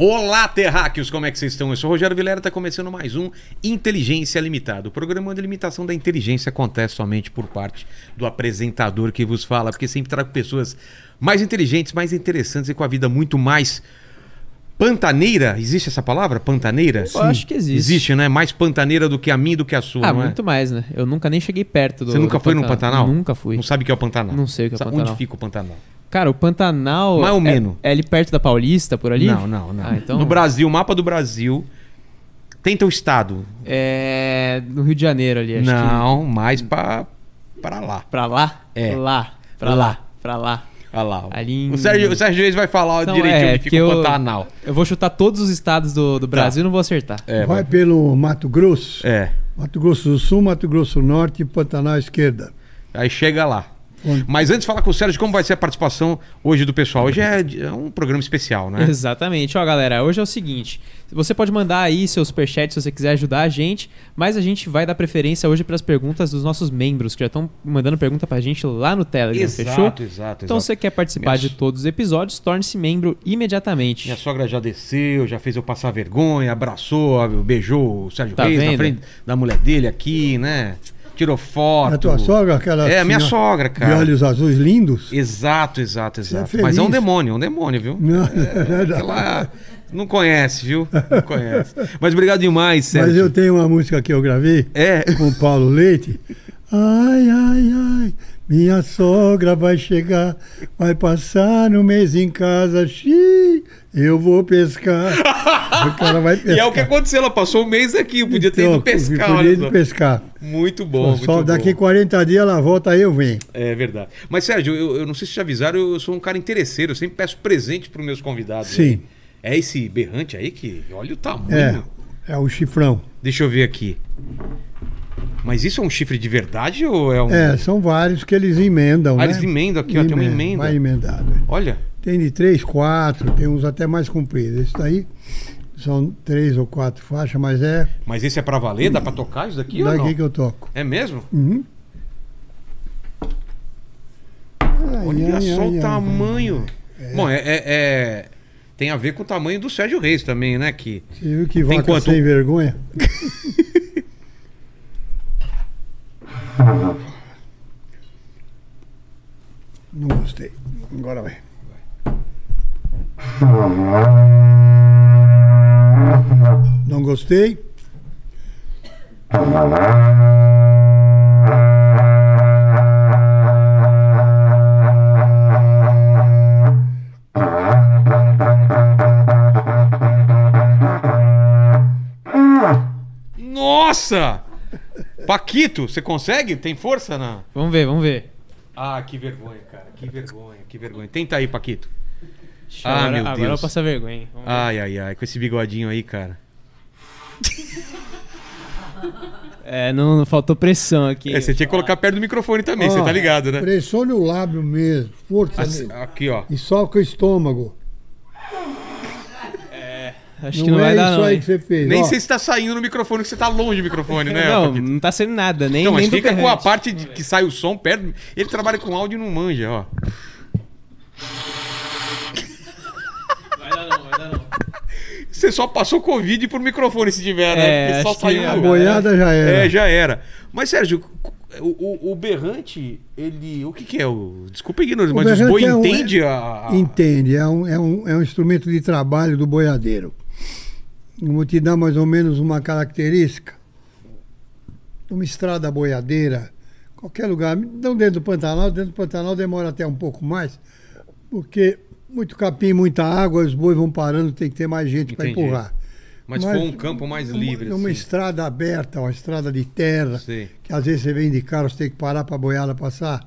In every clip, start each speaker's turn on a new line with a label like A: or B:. A: Olá, terráqueos, como é que vocês estão? Eu sou o Rogério Vilera, está começando mais um Inteligência Limitada. O programa de limitação da inteligência acontece somente por parte do apresentador que vos fala, porque sempre trago pessoas mais inteligentes, mais interessantes e com a vida muito mais pantaneira. Existe essa palavra? Pantaneira?
B: Eu acho que existe.
A: Existe, né? Mais pantaneira do que a minha e do que a sua,
B: Ah,
A: não é?
B: muito mais, né? Eu nunca nem cheguei perto do.
A: Você nunca
B: do
A: foi no Pantanal?
B: Nunca fui.
A: Não sabe o que é o Pantanal?
B: Não sei o que é o
A: Sabe
B: Pantanal.
A: Onde fica o Pantanal?
B: Cara, o Pantanal.
A: Mais ou
B: é-
A: menos.
B: É, ali perto da Paulista, por ali?
A: Não, não, não.
B: Ah, então.
A: No Brasil, o mapa do Brasil... Tenta o estado.
B: É. No Rio de Janeiro ali, acho que.
A: não, mais pra, pra lá.
B: Pra lá?
A: É.
B: Lá. Pra lá.
A: Lá.
B: Pra lá.
A: Olha lá.
B: Ali em-
A: O Sérgio, o Sérgio Reis vai falar
B: Então,
A: direitinho
B: é,
A: onde
B: que
A: fica
B: eu-
A: o Pantanal.
B: Eu vou chutar todos os estados do, do Brasil e não vou acertar.
A: É,
C: Vai pelo Mato Grosso,
A: é.
C: Mato Grosso do Sul, Mato Grosso do Norte e Pantanal à esquerda.
A: Aí chega lá.
C: Onde?
A: Mas antes de falar com o Sérgio, como vai ser a participação hoje do pessoal? Hoje é, de- é um programa especial, né?
B: Exatamente. Ó, galera, hoje é o seguinte: você pode mandar aí seu superchat se você quiser ajudar a gente, mas a gente vai dar preferência hoje para as perguntas dos nossos membros, que já estão mandando pergunta pra gente lá no Telegram, fechou?
A: exato, exato.
B: Então,
A: exato.
B: se você quer participar
A: Minha
B: de todos os episódios, torne-se membro imediatamente.
A: Minha sogra já desceu, já fez eu passar vergonha, abraçou, beijou o Sérgio
B: Tá
A: Reis na
B: vendo?
A: frente da mulher dele aqui, né? Tirou foto.
C: É a tua sogra, aquela.
A: É, a minha
C: senhora
A: sogra, cara.
C: De olhos azuis lindos?
A: Exato, exato,
C: é
A: exato.
C: feliz.
A: Mas é um demônio, é um demônio, viu?
C: Não,
A: É, Ela não conhece, viu? Não conhece. Mas obrigado demais, Sérgio.
C: Mas eu tenho uma música que eu gravei
A: É.
C: com o Paulo Leite. Ai, ai, ai, minha sogra vai chegar, vai passar no mês em casa, xiii, eu vou pescar. o cara vai pescar.
A: E é o que aconteceu, ela passou um mês aqui, eu podia ter
C: Então,
A: ido pescar,
C: Podia
A: olha
C: ir
A: só.
C: pescar.
A: Muito bom, muito
C: Só
A: bom.
C: daqui 40 dias ela volta, aí eu venho.
A: É verdade. Mas, Sérgio, eu, eu não sei se te avisaram, eu sou um cara interesseiro, eu sempre peço presente para os meus convidados.
C: Sim.
A: É esse berrante aí que, olha o tamanho.
C: É, é o chifrão.
A: Deixa eu ver aqui. Mas isso é um chifre de verdade ou é um...
C: É, são vários que eles emendam,
A: Ah,
C: né?
A: eles emendam aqui, ó, tem uma emenda.
C: Vai emendado.
A: Olha,
C: Tem de três, quatro, tem uns até mais compridos. Esse daí são três ou quatro faixas, mas é
A: mas esse é para valer? Dá para tocar isso daqui ou não?
C: daqui que eu toco.
A: É mesmo?
C: Uhum. Ai,
A: Olha
C: ai,
A: só
C: ai,
A: o
C: ai.
A: tamanho. Bom, é, é- é- tem a ver com o tamanho do Sérgio Reis também, né? Que
C: Você viu
A: Tem
C: que vaca
A: quanto?
C: sem vergonha? Não gostei. Agora vai. Não gostei.
A: Nossa! Paquito, você consegue? Tem força na.
B: Vamos ver, vamos ver.
A: Ah, que vergonha, cara. Que vergonha, que vergonha. Tenta aí, Paquito.
B: Ixi,
A: Ah,
B: agora,
A: meu
B: agora
A: Deus.
B: eu passo a vergonha. hein? Vamos-
A: Ai, ai, ai, com esse bigodinho aí, cara.
B: É, não, não faltou pressão aqui.
A: É, você tinha que colocar perto do microfone também, você
C: Ó,
A: tá ligado, né?
C: Pressione o Ah, lábio mesmo. Força
A: Assim,
C: nele.
A: aqui, ó.
C: E soca o estômago.
B: Acho que não vai
C: é
B: dar,
C: isso
B: não.
C: aí
B: hein?
C: que você fez.
A: Nem
C: ó.
A: sei se tá saindo no microfone, que você tá longe do microfone, né,
B: não,
A: Paquito?
B: não tá sendo nada, nem,
A: Não, Então, mas
B: nem do
A: fica com a
B: berrante.
A: parte de que sai o som perto. Ele trabalha com áudio e não manja, ó. Você só passou Covid por microfone se tiver, né?
B: É,
A: Porque só
B: acho que
A: saiu
B: a
C: A boiada já era.
A: É, já era. Mas, Sérgio, o, o- o berrante, ele. O que, que é? O... Desculpa a ignorância,
C: O
A: mas o
C: berrante
A: boi
C: é um-
A: entende a. a-
C: Entende, é um, é, um, é um instrumento de trabalho do boiadeiro. Eu Vou te dar mais ou menos uma característica. Uma estrada boiadeira, qualquer lugar, não dentro do Pantanal, dentro do Pantanal demora até um pouco mais, porque muito capim, muita água, os bois vão parando, tem que ter mais gente para
A: Entendi.
C: empurrar.
A: Mas,
C: Mas é
A: foi um campo mais
C: Uma-
A: livre.
C: Uma
A: assim.
C: estrada aberta, uma estrada de terra,
A: Sei.
C: que às vezes você vem de carro, você tem que parar para a boiada passar.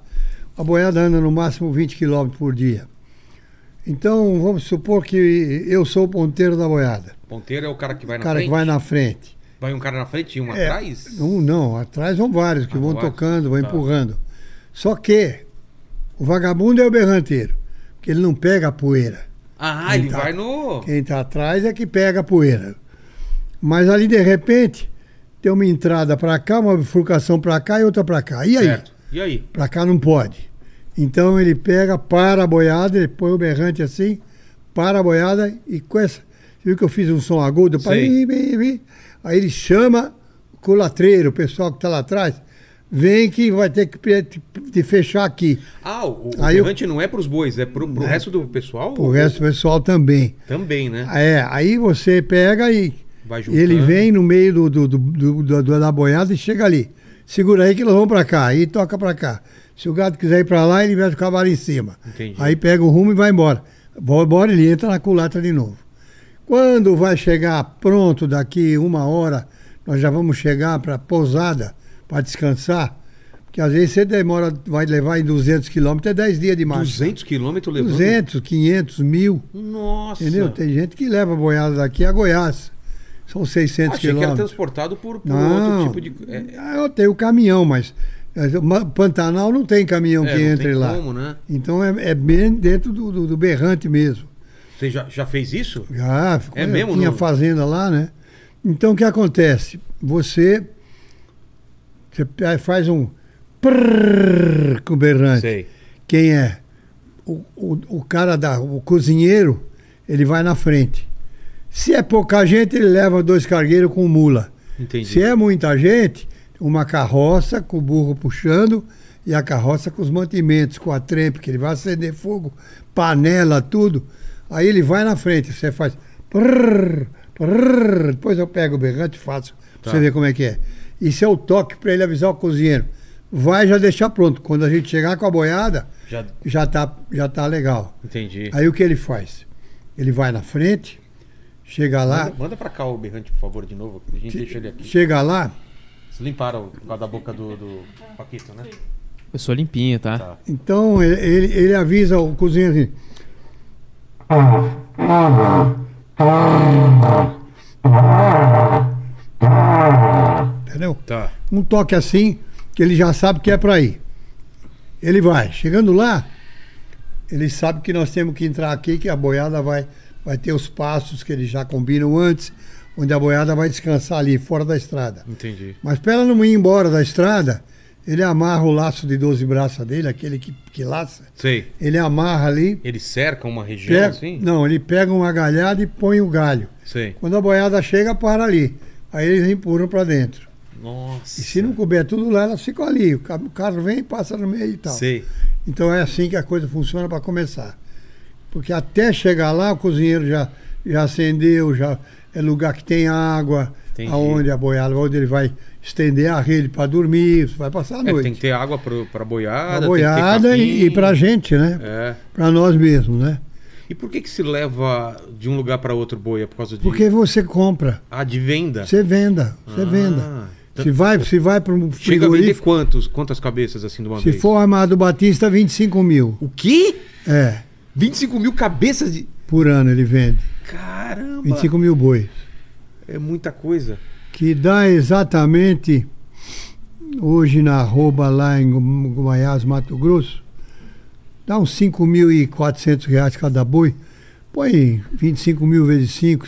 C: A boiada anda no máximo 20 km por dia. Então, vamos supor que eu sou o ponteiro da boiada,
A: Ponteiro é o cara que vai
C: o
A: na
C: cara
A: frente.
C: que vai na frente.
A: Vai um cara na frente e um
C: É,
A: atrás?
C: Um não, atrás vão vários que
A: Ah,
C: vão
A: vários.
C: tocando, vão
A: Tá.
C: empurrando. Só que o vagabundo é o berranteiro, porque ele não pega a poeira.
A: Ah, ele
C: Então,
A: vai no.
C: Quem está atrás é que pega a poeira. Mas ali, de repente, tem uma entrada para cá, uma bifurcação para cá e outra para cá. E aí?
A: Certo. E aí?
C: Para cá não pode. Então ele pega, para a boiada, ele põe o berrante assim, para a boiada e com essa. Você viu que eu fiz um som agudo? Pá,
A: Sei.
C: ih, ih, ih. Aí ele chama o culatreiro, o pessoal que está lá atrás, vem que vai ter que pe- te, te fechar aqui.
A: Ah, o, o
C: Aí eu-
A: berrante não é pros bois, é pro, pro resto do pessoal?
C: O resto do pessoal também.
A: Também, né?
C: É, aí você pega e
A: Vai
C: e ele vem no meio do, do, do, do- do- do- da boiada e chega ali. Segura aí que nós vamos pra cá. Aí toca pra cá. Se o gato quiser ir pra lá, ele mete o cavalo em cima.
A: Entendi.
C: Aí pega o rumo e vai embora. Vai embora, ele entra na culatra de novo. Quando vai chegar pronto, daqui uma hora, nós já vamos chegar pra pousada, pra descansar. Porque às vezes você demora, vai levar em 200 quilômetros, é 10 dias de marcha.
A: 200 quilômetros levando?
C: 200, 500, mil.
A: Nossa.
C: Entendeu? Tem gente que leva a boiada daqui a Goiás. São
A: Ah,
C: 600
A: Achei que era
C: quilômetros.
A: transportado por, por
C: Não.
A: outro tipo de... É,
C: Ah, eu tenho caminhão, mas mas o Ma- Pantanal não tem caminhão
A: é,
C: que
A: não
C: entre
A: tem
C: lá.
A: como, né?
C: Então é, é bem dentro do, do- do berrante mesmo.
A: Você já, já fez isso?
C: Já, ficou-
A: É mesmo,
C: tinha
A: não?
C: fazenda lá, né? Então o que acontece? Você, você pe- faz um prrr com o berrante.
A: Sei.
C: Quem é? O, o, o cara da. O cozinheiro, ele vai na frente. Se é pouca gente, ele leva dois cargueiros com mula.
A: Entendi.
C: Se é muita gente, uma carroça com o burro puxando e a carroça com os mantimentos, com a trempe, que ele vai acender fogo, panela, tudo. Aí ele vai na frente, você faz. prrr, prrr, depois eu pego o berrante e faço,
A: Tá.
C: pra você ver como é que é. Isso é o toque para ele avisar o cozinheiro. Vai já deixar pronto. Quando a gente chegar com a boiada,
A: Já...
C: já tá, já tá legal.
A: Entendi.
C: Aí o que ele faz? Ele vai na frente, chega lá,
A: Manda, manda pra cá o berrante, por favor, de novo. A gente deixa ele aqui.
C: chega lá,
A: Vocês limparam o- por causa da boca do, do Paquito, né?
B: Eu sou limpinho, tá?
A: Tá.
C: Então ele- ele, ele avisa o cozinheiro assim. Entendeu?
A: Tá.
C: Um toque assim, que ele já sabe que é para ir. Ele vai. Chegando lá, ele sabe que nós temos que entrar aqui, que a boiada vai, vai ter os passos que eles já combinam antes, onde a boiada vai descansar ali, fora da estrada.
A: Entendi.
C: Mas para ela não ir embora da estrada, ele amarra o laço de 12 braças dele, aquele que, que laça.
A: Sei.
C: Ele amarra ali,
A: Ele cerca uma região
C: pega,
A: assim?
C: não, ele pega uma galhada e põe o galho.
A: Sei.
C: Quando a boiada chega, para ali. Aí eles empurram para dentro.
A: Nossa.
C: E se não couber tudo lá, elas ficam ali. O ca- o carro vem e passa no meio e tal.
A: Sei.
C: Então é assim que a coisa funciona para começar. Porque até chegar lá, o cozinheiro já, já acendeu, já é lugar que tem água,
A: Entendi.
C: aonde a boiada, onde ele vai estender a rede para dormir, vai passar a
A: É,
C: noite.
A: tem que ter água pro, pra boiada.
C: a boiada
A: tem que
C: e,
A: ter capim.
C: e para gente, né?
A: É.
C: Para nós mesmos, né?
A: E por que que se leva de um lugar pra outro boia por causa de
C: Porque você compra,
A: ah, de venda?
C: você venda, você
A: Ah,
C: venda.
A: então-
C: Se vai, se vai para
A: Chega
C: um
A: a vender
C: frigorífico,
A: quantos, quantas cabeças assim de uma
C: se
A: vez?
C: for Armado Batista, 25 mil.
A: O quê?
C: É,
A: 25 mil cabeças de.
C: por ano ele vende.
A: Caramba!
C: 25 mil bois.
A: É muita coisa.
C: que dá exatamente hoje na arroba lá em Gu- Goiás, Mato Grosso, dá uns 5.400 reais cada boi, põe 25 mil vezes 5,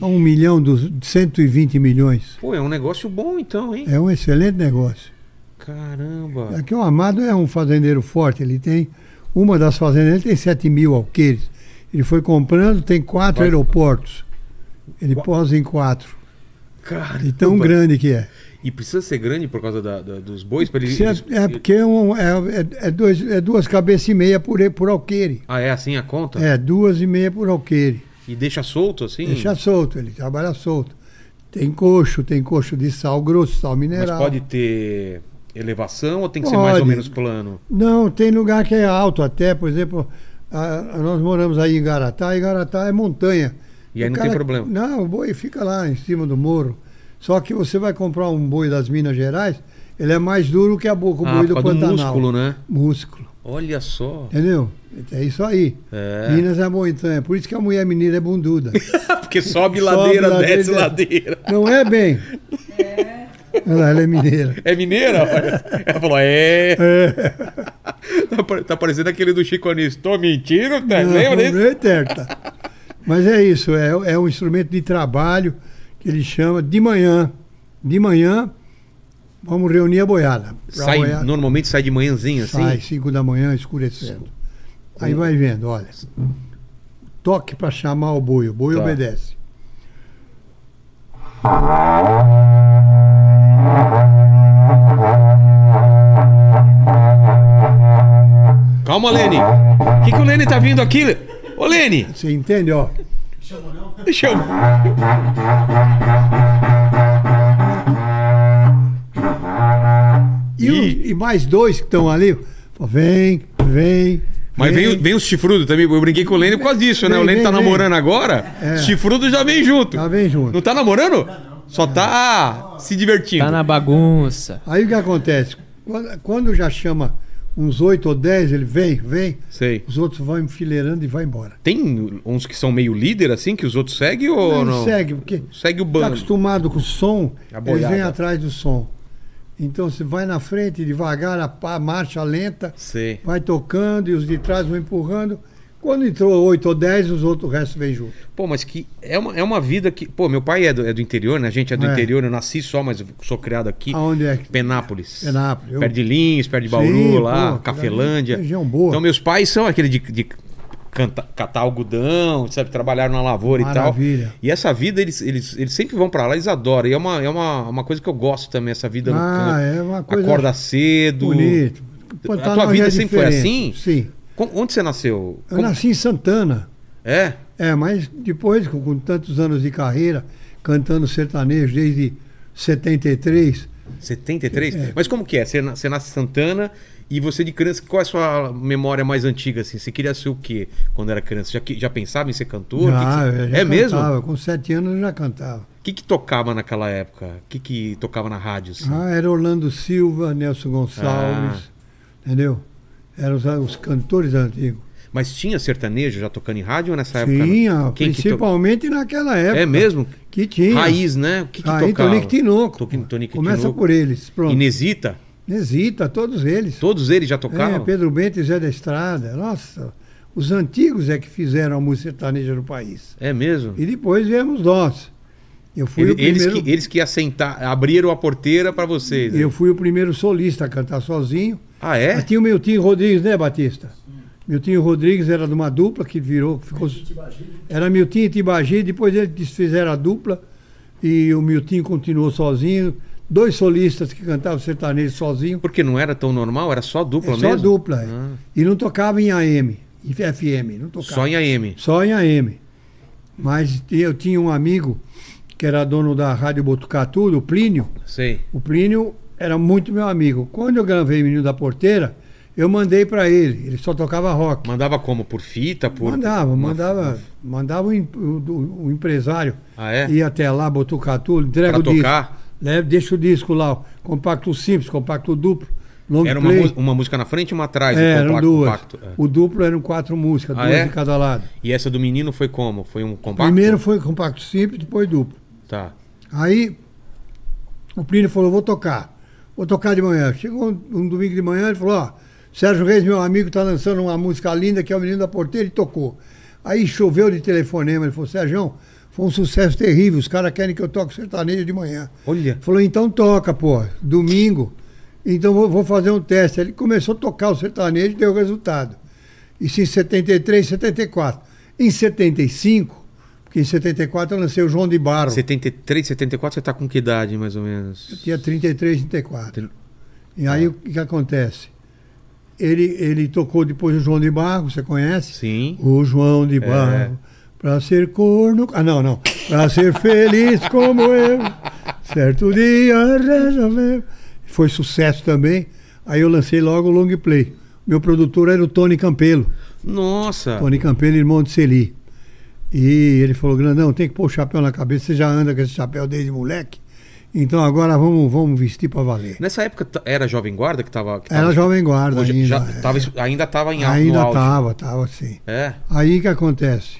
C: dá 1 milhão, dos 120 milhões.
A: Pô, é um negócio bom então, hein?
C: É um excelente negócio.
A: Caramba!
C: Aqui o Amado é um fazendeiro forte, ele tem uma das fazendas, ele tem 7 mil alqueires. Ele foi comprando, tem quatro
A: Vai.
C: aeroportos. Ele
A: Qua-
C: posa em quatro.
A: Caramba!
C: E É tão grande que é.
A: E precisa ser grande por causa da- da- dos bois? Pra ele,
C: Se
A: eles-
C: é, é porque é, um- é- é- é dois- é duas cabeças e meia por, por alqueire.
A: Ah, é assim a conta?
C: É, duas e meia por alqueire.
A: E deixa solto assim?
C: Deixa solto, ele trabalha solto. Tem coxo, tem coxo de sal grosso, sal
A: Mas
C: mineral.
A: pode ter elevação ou tem que ser mais ou
C: Pode.
A: menos plano?
C: Não, tem lugar que é alto até, por exemplo, a- a- nós moramos aí em Garatá, e Garatá é montanha.
A: E aí
C: O
A: não tem problema.
C: Não, o boi fica lá em cima do morro. Só que você vai comprar um boi das Minas Gerais, ele é mais duro que a boca, o
A: ah,
C: boi
A: por
C: do
A: causa do
C: Pantanal.
A: músculo, né?
C: Músculo,
A: Olha só.
C: entendeu? É isso aí.
A: É.
C: Minas é montanha, por isso que a mulher mineira é bunduda.
A: Porque sobe
C: Sobe
A: ladeira,
C: ladeira,
A: desce
C: desce.
A: ladeira.
C: Não é bem. Ela, ela é mineira.
A: É mineira? Olha. Ela falou, é. Tá, pare- tá parecendo aquele do Chico Anísio. Tô mentindo, tá?
C: Não,
A: lembra disso?
C: não é terta. Mas é isso, é, é um instrumento de trabalho que ele chama de manhã. de manhã, vamos reunir a boiada. Pra
A: Sai,
C: boiada-
A: normalmente sai de manhãzinha, assim?
C: Sai, 5 da manhã, escurecendo. Aí vai vendo, olha. Toque para chamar o boi, o boi
A: Tá.
C: obedece.
A: Calma, Lene. O que, que o Lene tá vindo aqui? Ô, Lene!
C: Você entende, ó?
A: Deixa eu...
C: E, os-
A: Ih.
C: e mais dois que estão ali, pô, vem, vem.
A: Mas vem, o- vem os chifrudos também. Eu brinquei com o Lene por causa disso, né?
C: Vem,
A: o Lene tá
C: vem, vem.
A: namorando agora,
C: É.
A: os chifrudos já vem junto.
C: Já vem junto. É.
A: Não tá namorando? Só tá se divertindo.
B: Tá na bagunça.
C: Aí o que acontece? Quando, quando já chama uns oito ou dez, ele vem, vem.
A: Sei.
C: Os outros vão enfileirando e vai embora.
A: Tem uns que são meio líder, assim, que os outros seguem ou
C: Ele
A: não?
C: segue, porque
A: Segue o
C: está
A: bando.
C: acostumado com o som,
A: A
C: eles
A: boiada.
C: vêm atrás do som. Então você vai na frente, devagar, a pá- marcha lenta,
A: Sei.
C: vai tocando e os de trás vão empurrando. Quando entrou oito ou dez, os outros, o resto vem junto.
A: Pô, mas que é uma, é uma vida que. Pô, meu pai é do, é do interior, né? A gente é do
C: É.
A: interior, eu nasci só, mas sou criado aqui.
C: Aonde é? que-
A: Penápolis.
C: Penápolis, eu-
A: Perto de Lins, perto de Bauru,
C: Sim,
A: lá,
C: pô,
A: Cafelândia.
C: região boa.
A: Então, meus pais são aquele de, de canta- catar algodão, sabe? Trabalharam na lavoura e
C: Maravilha.
A: tal. E essa vida, eles, eles, eles sempre vão pra lá, eles adoram. E é uma, é uma, uma coisa que eu gosto também, essa vida no
C: Ah,
A: campo.
C: é uma coisa
A: Acorda cedo.
C: Bonito.
A: A tua
C: Pantanal já
A: vida
C: é
A: sempre foi assim?
C: diferente. Sim.
A: Com- onde você nasceu?
C: Eu
A: Como-
C: nasci em Santana.
A: É?
C: É, mas depois, com, com tantos anos de carreira, cantando sertanejo desde 73,
A: 73? Mas como que é? Você, na- você nasce em Santana e você de criança, qual é a sua memória mais antiga? Assim? Você queria ser o quê quando era criança? Já, que- já pensava em ser cantor? O que que
C: já,
A: você-
C: eu já
A: é mesmo?
C: cantava. Com sete anos eu já cantava.
A: O que, que tocava naquela época? O que, que tocava na rádio? Assim?
C: Ah, era Orlando Silva, Nelson Gonçalves,
A: Ah.
C: entendeu? Eram os, os cantores antigos.
A: Mas tinha sertanejo já tocando em rádio ou nessa época?
C: Tinha,
A: Tá, Quem que to-
C: principalmente naquela época.
A: É mesmo?
C: Que tinha.
A: Raiz, né? O que, que
C: Aí,
A: tocava?
C: Tonico Tinoco.
A: Toqui- Tonico
C: Começa
A: Tinoco.
C: por eles, pronto.
A: Inesita?
C: Inesita, todos eles.
A: Todos eles já
C: É,
A: tocavam?
C: Pedro Bento e Zé da Estrada. Nossa, os antigos é que fizeram a música sertaneja no país.
A: É, mesmo?
C: E depois viemos nós. Eu fui
A: Ele-
C: o
A: eles,
C: primeiro,
A: que, eles que assentar, abriram a porteira pra vocês. né?
C: eu fui o primeiro solista a cantar sozinho.
A: Ah, é?
C: Mas tinha o meu tio Rodrigues, né, Batista? Meu tio Rodrigues era de uma dupla que virou, ficou era Miltinho e Tibagi, depois eles desfizeram a dupla e o Miltinho continuou sozinho. Dois solistas que cantavam sertanejo sozinho.
A: Porque não era tão normal, era só dupla
C: É
A: mesmo?
C: só dupla. é.
A: Ah,
C: E não tocava em AM, em FM, não tocava.
A: só em AM.
C: Só em AM. Mas eu tinha um amigo que era dono da Rádio Botucatu, do Plínio.
A: Sei.
C: O Plínio era muito meu amigo. Quando eu gravei Menino da Porteira, eu mandei pra ele. Ele só tocava rock.
A: Mandava como? Por fita? Por...
C: Mandava,
A: uma-
C: mandava, mandava o, em- o- o empresário
A: Ah, é?
C: ia até lá, Botucatu, entrega
A: Pra
C: o disco.
A: tocar?
C: Leva, deixa o disco lá, ó. compacto simples, compacto duplo, long
A: Era uma,
C: um play.
A: mu- uma música na frente e uma atrás. o
C: É, eram
A: compacto-
C: duas.
A: compacto, é.
C: O duplo eram quatro músicas,
A: Ah,
C: duas
A: é?
C: de cada lado.
A: E essa do menino foi como? Foi um compacto?
C: Primeiro foi compacto simples, depois duplo.
A: Tá.
C: Aí o Plínio falou, vou tocar. Vou tocar de manhã. Chegou um, um domingo de manhã, ele falou, ó, Sérgio Reis, meu amigo, tá lançando uma música linda que é o Menino da Porteira e tocou. Aí choveu de telefonema, ele falou, Sérgio, foi um sucesso terrível, os caras querem que eu toque sertanejo de manhã.
A: Olha.
C: Falou, então toca, pô, domingo. Então vou, vou fazer um teste. Ele começou a tocar o sertanejo e deu resultado. Isso em 73, 74. Em 75, porque em 74 eu lancei o João de Barro.
A: 73, 74, você tá com que idade, mais ou menos?
C: Tinha 33, 34.
A: Trin- É.
C: E aí o que, que acontece? Ele, ele tocou depois o João de Barro, você conhece?
A: Sim. É.
C: O João de Barro, pra ser corno. Ah, não, não. Pra ser feliz como eu, certo dia resolveu. Foi sucesso também. Aí eu lancei logo o long play. Meu produtor era o Tony Campelo.
A: Nossa!
C: Tony Campelo, irmão de Celi. E ele falou, Grandão, tem que pôr o chapéu na cabeça, você já anda com esse chapéu desde moleque. Então agora vamos, vamos vestir pra valer.
A: Nessa época t- era Jovem Guarda que tava... Que
C: Era
A: tava-
C: jovem guarda
A: Ou já-
C: ainda.
A: já tava, es- ainda tava em
C: é.
A: au- no
C: ainda
A: auge.
C: tava, tava sim.
A: É.
C: Aí o que acontece?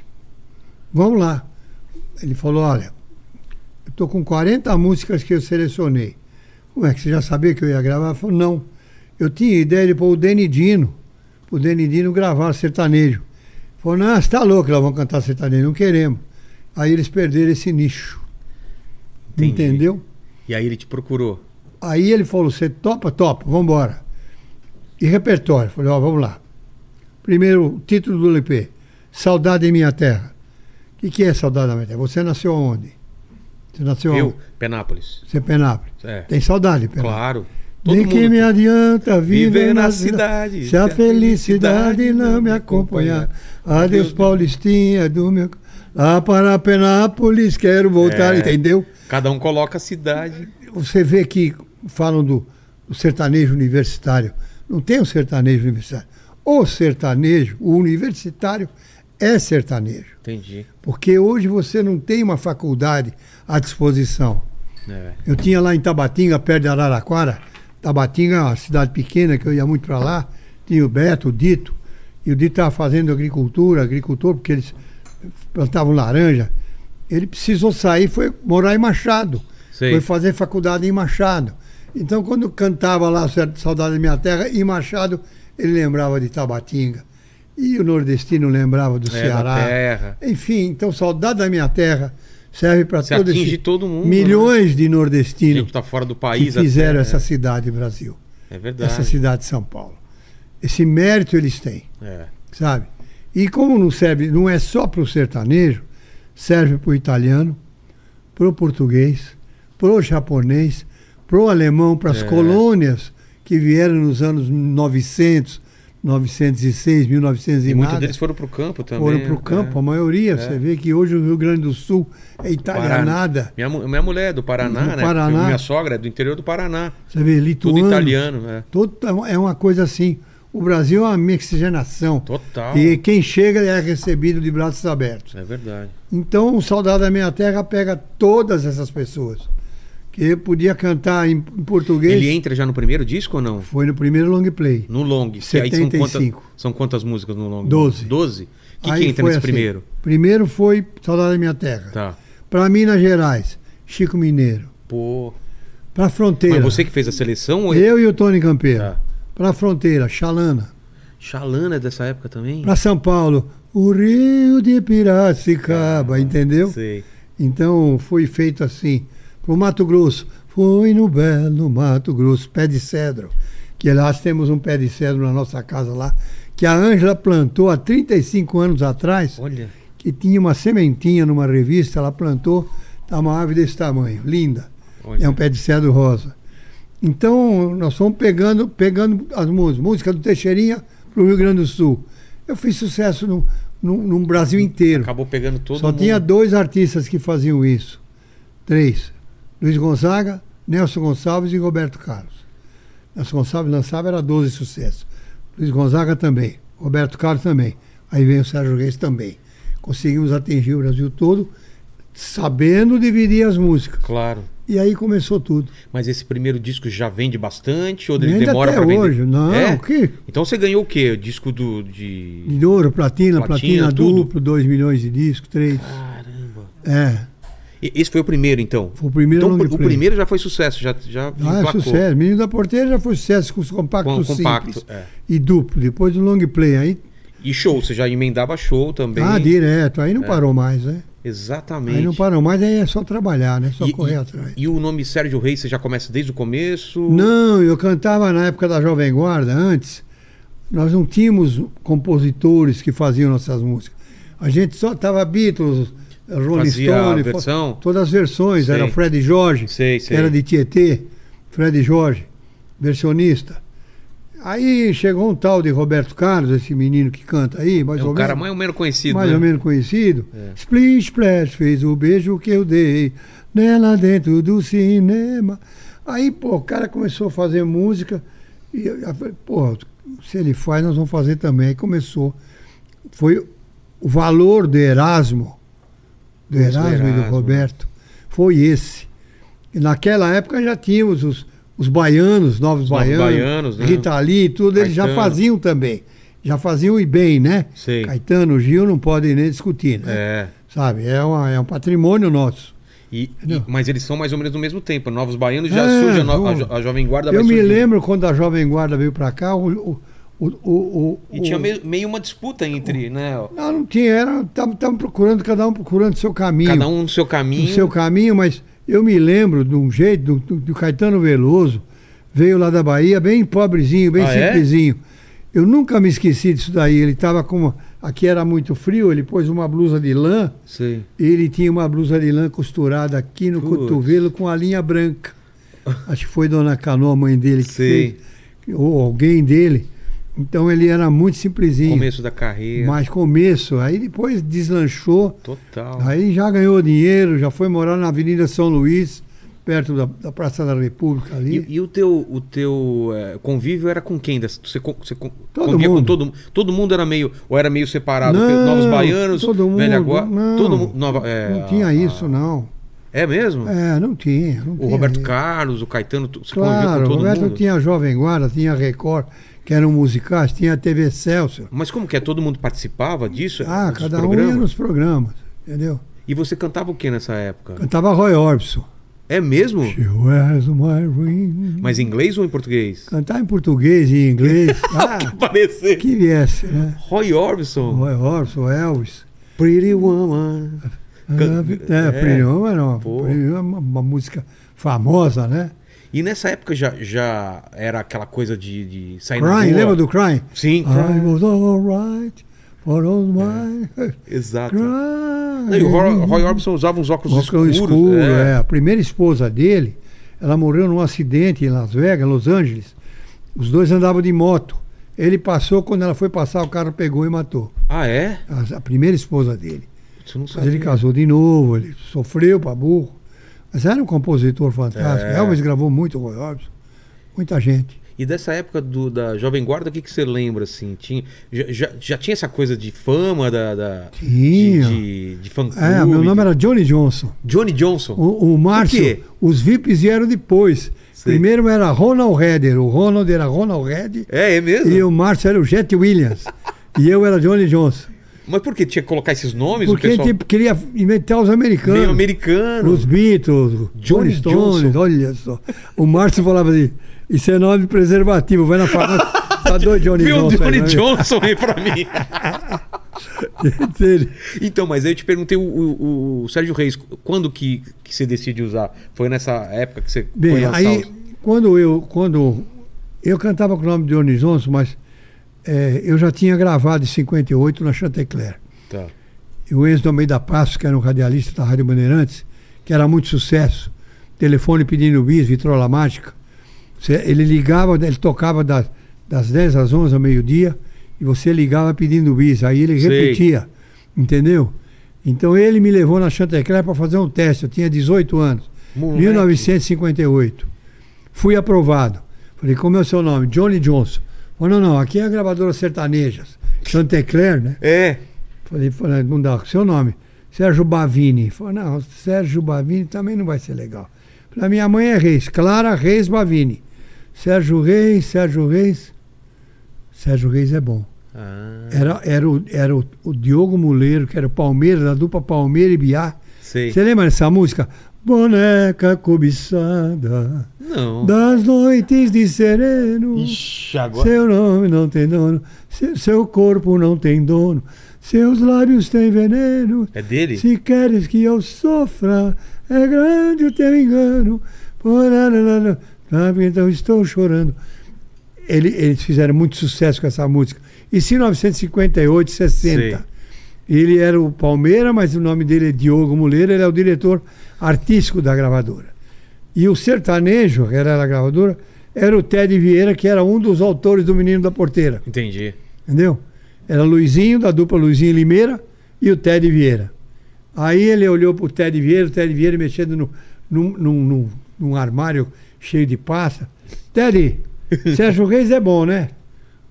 C: Vamos lá. Ele falou, olha, eu tô com 40 músicas que eu selecionei. Como é que você já sabia que eu ia gravar? Ele falou, não. Eu tinha ideia de pôr o Denidino, o Denidino gravar sertanejo. Ele Falou, não, você tá louco, lá vão cantar sertanejo, não queremos. Aí eles perderam esse nicho.
A: Entendi.
C: Entendeu?
A: E aí ele te procurou.
C: Aí ele falou: você topa? Topa, vamos embora. E repertório. Falei: ó, vamos lá. Primeiro, o título do LP: Saudade em Minha Terra. O que, que é saudade da minha terra? Você nasceu onde? Você nasceu
A: Eu,
C: onde?
A: Penápolis.
C: Você é Penápolis.
A: É.
C: Tem saudade, de Penápolis.
A: Claro. Todo
C: De que
A: mundo
C: me
A: tem.
C: adianta
A: Viver
C: viver
A: na
C: na
A: cidade,
C: cidade se a felicidade não me acompanhar. Adeus, Paulistinha do meu. Lá para Penápolis quero voltar,
A: É.
C: entendeu?
A: Cada um coloca a cidade.
C: Você vê que falam do, do sertanejo universitário. Não tem um sertanejo universitário. O sertanejo, o universitário, é sertanejo.
A: Entendi.
C: Porque hoje você não tem uma faculdade à disposição.
A: É.
C: Eu tinha lá em Tabatinga, perto de Araraquara. Tabatinga é uma cidade pequena que eu ia muito para lá. Tinha o Beto, o Dito. E o Dito estava fazendo agricultura, agricultor, porque eles plantavam laranja. Ele precisou sair, foi morar em Machado.
A: Sei.
C: Foi fazer faculdade em Machado. Então, quando eu cantava lá certo, Saudade da Minha Terra, em Machado, ele lembrava de Tabatinga. E o nordestino lembrava do
A: É, da
C: Ceará.
A: terra.
C: Enfim, então, Saudade da Minha Terra serve para
A: Você
C: todo
A: atinge
C: esse-
A: todo mundo,
C: Milhões de
A: A
C: nordestinos
A: gente tá fora do
C: que
A: país. até,
C: fizeram
A: né?
C: essa cidade Brasil,
A: É verdade.
C: essa cidade de São Paulo. Esse mérito eles têm,
A: É.
C: sabe? E como não serve, não é só para o sertanejo, serve para o italiano, para o português, para o japonês, para o alemão, para as
A: É.
C: colônias que vieram nos anos 900, 906, 1900 e,
A: E muitos
C: nada.
A: deles foram pro campo também.
C: Foram para o
A: né?
C: campo, a maioria. Você vê que hoje o Rio Grande do Sul é
A: Paraná.
C: italianada.
A: Minha, mu- minha mulher é do Paraná,
C: Do
A: né?
C: Paraná.
A: Porque Minha sogra é do interior do Paraná.
C: Você vê
A: Tudo
C: lituano.
A: italiano, é.
C: Total, é uma coisa assim. O Brasil é uma mixigenação.
A: Total.
C: E quem chega é recebido de braços abertos.
A: É verdade.
C: Então, o Saudade da Minha Terra pega todas essas pessoas. Que podia cantar em em português.
A: Ele entra já no primeiro disco ou não?
C: Foi no primeiro long play.
A: No long. que aí são
C: 75.
A: quantas, são quantas músicas no long?
C: Doze.
A: Doze? O que,
C: Aí
A: que entra
C: foi
A: nesse
C: assim.
A: primeiro?
C: Primeiro foi Saudade da Minha Terra.
A: Tá.
C: Para Minas Gerais, Chico Mineiro.
A: Pô.
C: Para Fronteira,
A: Mas você que fez a seleção? ou- é
C: eu e o Tony Campeiro.
A: Tá.
C: Para Fronteira, Xalana.
A: Xalana é dessa época também?
C: Para São Paulo, o Rio de Piracicaba, entendeu?
A: Sei.
C: Então foi feito assim. Pro Mato Grosso, foi no belo Mato Grosso, pé de cedro. Que nós temos um pé de cedro na nossa casa lá, que a Ângela plantou há 35 anos atrás,
A: Olha.
C: que tinha uma sementinha numa revista, ela plantou, tá uma árvore desse tamanho, linda.
A: Olha.
C: É um pé de cedro rosa. Então, nós fomos pegando, pegando as músicas, música do Teixeirinha pro Rio Grande do Sul. Eu fiz sucesso no, no, no Brasil inteiro.
A: Acabou pegando todo
C: Só
A: mundo.
C: tinha dois artistas que faziam isso. Três. Luiz Gonzaga, Nelson Gonçalves e Roberto Carlos. Nelson Gonçalves lançava, era 12 sucessos. Luiz Gonzaga também. Roberto Carlos também. Aí veio o Sérgio Reis também. Conseguimos atingir o Brasil todo, sabendo dividir as músicas.
A: Claro.
C: E aí começou tudo.
A: Mas esse primeiro disco já vende bastante? Ou ele
C: Vende
A: demora
C: até
A: pra vender?
C: hoje. Não,
A: é?
C: o quê?
A: Então você ganhou o quê? O disco do, de...
C: De ouro, platina,
A: Platina,
C: platina,
A: tudo.
C: duplo, 2 milhões de discos, 3.
A: Caramba.
C: É.
A: E- Esse foi o primeiro, então?
C: Foi o primeiro
A: Então
C: long
A: o
C: play.
A: primeiro já foi sucesso, já, já
C: Ah, é
A: emplacou.
C: sucesso. Menino da Porteira já foi sucesso com os compactos
A: Com o compacto,
C: simples
A: é.
C: e duplo. Depois do long play aí,
A: E show, você já emendava show também.
C: ah, direto. Aí
A: É.
C: não parou mais, né?
A: Exatamente.
C: Aí não parou mais, aí é só trabalhar, né? Só
A: E-
C: correr
A: e-
C: atrás.
A: E o nome Sérgio Reis você já começa desde o começo?
C: Não, eu cantava na época da Jovem Guarda, antes, nós não tínhamos compositores que faziam nossas músicas. A gente só tava Beatles, eh, Rolling
A: Fazia a
C: Stone,
A: versão?
C: fa- todas as versões,
A: Sei.
C: era Fred Jorge,
A: Sei,
C: que
A: sei.
C: era de Tietê, Fred Jorge, versionista. Aí chegou um tal de Roberto Carlos, esse menino que canta aí, mais
A: É
C: ou
A: um
C: menos.
A: cara mais ou menos conhecido,
C: mais
A: né?
C: ou menos conhecido.
A: É.
C: Splish Splash fez o beijo que eu dei nela dentro do cinema. Aí, pô, o cara começou a fazer música e eu eu falei, pô, se ele faz, nós vamos fazer também. Aí começou. Foi o valor do Erasmo, do
A: Isso,
C: Erasmo, e do
A: Erasmo. né?
C: Roberto, foi esse. E naquela época já tínhamos os, os baianos,
A: novos
C: novos baianos,
A: baianos, né?
C: Rita Lee, e tudo, eles já
A: Caetano.
C: faziam também. Já faziam e bem, né?
A: Sei.
C: Caetano, Gil não podem nem discutir, né?
A: É.
C: Sabe? É, uma- é um patrimônio nosso.
A: E, e-
C: Não.
A: mas eles são mais ou menos no mesmo tempo. Novos Baianos já
C: É,
A: surge, a, no- a
C: bom.
A: jo- a Jovem Guarda vai
C: Eu me
A: surgindo.
C: lembro quando a Jovem Guarda veio pra cá, o. o, o, o- o-
A: E tinha
C: o-
A: meio, meio uma disputa entre, né? ó,
C: Não, não tinha, era. Estavam procurando, cada um procurando o seu caminho.
A: Cada um no seu caminho.
C: o seu caminho, mas Eu me lembro de um jeito, do, do- do Caetano Veloso, veio lá da Bahia, bem pobrezinho, bem
A: Ah, é?
C: simplesinho. Eu nunca me esqueci disso daí. Ele estava com. uma- Aqui era muito frio, ele pôs uma blusa de lã,
A: Sei.
C: e ele tinha uma blusa de lã costurada aqui no
A: Putz.
C: cotovelo com a linha branca. Acho que foi Dona Canoa, a mãe dele, que
A: Sei.
C: fez, ou alguém dele. Então ele era muito simplesinho.
A: Começo da carreira.
C: Mas começo, aí depois deslanchou.
A: Total.
C: Aí já ganhou dinheiro, já foi morar na Avenida São Luís, perto da, da Praça da República ali.
A: E, e o teu, o teu eh, convívio era com quem? Das- Você, con- você con-
C: Todo
A: convivia com
C: mundo.
A: todo mundo? Todo mundo era meio, ou era meio separado?
C: Não,
A: Pe- Novos Baianos,
C: todo mundo,
A: Velha Guarda?
C: não.
A: todo mundo, nova, é,
C: não tinha
A: a-
C: isso, não.
A: É mesmo?
C: É, não tinha. não
A: O
C: tinha
A: Roberto
C: isso.
A: Carlos, o Caetano, tu- você convivia
C: Claro,
A: com
C: o
A: todo
C: Roberto
A: mundo?
C: tinha Jovem Guarda, tinha Record, que eram musicais, tinha TV Celso.
A: Mas como que é? Todo mundo participava disso?
C: Ah,
A: Dos
C: cada um
A: programas?
C: ia nos programas, entendeu?
A: E você cantava o que nessa época?
C: Cantava Roy Orbison.
A: É mesmo?
C: She wears my ring.
A: Mas em inglês ou em português?
C: Cantar em português e em inglês. ah,
A: Parecer.
C: que viesse, né?
A: Roy Orbison.
C: Roy Orbison, Elvis.
A: Pretty Woman. Can-
C: É,
A: é.
C: Prilhão era uma,
A: Pô.
C: Prilhão é uma, uma música famosa, né?
A: E nessa época já, já era aquela coisa de, de sair na
C: Crying,
A: rua?
C: lembra do Crying?
A: Sim,
C: I
A: Crying.
C: was alright for all my
A: Exato.
C: crying.
A: Não, e o Roy, Roy Orbison usava uns óculos
C: Óculos
A: escuros.
C: escuro, é. A primeira esposa dele, ela morreu num acidente em Las Vegas, Los Angeles. Os dois andavam de moto. Ele passou, quando ela foi passar, o carro pegou e matou.
A: Ah, é?
C: A, a primeira esposa dele.
A: Isso eu não
C: Mas
A: sabia.
C: ele casou de novo, ele sofreu pra burro. Mas era um compositor fantástico.
A: É.
C: Elvis gravou muito com o Orbison. Muita gente.
A: E dessa época do, da Jovem Guarda, o que, que você lembra, assim? Tinha, já, já, já tinha essa coisa de fama, da, da-
C: Tinha.
A: de, de, de fã clube?
C: É, meu nome era Johnny Johnson.
A: Johnny Johnson.
C: O, o
A: quê?
C: Márcio, os VIPs vieram depois.
A: Sei.
C: Primeiro era Ronald Redder. O Ronald era Ronald Redder
A: É, é mesmo?
C: e o Márcio era o Jet Williams. e eu era Johnny Johnson.
A: Mas por que tinha que colocar esses nomes? o
C: Porque
A: pessoal
C: tipo, queria inventar os americanos.
A: meio americano.
C: Os Beatles,
A: Johnny
C: Johnny Stones,
A: Johnson.
C: olha só. O Márcio falava assim: isso é nome de preservativo, vai na farmácia. Tá doido, Johnny
A: Viu o
C: Johnson.
A: Johnny
C: aí, né?
A: Johnson aí pra mim.
C: Ele-
A: Então, mas aí eu te perguntei, o, o- o Sérgio Reis, quando que, que você decide usar? Foi nessa época que você foi
C: Bem,
A: lançar
C: aí
A: os-
C: quando eu quando eu cantava com o nome de Johnny Johnson, mas eh, eu já tinha gravado em 58 na Chantecler.
A: Tá.
C: E o Enzo Almeida Passos, que era um radialista da Rádio Bandeirantes, que era muito sucesso, telefone pedindo bis, vitrola mágica. Você- Ele ligava, ele tocava das, das 10 às 11 ao meio-dia e você ligava pedindo bis. Aí ele
A: Sei.
C: repetia, entendeu? Então ele me levou na Chantecler para fazer um teste. Eu tinha 18 anos,
A: Moleque.
C: 1958. Fui aprovado. Falei, como é o seu nome? Johnny Johnson. Falei, não, não, aqui é a gravadora Sertanejas. Chantecler, né?
A: É.
C: Falei, falei, não dá, seu nome. Sérgio Bavini. Falei, não, Sérgio Bavini também não vai ser legal. Falei, a minha mãe é Reis, Clara Reis Bavini. Sérgio Reis, Sérgio Reis. Sérgio Reis é bom.
A: Ah,
C: Era, era, o, era o, o Diogo Muleiro, que era o Palmeiras, da dupla Palmeira e Biá.
A: sei.
C: Você lembra dessa música? Boneca cobiçada
A: Não.
C: das noites de sereno.
A: Ixi, agora...
C: Seu nome não tem dono, seu, seu corpo não tem dono, seus lábios têm veneno.
A: É dele?
C: Se queres que eu sofra, é grande o teu engano. Porararara, sabe, Então estou chorando. Ele- eles fizeram muito sucesso com essa música. Isso em 1958, 60.
A: Sei.
C: Ele era o Palmeira, mas o nome dele é Diogo Muleiro, ele é o diretor artístico da gravadora. E o sertanejo, que era a gravadora, era o Ted Vieira, que era um dos autores do Menino da Porteira,
A: Entendi.
C: entendeu? Era Luizinho, da dupla Luizinho e Limeira, e o Ted Vieira. Aí ele olhou pro Ted Vieira, o Ted Vieira mexendo no, num, num- num- num armário cheio de pasta. Ted, Sérgio Reis é bom, né?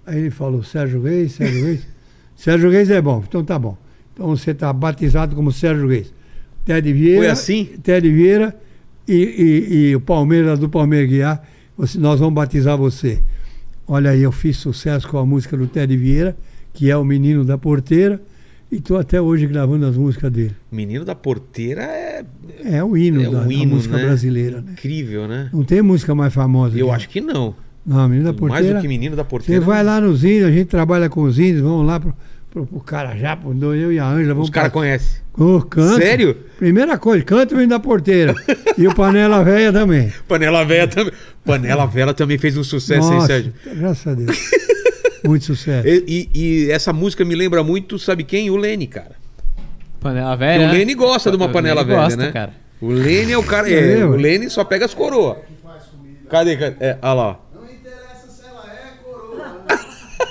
C: Aí ele falou, Sérgio Reis, Sérgio Reis. Sérgio Reis é bom, então tá bom. Então você tá batizado como Sérgio Reis. Ted Vieira.
A: Foi assim?
C: Ted Vieira e, e- e o Palmeiras do Palmeiras Guiar. você- nós vamos batizar você. Olha aí, eu fiz sucesso com a música do Ted Vieira, que é o menino da porteira, e tô até hoje gravando as músicas dele.
A: Menino da Porteira é
C: É o hino,
A: É o
C: da, da
A: hino,
C: música
A: né?
C: brasileira, né?
A: incrível, né?
C: Não tem música mais famosa.
A: Eu
C: né?
A: acho que não.
C: Não, a Menina da
A: Mais
C: Porteira.
A: do que Menino da
C: Você
A: Porteira. é um
C: vai lá nos índios, a gente trabalha com os índios, vamos lá pro, pro, pro Carajá, pro Dom, eu e a Ângela.
A: Os
C: vamos
A: caras
C: pra-
A: conhecem.
C: Ô, canto.
A: Sério?
C: Primeira coisa, canto vem da porteira. e o Panela Velha também.
A: Panela Velha também. Panela Velha também fez um sucesso, hein,
C: Nossa,
A: Sérgio?
C: graças a Deus. Muito sucesso.
A: E, e- e essa música me lembra muito, sabe quem? O Lene, cara.
B: Panela
A: E
B: velha.
A: o
B: né?
A: Lene gosta de uma
B: O
A: panela
B: Lene
A: velha,
B: gosta,
A: né?
B: cara.
A: O Lene é o cara.
C: É
A: é,
C: mesmo?
A: o Lene só pega as coroas. Cadê? cadê? É, olha lá.
D: Não interessa se ela é coroa, né?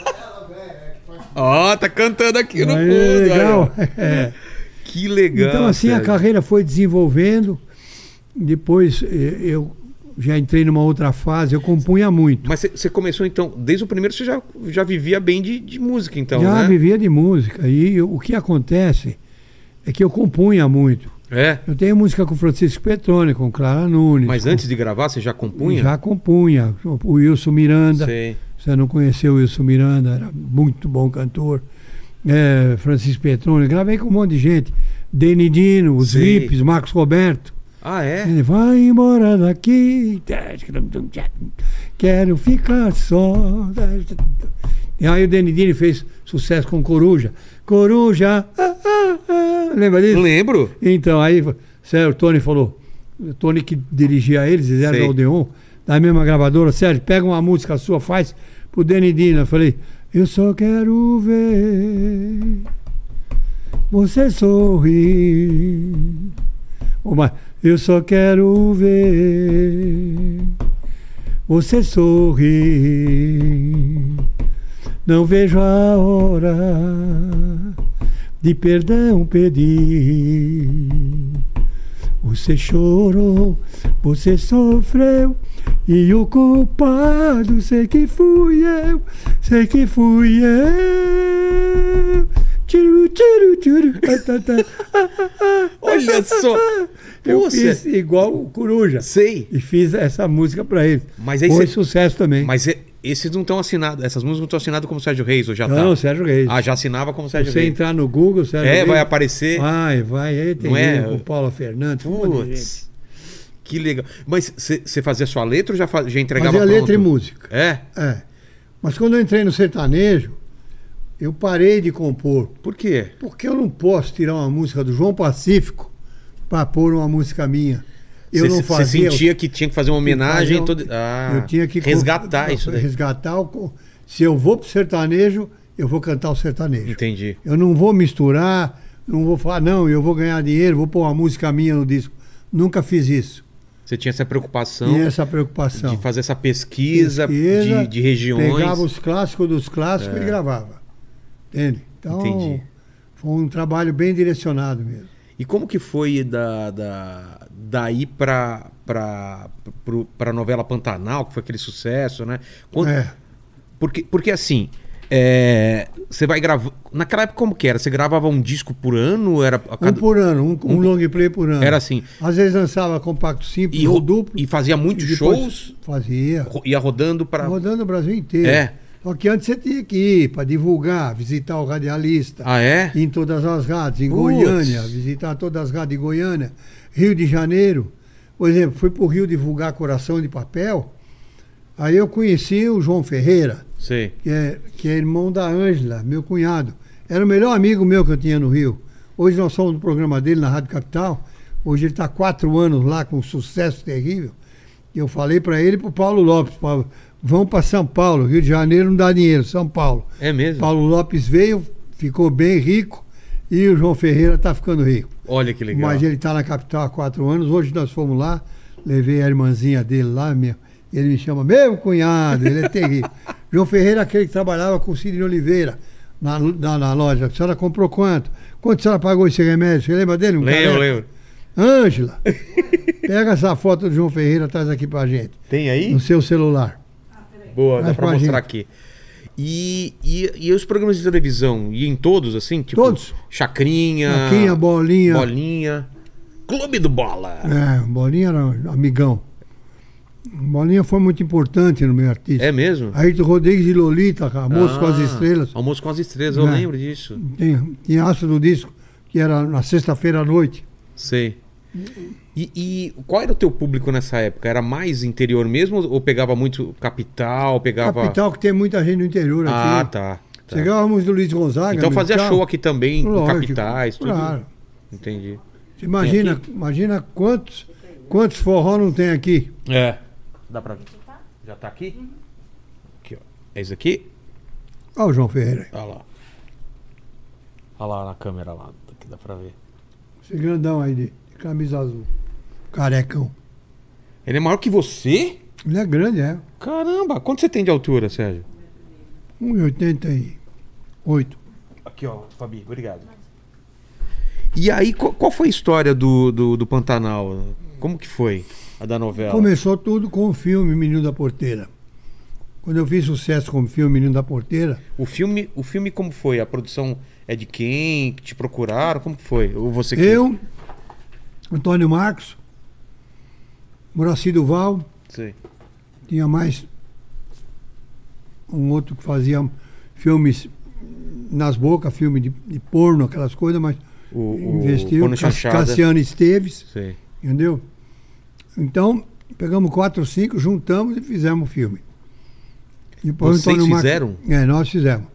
D: ela, velho, é que faz
A: Ó, tá cantando aqui no
C: Aí,
A: fundo.
C: legal.
A: olha.
C: É.
A: Que legal.
C: Então, assim, a
A: Sérgio.
C: carreira foi desenvolvendo. Depois eh, eu já entrei numa outra fase, eu compunha muito.
A: Mas você começou então, desde o primeiro você já, já vivia bem de, de música, então,
C: já
A: né?
C: vivia de música. E eu- o que acontece é que eu compunha muito.
A: É.
C: Eu tenho música com Francisco Petrone, com Clara Nunes.
A: Mas
C: com-
A: antes de gravar, você já compunha?
C: Já compunha. O Wilson Miranda.
A: Sei.
C: Você não conheceu o Wilson Miranda, era muito bom cantor. É, Francisco Petrone, gravei com um monte de gente. Denidino, os
A: Sei.
C: Vips, Marcos Roberto.
A: Ah, é?
C: Ele vai embora daqui. Quero ficar só. E aí o Denidini fez sucesso com Coruja. Coruja! ah, ah, ah. Lembra disso?
A: Não lembro.
C: Então, aí Sérgio, o Tony falou. O Tony que dirigia eles, eles eram
A: Sei.
C: da Odeon, da mesma gravadora. Sérgio, pega uma música sua, faz pro Denidina. Eu falei, eu só quero ver você sorrir. Ô, mas eu só quero ver você sorrir. Não vejo a hora de perdão pedir. Você chorou, você sofreu, e o culpado sei que fui eu, sei que fui eu. Tiro, tiro, tiro. tá, tá, tá, ah, ah, ah,
A: Olha só.
C: Eu
A: Pô,
C: fiz
A: cê-
C: igual o Coruja.
A: Sei.
C: E fiz essa música pra ele.
A: Mas aí
C: Foi
A: cê-
C: sucesso também.
A: Mas e- esses não estão assinados, essas músicas não estão assinadas como Sérgio Reis ou já
C: Não,
A: tá?
C: não, Sérgio Reis.
A: Ah, já assinava como
C: Se
A: Sérgio
C: você
A: Reis.
C: entrar no Ah, Google, Sérgio
A: É,
C: Reis,
A: vai aparecer.
C: Vai, vai. Aí tem
A: Não é?
C: ele com Paula Fernandes. um monte de gente.
A: Putz. Que legal. Mas você fazia sua letra ou já, fa- já entregava
C: Fazia letra e
A: pronto?
C: música.
A: É?
C: É. Mas quando eu entrei no sertanejo, eu parei de compor.
A: Por quê?
C: Porque eu não posso tirar uma música do João Pacífico para pôr uma música minha. Eu não
A: Você
C: fazia.
A: sentia que tinha que fazer uma homenagem
C: Fazer um-
A: toda- Ah,
C: eu tinha que
A: resgatar
C: eu-
A: isso daí.
C: Resgatar. o co- Se eu vou pro sertanejo, eu vou cantar o sertanejo.
A: Entendi.
C: Eu não vou misturar, não vou falar, não, eu vou ganhar dinheiro, vou pôr uma música minha no disco. Nunca fiz isso.
A: Você tinha essa preocupação
C: Tinha essa preocupação.
A: Então, de fazer essa pesquisa,
C: Pesquisa,
A: de, de regiões.
C: Pegava os clássicos dos clássicos
A: É.
C: e gravava. Entende? Então,
A: Entendi.
C: foi um trabalho bem direcionado mesmo.
A: E como que foi da, da, daí pra, pra, pro, pra novela Pantanal, que foi aquele sucesso, né? Quando-
C: É.
A: porque, porque assim, é, você vai gravar. Naquela época, como que era? Você gravava um disco por ano? Era a
C: Um
A: cada-
C: por ano, um, um
A: um-
C: long play por ano.
A: Era assim.
C: Às vezes lançava compacto simples
A: e,
C: ou
A: ro-
C: duplo.
A: e fazia muitos
C: depois
A: shows,
C: Fazia.
A: ro- ia rodando pra.
C: Rodando o Brasil inteiro.
A: É.
C: Só que antes você tinha que ir para divulgar, visitar o radialista.
A: Ah, é?
C: Em todas as rádios, em
A: Putz.
C: Goiânia, visitar todas as rádios de Goiânia, Rio de Janeiro. Por exemplo, fui para o Rio divulgar Coração de Papel. Aí eu conheci o João Ferreira,
A: Sei.
C: que é, que é irmão da Ângela, meu cunhado. Era o melhor amigo meu que eu tinha no Rio. Hoje nós somos no programa dele na Rádio Capital. Hoje ele está quatro anos lá com um sucesso terrível. E eu falei para ele e para o Paulo Lopes: Paulo, vão para São Paulo, Rio de Janeiro não dá dinheiro, São Paulo.
A: É mesmo?
C: Paulo Lopes veio, ficou bem rico e o João Ferreira está ficando rico.
A: Olha que legal.
C: Mas ele está na capital há quatro anos. Hoje nós fomos lá, levei a irmãzinha dele lá, minha, ele me chama meu cunhado, ele é terrível. João Ferreira é aquele que trabalhava com o Cid Oliveira na, lu- na, na loja. A senhora comprou quanto? Quanto a senhora pagou esse remédio? Você lembra dele? Um
A: Lembro,
C: careca?
A: lembro.
C: Ângela, pega essa foto do João Ferreira, traz aqui pra gente,
A: Tem aí?
C: no seu celular.
A: Boa, dá
C: Traz
A: pra
C: pra
A: mostrar
C: gente.
A: aqui. E, e, e os programas de televisão? E em todos, assim? Tipo,
C: Todos.
A: Chacrinha.
C: Chacrinha, Bolinha.
A: Ah. Bolinha. Clube do Bola.
C: É, o Bolinha era um amigão. O Bolinha foi muito importante no meio artístico.
A: É, mesmo?
C: Ayrton Rodrigues e Lolita, cara, Almoço com as
A: Ah,
C: Estrelas.
A: Almoço com as Estrelas, eu
C: É.
A: lembro disso.
C: Tem, tinha aço do disco, que era na sexta-feira à noite.
A: Sei. E, e qual era o teu público nessa época? Era mais interior mesmo ou pegava muito capital, pegava...
C: Capital que tem muita gente no interior aqui.
A: Ah, tá.
C: Chegávamos do Luiz Gonzaga.
A: Então fazia
C: militar.
A: show aqui também,
C: Lógico,
A: em capitais, tudo.
C: Claro.
A: Entendi.
C: Você Imagina, imagina quantos, quantos forró não tem aqui.
A: É. Dá pra ver? Já tá aqui? Aqui, ó. É isso aqui?
C: Olha o João Ferreira. aí.
A: Olha lá. Olha lá na câmera lá, que dá pra ver.
C: Esse grandão aí de de camisa azul. Carecão.
A: Ele é maior que você?
C: Ele é grande, é.
A: Caramba, quanto você tem de altura, Sérgio?
C: 1,88.
A: Aqui, ó, Fabi, obrigado. E aí, qual, qual foi a história do, do, do Pantanal? Como que foi a da novela?
C: Começou tudo com o filme Menino da Porteira. Quando eu fiz sucesso com o filme Menino da Porteira,
A: O filme, o filme como foi? A produção é de quem? Que Te procuraram? Como que foi? Ou você que-
C: eu, Antônio Marcos, Moraci Duval,
A: Sei.
C: tinha mais um outro que fazia filmes nas bocas, filme de, de porno, aquelas coisas, mas
A: O, o
C: investiu.
A: Pano
C: Cas-
A: Chanchada.
C: Cassiano Esteves.
A: né? Sei.
C: Entendeu? Então, pegamos quatro, cinco, juntamos e fizemos o filme.
A: Vocês fizeram?
C: É, nós fizemos.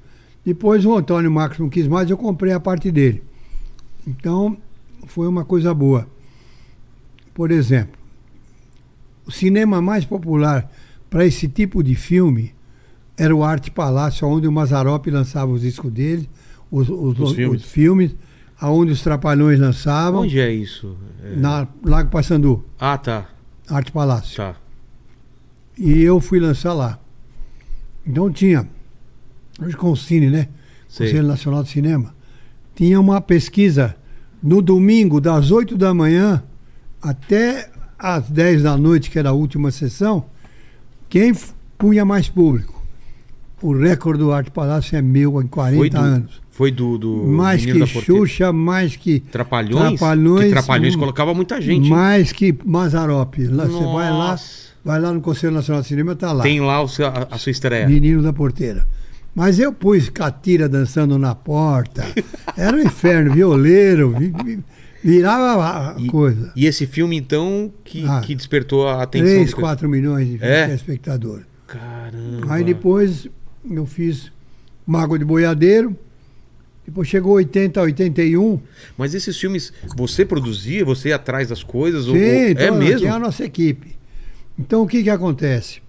C: Depois o Antônio Marcos não quis mais, eu comprei a parte dele. Então, foi uma coisa boa. Por exemplo, o cinema mais popular para esse tipo de filme era o Arte Palácio, onde o Mazarope lançava os discos dele, os, os- os
A: filmes.
C: filmes. aonde os Trapalhões lançavam,
A: Onde é isso? É-
C: Tá na Lago Paissandu.
A: Ah, tá.
C: Arte Palácio.
A: Tá.
C: E eu fui lançar lá. Então tinha, hoje com o Cine, né?
A: Sei.
C: Conselho Nacional de Cinema. Tinha uma pesquisa no domingo, das 8 da manhã até às 10 da noite, que era a última sessão, quem f- punha mais público. O recorde do Arte Palácio é meu em 40
A: Foi do,
C: anos.
A: Foi do, do
C: Mais
A: Menino
C: que
A: da Porteira.
C: Xuxa, mais que
A: Trapalhões?
C: Trapalhões,
A: Que Trapalhões
C: hum,
A: colocava muita gente. hein?
C: mais que Mazarope. Lá, Você vai lá,
A: Nossa.
C: vai lá no Conselho Nacional de Cinema, tá lá.
A: Tem lá o seu- a, a sua estreia.
C: Menino da porteira. Mas eu pus catira dançando na porta. Era um inferno, violeiro, vi- vi- virava a
A: E-
C: coisa.
A: E esse filme, então, que,
C: Ah.
A: que despertou a atenção.
C: 3,
A: do-
C: 4 milhões de
A: É?
C: espectadores.
A: Caramba.
C: Aí depois eu fiz Mago de Boiadeiro. Depois chegou 80, 81.
A: Mas esses filmes, você produzia? Você ia atrás das coisas? ou-
C: Sim,
A: ou- é
C: então,
A: mesmo?
C: tem a nossa equipe. Então o que que acontece?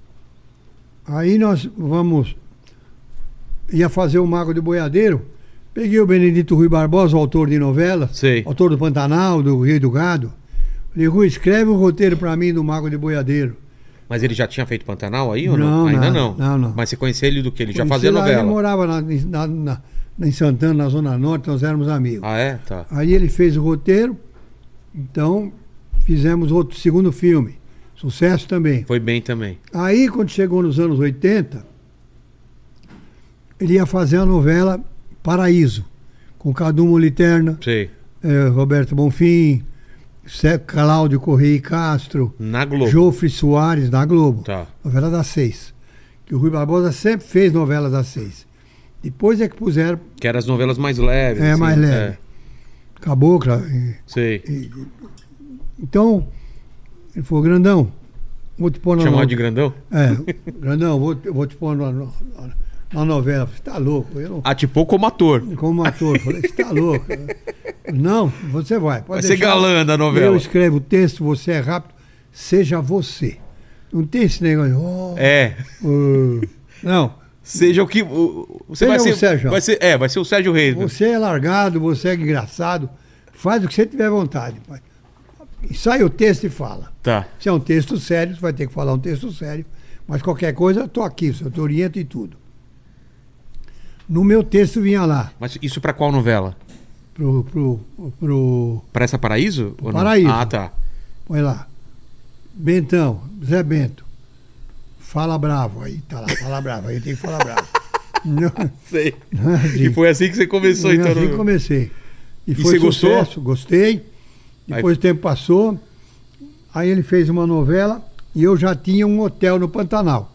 C: Aí nós vamos ia fazer o Mago de Boiadeiro. Peguei o Benedito Rui Barbosa, o autor de novelas,
A: Sei.
C: autor do Pantanal, do Rio do Gado. Falei, Rui, escreve o roteiro para mim do Mago de Boiadeiro.
A: Mas ele já tinha feito Pantanal aí ou não?
C: Não,
A: Ainda
C: nada.
A: não.
C: Não, não.
A: Mas você conhecia ele do que? Ele já
C: Conheci
A: fazia
C: lá,
A: novela.
C: Ele morava na- na- na- em Santana, na Zona Norte, nós éramos amigos.
A: Ah, é? Tá.
C: Aí ele fez o roteiro, então fizemos outro segundo filme. Sucesso também.
A: Foi bem também.
C: Aí, quando chegou nos anos 80, ele ia fazer a novela Paraíso, com Cadu Moliterna,
A: Sei.
C: eh, Roberto Bonfim, Sé- Cláudio Correia e Castro,
A: Na Globo.
C: Jofre Soares, na Globo.
A: Tá.
C: Novela das seis. Que o Rui Barbosa sempre fez novela das seis. Depois é que puseram
A: Que eram as novelas mais leves.
C: É,
A: assim.
C: mais leve. Cabocla. eh.
A: Sei.
C: Então, ele falou, grandão, vou te pôr na
A: Chamava
C: no-
A: de grandão?
C: É, Grandão, vou, te- vou te pôr na, na- na novela. Você tá louco? Eu
A: Atipou Ah, tipo, como ator.
C: não, como ator, falei, você tá louco? Não, você vai. Pode
A: Vai ser
C: deixar.
A: galã da novela.
C: Eu escrevo o texto, você é rápido, seja você. Não tem esse negócio. oh,
A: É.
C: oh. Não,
A: Seja o que. o- o- Você
C: Seja
A: vai
C: o
A: ser,
C: Sérgio.
A: vai ser. É, vai ser o Sérgio Reis. né?
C: você é largado, você é engraçado, faz o que você tiver vontade. pai. Sai o texto e fala.
A: Tá.
C: Se é um texto sério, você vai ter que falar um texto sério. Mas qualquer coisa, eu tô aqui, eu te oriento e tudo. No meu texto vinha lá,
A: Mas isso pra qual novela?
C: pro, pro, pro
A: Pra essa Paraíso? ou não?
C: Paraíso.
A: Ah, tá.
C: põe lá, Bentão, Zé Bento, fala bravo, aí tá lá, fala bravo, aí tem que falar bravo. Não,
A: Sei.
C: não é assim.
A: E foi assim que você começou,
C: E
A: então.
C: assim
A: no-
C: comecei. E,
A: você
C: foi
A: gostou?
C: sucesso, gostei. Depois o tempo passou, aí ele fez uma novela e eu já tinha um hotel no Pantanal.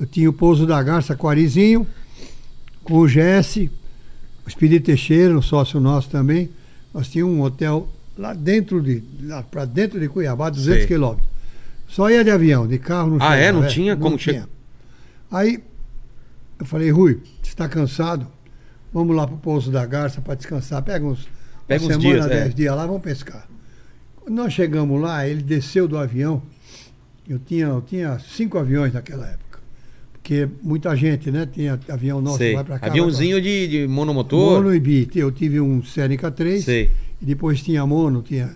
C: Eu tinha o Pouso da Garça com o Arizinho, com o GS, o Espírito Teixeira, um sócio nosso também. Nós tínhamos um hotel lá dentro de, lá pra dentro de Cuiabá, 200
A: Sei.
C: quilômetros. Só ia de avião, de carro não
A: Ah, é? Não
C: é,
A: tinha? Como che-
C: Aí eu falei, Rui, você está tá cansado? Vamos lá para o Pouso da Garça para descansar. Pega uns
A: Pega
C: uma
A: uns
C: semana,
A: dias, é.
C: dez dias lá, vamos pescar. Quando nós chegamos lá, ele desceu do avião. Eu tinha, eu tinha cinco aviões naquela época. Porque muita gente, né? Tinha avião nosso,
A: Sei.
C: vai para cá. vai pra lá.
A: Aviãozinho de, de monomotor.
C: Mono e bi. Eu tive um Seneca 3.
A: Sei.
C: E depois tinha Mono, tinha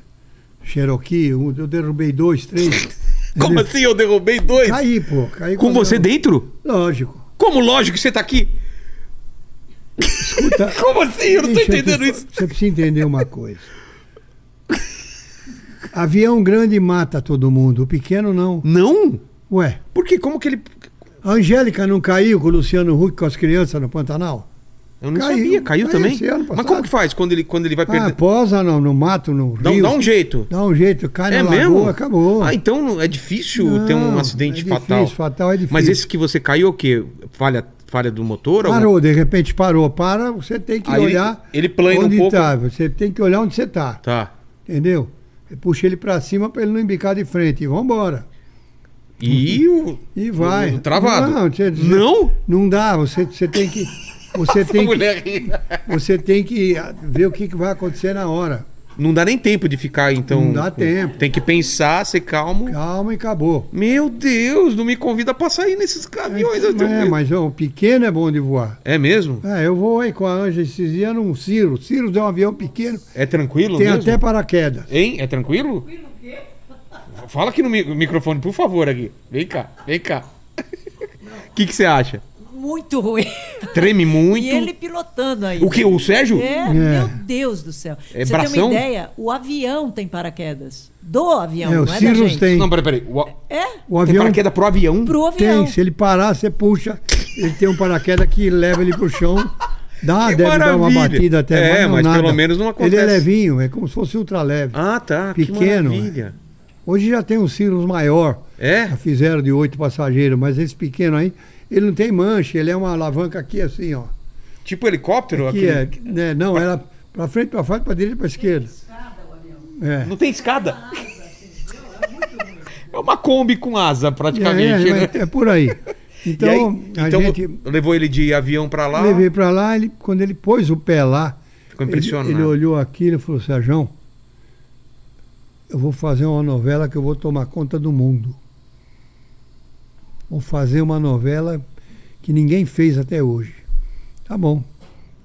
C: Cherokee. um- Eu derrubei dois, três.
A: Como
C: Entendeu?
A: assim eu derrubei dois?
C: Caí, pô. Caí
A: Com
C: quando
A: você
C: eu-
A: dentro?
C: Lógico.
A: Como lógico que você tá aqui?
C: Puta-
A: Como assim? Eu não tô
C: Bicho, eu
A: entendendo
C: te-
A: isso.
C: Você precisa entender uma coisa. Avião grande mata todo mundo, o pequeno não.
A: Não?
C: Ué,
A: Por quê? Como que ele.
C: a Angélica não caiu com o Luciano Huck com as crianças no Pantanal?
A: Eu não
C: Caiu.
A: sabia, caiu
C: Caiu
A: também.
C: esse ano
A: Mas
C: passado.
A: como que faz quando ele, quando ele vai
C: Ah,
A: perder?
C: posa no, no mato, no
A: dá,
C: rio.
A: dá um jeito.
C: Dá um jeito, cai
A: É
C: na
A: mesmo?
C: lagoa, acabou.
A: Ah, então não- é difícil ter um
C: Não,
A: acidente
C: é
A: fatal.
C: Difícil, fatal é difícil.
A: Mas esse que você caiu é o quê? Falha, falha do motor? alguma-
C: Parou, de repente parou. Para, você tem que
A: Aí ele-
C: olhar
A: ele plana um
C: onde
A: pouco.
C: tá. Você tem que olhar onde você tá.
A: Tá.
C: Entendeu? Você Puxa ele pra cima pra ele não embicar de frente. E vambora.
A: E o.
C: E vai.
A: o travado.
C: Não, você-
A: Não?
C: Não dá, você, você tem que. Você tem que,
A: Mulher ri.
C: você tem que ah, ver o que, que vai acontecer na hora.
A: Não dá nem tempo de ficar, então.
C: Não dá tempo.
A: Tem que pensar, ser calmo.
C: Calma e acabou.
A: Meu Deus, não me convida pra sair nesses caminhões. eu tenho-
C: É, mas ó, o pequeno é bom de voar.
A: É mesmo?
C: É, eu vou aí com a Anja esses dias num Ciro. Ciro é um avião pequeno,
A: É tranquilo
C: tem
A: mesmo?
C: até paraquedas.
A: Hein? É tranquilo? Fala aqui no mi- microfone, por favor, aqui. Vem cá, vem cá. O que que você acha?
E: Muito ruim.
A: Treme muito.
E: E ele pilotando aí.
A: O que? O Sérgio?
E: É, meu Deus do céu.
A: É
E: Pra você tem
A: bração?
E: uma ideia, o avião tem paraquedas. Do avião,
C: É,
E: não
C: o
E: é da
C: Cirrus
E: gente.
C: tem.
A: Não, peraí, peraí. O, a-
E: É,
C: O
A: tem
C: avião
A: paraquedas pro avião?
E: pro avião.
C: tem. Se ele parar, você puxa. Ele tem um paraquedas que leva ele pro chão. Dá,
A: Que
C: deve dar uma
A: maravilha.
C: batida até
A: É,
C: não
A: mas pelo
C: nada.
A: menos não
C: Ele é
A: acontece.
C: levinho, é como se fosse ultra leve.
A: Ah, tá.
C: Pequeno,
A: Que maravilha.
C: Hoje já tem um Cirrus maior.
A: É?
C: Já fizeram de oito passageiros, mas esse pequeno aí, ele não tem manche, ele é uma alavanca aqui assim, ó.
A: Tipo helicóptero?
C: Que é,
A: aquele-
C: né, não, era pra frente, pra frente, pra direita, pra esquerda. É.
A: Não tem escada? É uma Kombi com asa, praticamente.
C: É, é,
A: né?
C: mas é por aí.
A: E
C: Então,
A: aí,
C: a
A: então
C: gente
A: levou ele de avião pra lá.
C: levei pra lá, ele, quando ele pôs o pé lá,
A: Ficou
C: ele,
A: impressionado.
C: ele olhou aquilo e falou, Sérgio, eu vou fazer uma novela que eu vou tomar conta do mundo. Vou fazer uma novela que ninguém fez até hoje. Tá bom.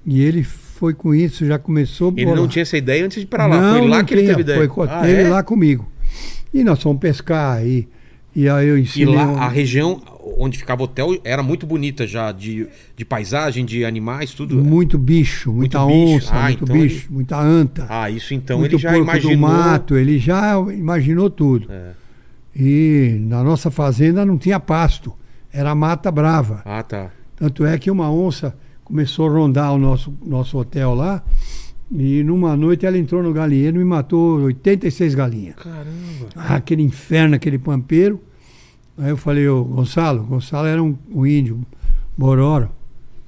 C: E ele foi com isso, já começou.
A: Ele
C: bolar.
A: não tinha essa ideia antes de ir pra lá.
C: Não,
A: foi lá
C: não
A: que ele
C: tinha,
A: teve ideia.
C: Foi com
A: Ah,
C: ele
A: é?
C: lá comigo. E nós fomos pescar e, e aí eu
A: E
C: ensinei. um-
A: lá, a região onde ficava o hotel era muito bonita já, de, de paisagem, de animais, tudo.
C: Muito bicho, muita
A: é. bicho.
C: onça,
A: Ah,
C: muito
A: então
C: bicho, muita anta.
A: Ah, isso então
C: muito
A: ele já
C: porco do
A: imaginou.
C: mato, ele já imaginou tudo.
A: É.
C: E na nossa fazenda não tinha pasto, era mata brava.
A: Ah, tá.
C: Tanto é que uma onça começou a rondar o nosso, nosso hotel lá, e numa noite ela entrou no galinheiro e matou 86 galinhas.
A: Caramba.
C: Ah, aquele inferno, aquele pampeiro. Aí eu falei, ô Gonçalo, Gonçalo era um, um índio, Bororo,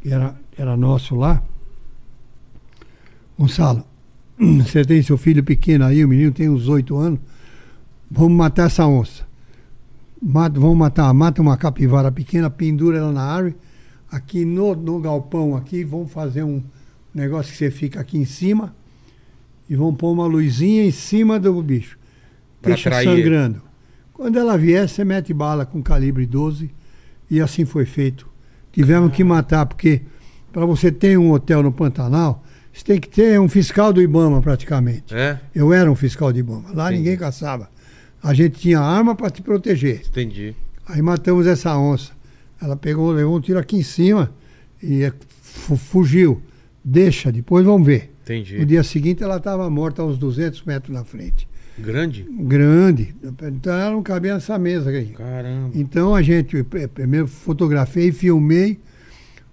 C: que era, era nosso lá. Gonçalo, você tem seu filho pequeno aí, o menino tem uns oito anos. Vamos matar essa onça. Mata, vamos matar, mata uma capivara pequena, pendura ela na árvore. Aqui no, no galpão aqui, vamos fazer um negócio que você fica aqui em cima e vamos pôr uma luzinha em cima do bicho.
A: Pra
C: Deixa
A: atrair ele.
C: sangrando. Quando ela vier, você mete bala com calibre 12 e assim foi feito. Tivemos que matar, porque para você ter um hotel no Pantanal, você tem que ter um fiscal do Ibama praticamente.
A: É?
C: Eu era um fiscal de bomba. Lá
A: Entendi.
C: ninguém caçava. A gente tinha arma para te proteger.
A: Entendi.
C: Aí matamos essa onça. Ela pegou, levou um tiro aqui em cima e eh, fu- fugiu. Deixa, depois vamos ver.
A: Entendi.
C: No dia seguinte ela estava morta a uns 200 metros na frente.
A: Grande?
C: Grande. Então ela não cabia nessa mesa aí.
A: Caramba.
C: Então a gente eh, primeiro fotografei, filmei,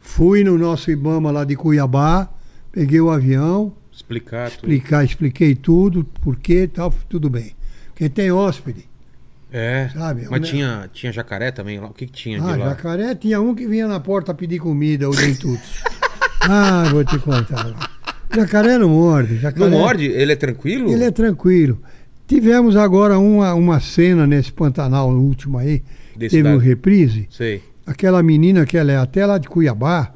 C: fui no nosso Ibama lá de Cuiabá, peguei o avião,
A: Explicar tudo.
C: explicar, expliquei tudo, por quê e tal, tudo bem. Porque tem hóspede,
A: É.
C: Sabe,
A: Mas
C: né?
A: tinha, tinha jacaré também lá? O que, que tinha
C: ah,
A: de lá?
C: jacaré, tinha um que vinha na porta pedir comida, o dentudos. ah, vou te contar. Jacaré não morde. Jacaré,
A: Não morde? Ele é tranquilo?
C: Ele é tranquilo. Tivemos agora uma, uma cena nesse Pantanal último aí,
A: Desse
C: teve um
A: dado.
C: reprise,
A: Sei.
C: aquela menina que ela é até lá de Cuiabá,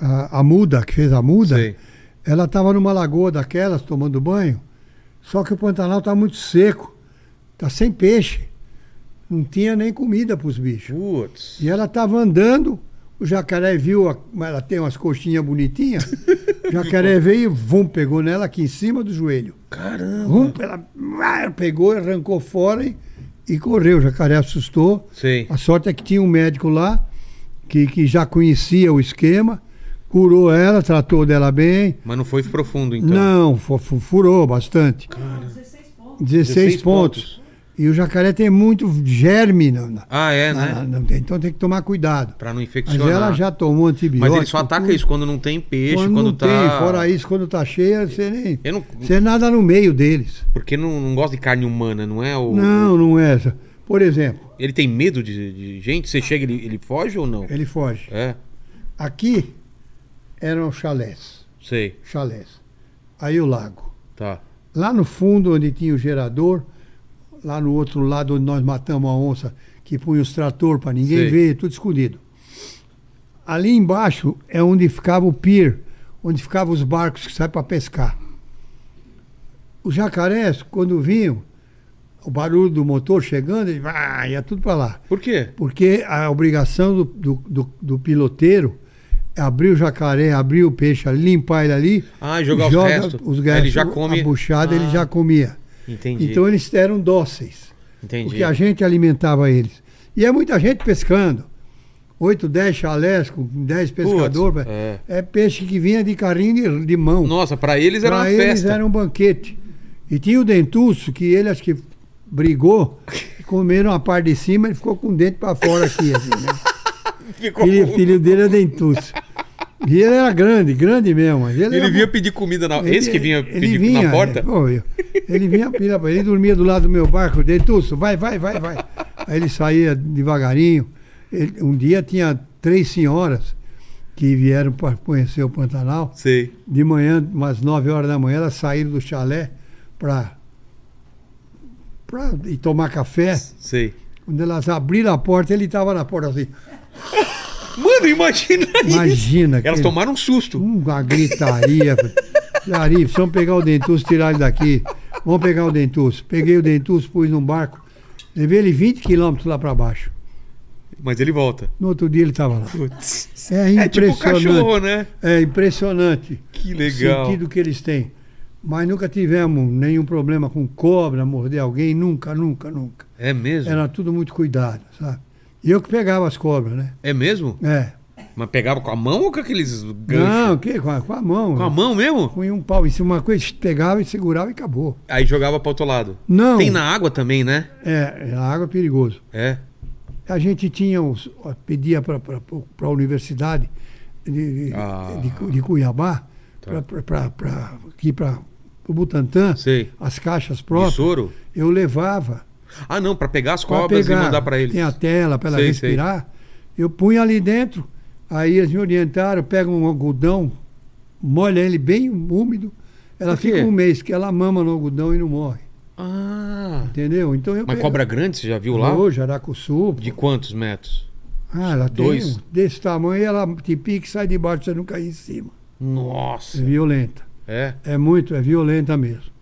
C: a, a muda, que fez a muda,
A: Sei.
C: ela estava numa lagoa daquelas tomando banho, só que o Pantanal está muito seco, está sem peixe, não tinha nem comida para os bichos.
A: Putz.
C: E ela estava andando, o jacaré viu, a- mas ela tem umas coxinhas bonitinhas, o jacaré veio e vum, pegou nela aqui em cima do joelho.
A: Caramba.
C: Vum, ela uá, pegou, arrancou fora e, e correu. O jacaré assustou.
A: Sei.
C: A sorte é que tinha um médico lá que, que já conhecia o esquema, curou ela, tratou dela bem.
A: Mas não foi profundo, então.
C: Não, fu- fu- furou bastante. 16,
A: 16
C: pontos.
A: pontos.
C: E o jacaré tem muito germe. Na, na-
A: Ah, é, né?
C: na- na- então tem que tomar cuidado.
A: Pra não
C: Mas
A: infeccionar.
C: ela já tomou antibiótico.
A: Mas ele só ataca
C: tudo.
A: isso quando não tem peixe,
C: Quando,
A: quando,
C: não
A: tá.
C: tem, fora isso, quando tá cheia, você nem.
A: Eu não-
C: Você nada no meio deles.
A: Porque não, não gosta de carne humana, não é? O...
C: Não, não é essa. Por exemplo,
A: Ele tem medo de, de gente? Você chega, ele, ele foge ou não?
C: ele foge.
A: É,
C: Aqui eram chalés.
A: sei.
C: Chalés. Aí o lago.
A: Tá.
C: Lá no fundo, onde tinha o gerador, lá no outro lado, onde nós matamos a onça, que punha os trator para ninguém
A: Sei.
C: ver, tudo escondido. Ali embaixo é onde ficava o pier, onde ficavam os barcos que saem para pescar. Os jacarés, quando vinham, o barulho do motor chegando, ele, ah, ia tudo para lá.
A: Por quê?
C: Porque a obrigação do, do, do- do piloteiro é abrir o jacaré, abrir o peixe, ali, limpar ele ali.
A: Ah, e jogar os restos.
C: Os
A: Aí ele
C: restos
A: já come-
C: A buchada ele
A: Ah.
C: já comia.
A: Entendi.
C: Então eles eram dóceis.
A: Entendi.
C: Porque a gente alimentava eles. E é muita gente pescando. Oito, dez chalés com dez pescadores.
A: é.
C: É. peixe que vinha de carrinho de, de mão.
A: Nossa, pra eles era
C: Pra
A: uma
C: eles
A: festa.
C: era um banquete. E tinha o dentuço, que ele acho que brigou, comeram a parte de cima, ele ficou com o dente pra fora aqui, assim, né?
A: Ficou- um-
C: filho, filho dele é dentuço. E ele era grande, grande mesmo. mas Ele,
A: Ele
C: era
A: vinha
C: bom.
A: pedir comida na.
C: Ele-
A: Esse que vinha
C: ele
A: pedir
C: vinha,
A: na porta?
C: é, pô, eu- ele vinha pedir pra ele dormia do lado do meu barco, dentuço, vai, vai, vai, vai. Aí ele saía devagarinho. Ele- um dia tinha três senhoras que vieram para conhecer o Pantanal.
A: Sei.
C: De manhã, umas 9 horas da manhã, elas saíram do chalé para pra ir tomar café.
A: Sei.
C: Quando elas abriram a porta, ele estava na porta assim.
A: Mano, imagina isso.
C: Imagina.
A: Elas
C: aquele-
A: tomaram um susto.
C: Uma gritaria. Jari, precisamos pegar o dentuço, tirar ele daqui. Vamos pegar o dentuço. Peguei o dentuço, pus num barco. Levei ele 20 quilômetros lá para baixo.
A: Mas ele volta.
C: No outro dia ele estava lá.
A: Putz.
C: É
A: É tipo um
C: impressionante.
A: cachorro, né?
C: É impressionante.
A: Que legal.
C: O sentido que eles têm. Mas nunca tivemos nenhum problema com cobra, morder alguém, nunca, nunca, nunca.
A: É mesmo?
C: Era tudo muito cuidado, sabe? E eu que pegava as cobras, né?
A: É mesmo?
C: É.
A: Mas pegava com a mão ou com aqueles
C: Não,
A: ganchos?
C: o quê? Com a, com a mão.
A: Com a mão mesmo?
C: Punha um pau em cima, uma coisa, pegava e segurava e acabou.
A: Aí jogava pro outro lado.
C: Não.
A: Tem na água também, né?
C: É, na água é perigoso.
A: É.
C: A gente tinha, os, pedia para a universidade de, de,
A: Ah.
C: de Cu- de Cuiabá,
A: Tá.
C: pra- pra- pra- aqui para o Butantan,
A: Sei.
C: as caixas
A: De
C: próprias.
A: soro?
C: Eu levava
A: Ah, não, pra pegar as
C: pra
A: cobras
C: pegar.
A: e mandar pra eles.
C: Tem a tela para ela
A: Sei, sei.
C: respirar. Eu punha ali dentro, aí eles me orientaram, pega um algodão, molha ele bem úmido, ela
A: Por quê?
C: fica um mês, que ela mama no algodão e não morre.
A: Ah.
C: Entendeu? Então eu
A: Mas
C: pegava-
A: cobra grande, você já viu lá?
C: Ô, Jaracuçu.
A: De quantos metros?
C: Ah, ela
A: dois.
C: tem um desse tamanho e ela te pica e sai de baixo, você não cai em cima. É
A: Nossa.
C: violenta.
A: É.
C: É muito, é violenta mesmo.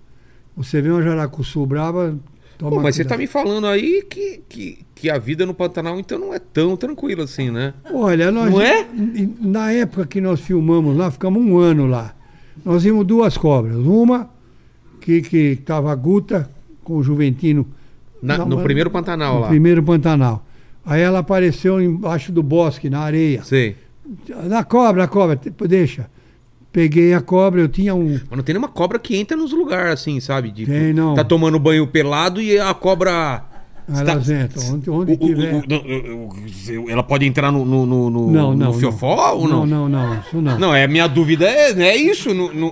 C: Você vê uma jaracuçu brava, toma
A: Pô, mas você
C: cuidado.
A: tá me falando aí que, que, que a vida no Pantanal então não é tão tranquila assim, né?
C: Olha, nós,
A: Não é?
C: n- na época que nós filmamos lá, ficamos um ano lá. Nós vimos duas cobras. Uma que que estava Guta com o Juventino
A: Na-
C: Não,
A: no
C: mas-
A: primeiro Pantanal
C: no
A: lá.
C: primeiro Pantanal. Aí ela apareceu embaixo do bosque, na areia.
A: Sei.
C: Na cobra, a cobra, te- deixa. Peguei a cobra, eu tinha um.
A: Mas não tem nenhuma cobra que entra nos lugares assim, sabe? De-
C: Tem, não.
A: Tá tomando banho pelado e a cobra.
C: Elas entram, onde- onde
A: tá- O- o-
C: tiver.
A: o- não, eu- eu- ela pode entrar no, no, no, no-
C: Não, não.
A: no fiofó
C: não.
A: ou não?
C: Não, não, não, isso não.
A: Não, é minha dúvida é, é isso. No, no,
C: é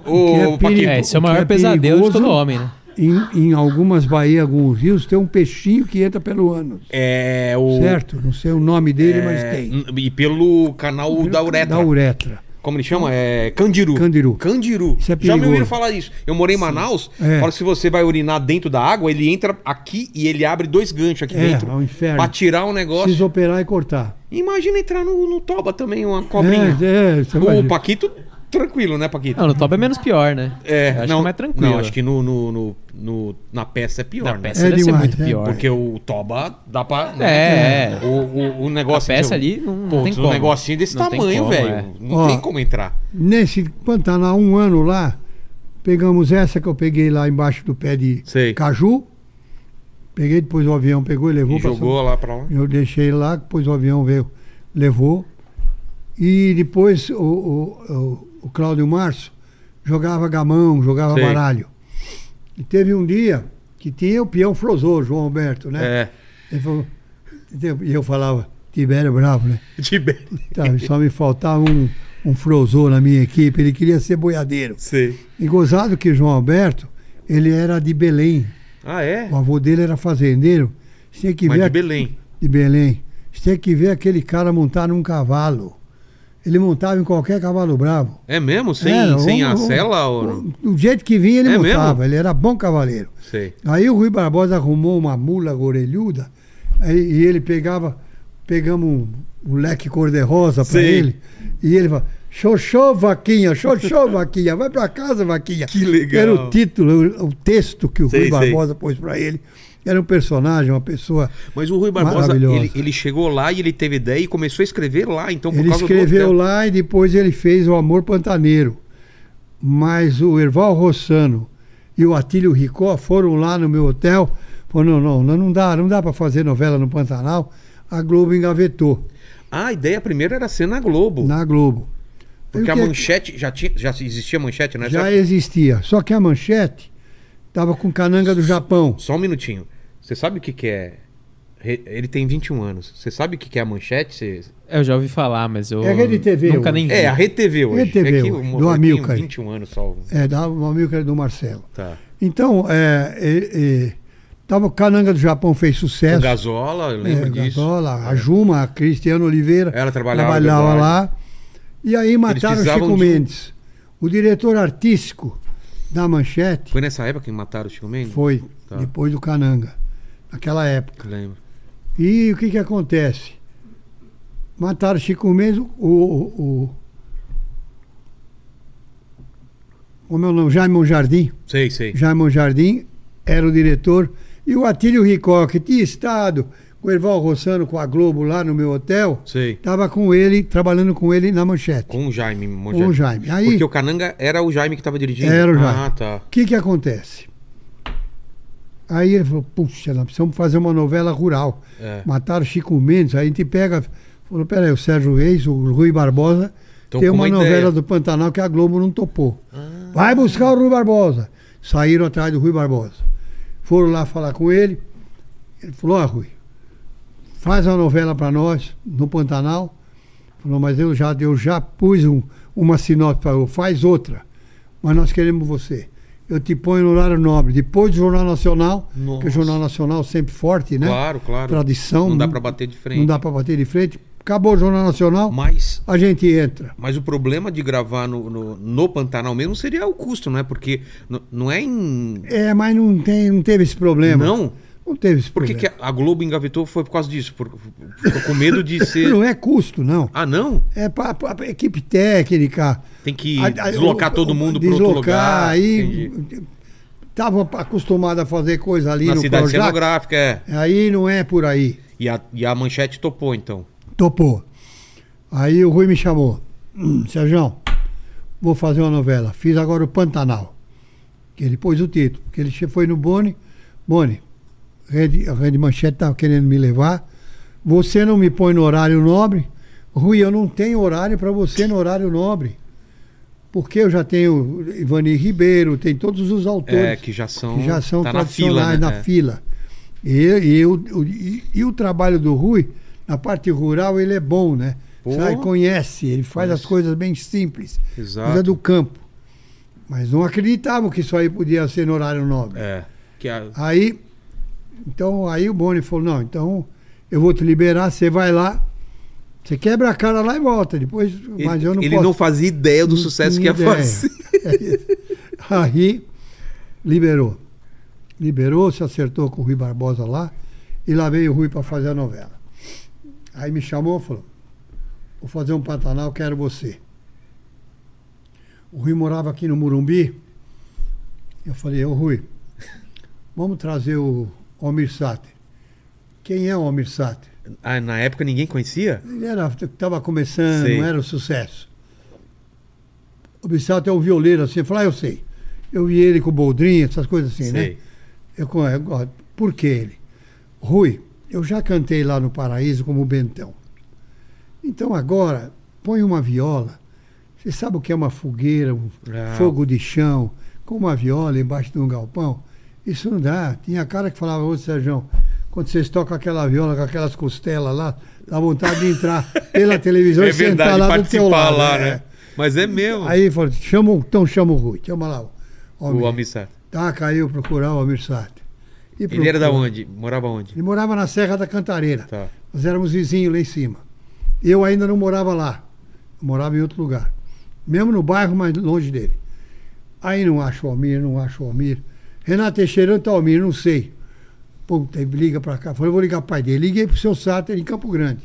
A: ô, Paquito.
C: perigo-
B: É, esse é o
C: o que
B: maior
C: é
B: pesadelo de todo
C: perigoso-
B: homem, né?
C: Em, em algumas baías, alguns rios, tem um peixinho que entra pelo ânus.
A: É o.
C: Certo? Não sei o nome dele, mas
A: é,
C: tem.
A: n- E pelo canal da uretra.
C: Da uretra.
A: Como ele chama? É Candiru.
C: Candiru.
A: Candiru.
C: Isso é
A: Já me ouviram
C: perigoso.
A: falar isso. Eu morei em Manaus.
C: É.
A: Fala se você vai urinar dentro da água, ele entra aqui e ele abre dois ganchos aqui
C: É,
A: dentro.
C: é um inferno.
A: Pra tirar o negócio.
C: Precisa operar e cortar.
A: Imagina entrar no, no toba também, uma cobrinha.
C: É, é, você
A: o
C: imagina.
A: Paquito, tranquilo, né, Paquito?
B: Não, no top é menos pior, né? Eu acho que é mais tranquilo.
A: Não, acho que no, no- no- no- na peça é pior,
B: na
A: né?
B: peça
C: É
B: deve ser
C: demais,
B: muito
C: é.
B: pior.
A: Porque o Toba dá pra. né?
B: É, é.
A: O, o, o negócio.
B: A peça
A: que eu-
B: ali não- não
A: Pô,
B: tem
A: um
B: como.
A: negocinho desse
B: Não tem
A: tamanho,
B: como,
A: velho.
B: é.
A: Não
C: Ó.
A: tem como entrar.
C: Nesse Pantanal, um ano lá, pegamos essa que eu peguei lá embaixo do pé de
A: Sei.
C: caju. Peguei, depois o avião pegou e levou
A: E
C: pra São-
A: jogou lá pra lá.
C: Eu deixei lá, depois o avião veio, levou. E depois o, o, o, o Cláudio Março jogava gamão, jogava
A: Sei.
C: baralho. E teve um dia que tinha o peão Frozô, João Alberto, né?
A: É.
C: Ele falou, e eu falava, Tibério Bravo, né?
A: De bem.
C: Tá, só me faltava um, um Frozô na minha equipe, ele queria ser boiadeiro.
A: Sei.
C: E gozado que o João Alberto, ele era de Belém.
A: Ah, é?
C: O avô dele era fazendeiro. Tinha que
A: Mas
C: ver
A: de
C: a-
A: Belém.
C: de Belém. Você tem que ver aquele cara montar num cavalo. Ele montava em qualquer cavalo bravo.
A: É mesmo? Sem,
C: Era
A: sem
C: um-
A: a
C: um-
A: cela? ou...
C: um- Do jeito que vinha, ele
A: É
C: montava.
A: mesmo?
C: Ele era bom cavaleiro.
A: Sei.
C: Aí o Rui Barbosa arrumou uma mula gorelhuda aí- e ele pegava, pegamos um, um leque cor-de-rosa pra
A: Sei.
C: ele. E ele falava, xoxô vaquinha, xoxô vaquinha, vai pra casa vaquinha.
A: Que legal.
C: Era o título, o, o texto que o
A: Sei,
C: Rui
A: sei.
C: Barbosa pôs pra ele. Era um personagem, uma pessoa
A: Mas o Rui Barbosa,
C: Maravilhoso.
A: ele, ele chegou lá e ele teve ideia e começou a escrever lá, então por
C: Ele
A: causa
C: escreveu
A: do hotel.
C: lá e depois ele fez o Amor Pantaneiro. Mas o Erval Rossano e o Atílio Ricó foram lá no meu hotel. Falaram, não, não, não dá, não dá para fazer novela no Pantanal. A Globo engavetou
A: Ah, a ideia primeira era ser na Globo.
C: na Globo. Aí o
A: Porque a
C: que é que-
A: manchete já, tinha, já existia manchete, né?
C: já existia. Só que a manchete tava com cananga do Japão.
A: Só um minutinho. Você sabe o que, que é? Re- Ele tem 21 anos. Você sabe o que, que é a manchete? Você-
B: Eu já ouvi falar, mas eu.
C: É Rede TV
B: Nunca
C: hoje.
B: nem vi.
A: É, a RTV hoje.
C: RTV
A: é que
C: hoje,
A: o
C: do
A: molequinho,
C: Amilcar.
A: 21 anos só.
C: É, da o Amilcar do Marcelo.
A: Tá.
C: Então, é, é, é, tava, cananga do Japão fez sucesso.
A: O Gazola, eu lembro
C: É,
A: disso. É,
C: Gazola, a Juma, a Cristiano Oliveira.
A: Ela trabalhava,
C: trabalhava
A: verdade.
C: lá. E aí mataram o
A: precisavam
C: Chico
A: de um-
C: Mendes. O diretor artístico da Manchete
A: Foi nessa época que mataram o Chico Mendes?
C: foi,
A: Tá.
C: depois do Cananga, naquela época.
A: Lembro.
C: E o que que acontece? Mataram o Chico Mendes, o... o, o é o meu nome, Jaime Jardim.
A: Sei, sei.
C: Jaimon Jardim era o diretor e o Atílio Ricó, que tinha estado com o Erval Rossano, com a Globo lá no meu hotel,
A: Sei.
C: estava com ele, trabalhando com ele na manchete.
A: Com o Jaime um Monjardim.
C: Com o Jaime. Aí,
A: Porque o
C: o
A: Cananga era o Jaime que tava dirigindo.
C: Era o Jaime.
A: Ah, tá.
C: que que acontece? Aí ele falou, puxa, nós precisamos fazer uma novela rural.
A: É.
C: Mataram Chico Mendes, aí a gente pega... Falou, peraí, o Sérgio Reis, o Rui Barbosa,
A: Tão
C: tem
A: Então, com
C: uma,
A: uma
C: novela
A: ideia.
C: do Pantanal que a Globo não topou. Vai buscar o Rui Barbosa. Saíram atrás do Rui Barbosa. Foram lá falar com ele. Ele falou, ó Rui, faz uma novela para nós no Pantanal. Falou, mas eu já, eu já pus um- uma sinopse para faz outra. Mas nós queremos você. Eu te ponho no horário nobre, depois do Jornal Nacional, que o
A: Nossa.
C: Jornal Nacional sempre forte, né?
A: Claro, claro.
C: Tradição.
A: Não dá pra bater de frente.
C: Não dá para bater de frente. Acabou o Jornal Nacional,
A: Mas,
C: a gente entra.
A: mas o problema de gravar no, no, no Pantanal mesmo seria o custo, né? Porque n- não é em.
C: É, mas não, tem, não teve esse problema.
A: Não?
C: Não teve esse
A: Por que,
C: problema.
A: que a a Globo engavetou foi por causa disso? Por, ficou com medo de ser.
C: Não é custo, não.
A: Ah, não?
C: É para a equipe técnica.
A: Tem que
C: A- a-
A: deslocar
C: o-
A: todo
C: o-
A: mundo para outro lugar.
C: Aí
A: entendi.
C: estavam acostumados a fazer coisa ali
A: Na
C: no
A: cidade
C: Projac.
A: cenográfica, é.
C: Aí não é por aí.
A: E a, e a manchete topou, então.
C: Topou. Aí o Rui me chamou. Hum, Sérgio, vou fazer uma novela. Fiz agora o Pantanal. Que ele pôs o título. Porque ele che- foi no Boni. Boni, Rede, a Rede Manchete estava querendo me levar. Você não me põe no horário nobre. Rui, eu não tenho horário para você no horário nobre. Porque eu já tenho Ivani Ribeiro, tem todos os autores
A: É, que já são.
C: que já são
A: tá na fila.
C: tradicionais
A: Né?
C: na
A: É.
C: fila. E, e o- o- e- e o trabalho do Rui, na parte rural, ele é bom, né?
A: Pô.
C: Sai, conhece, ele faz
A: Conhece.
C: as coisas bem simples.
A: Exato.
C: Coisa do campo. Mas não acreditavam que isso aí podia ser no horário nobre.
A: É. Que a-
C: Aí, então, aí o Boni falou, não, então eu vou te liberar, você vai lá, você quebra a cara lá e volta. Depois, mas
A: ele,
C: eu não
A: ele
C: posso.
A: não fazia ideia do sucesso que ia
C: Ideia.
A: fazer.
C: Aí liberou. Liberou, se acertou com o Rui Barbosa lá. E lá veio o Rui para fazer a novela. Aí me chamou e falou: Vou fazer um Pantanal, quero você. O Rui morava aqui no Murumbi. Eu falei: Ô Rui, vamos trazer o Almir Sater. Quem é o Almir Sater?
A: Ah, na época ninguém conhecia?
C: Ele era, estava começando,
A: Sei.
C: não era o sucesso. O Bissato é um violeiro assim, falar, ah, eu sei. Eu vi ele com o Boldrin, essas coisas assim, né? Eu, co- eu gosto. Por que ele? Rui, eu já cantei lá no Paraíso como Bentão. Então agora, põe uma viola. Você sabe o que é uma fogueira, um
A: Ah.
C: fogo de chão, com uma viola embaixo de um galpão? Isso não dá. Tinha cara que falava, ô Sérgio, quando vocês tocam aquela viola com aquelas costelas lá, dá vontade de entrar pela televisão
A: É
C: e sentar
A: verdade,
C: lá do
A: participar
C: teu lado.
A: lá,
C: é.
A: né? Mas é meu.
C: Aí falou, chama, o- então chama o Rui, chama lá o
A: o
C: homem.
A: Almissar.
C: Tá, caiu procurar o Almir Sater. E
A: Ele era da
C: procurou.
A: onde? Morava onde?
C: Ele morava na Serra da Cantareira.
A: Tá.
C: Nós éramos vizinhos lá em cima. Eu ainda não morava lá. Eu morava em outro lugar. Mesmo no bairro, mas longe dele. Aí não acho o Almir, não acho o Almir. Renato Teixeira, onde tá o Almir? Não sei. Puta, ele liga pra cá. Falei, eu vou ligar pro pai dele. Liguei pro seu Sáter em Campo Grande.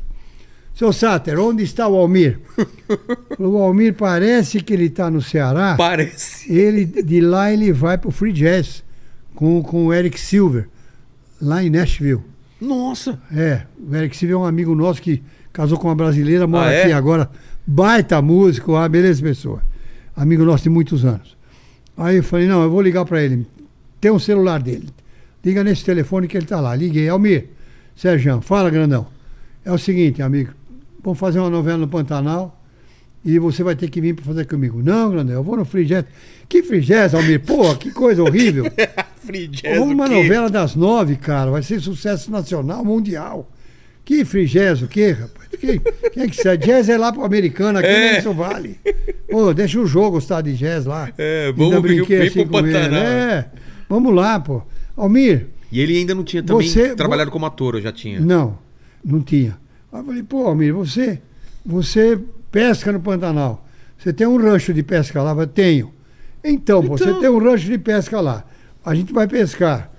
C: Seu Sáter, onde está o Almir? Falou, o Almir parece que ele tá no Ceará.
A: Parece.
C: Ele, de lá ele vai pro Free Jazz com, com o Eric Silver, lá em Nashville.
A: Nossa.
C: É, o Eric Silva é um amigo nosso que casou com uma brasileira, mora
A: Ah, é?
C: aqui agora. Baita músico, uma beleza de pessoa. Amigo nosso de muitos anos. Aí eu falei, não, eu vou ligar pra ele. Tem um celular dele. Liga nesse telefone que ele tá lá. Liguei, Almir, Sérgio, fala, grandão. É o seguinte, amigo, vamos fazer uma novela no Pantanal e você vai ter que vir pra fazer comigo. Não, grandão, eu vou no Frigés. Que Frigés, Almir? Pô, que coisa horrível.
A: Free jazz,
C: Vamos uma
A: o quê?
C: novela das nove, cara. Vai ser sucesso nacional, mundial. Que frigés, o quê, rapaz? Que, quem é que sai? Jazz é lá pro americano, aqui
A: É.
C: é. isso vale. Pô, deixa o jogo gostar de jazz lá.
A: É,
C: Ainda
A: vamos brincar
C: brinquei assim
A: bem pro
C: com ele.
A: Pantanal.
C: É, vamos lá, pô. Almir,
A: E ele ainda não tinha também
C: Você-
A: trabalhado como ator, eu já tinha.
C: não, não tinha. Aí eu falei, pô, Almir, você, você pesca no Pantanal. Você tem um rancho de pesca lá? Eu falei, tenho. Então, pô, você
A: Então.
C: tem um rancho de pesca lá. A gente vai pescar.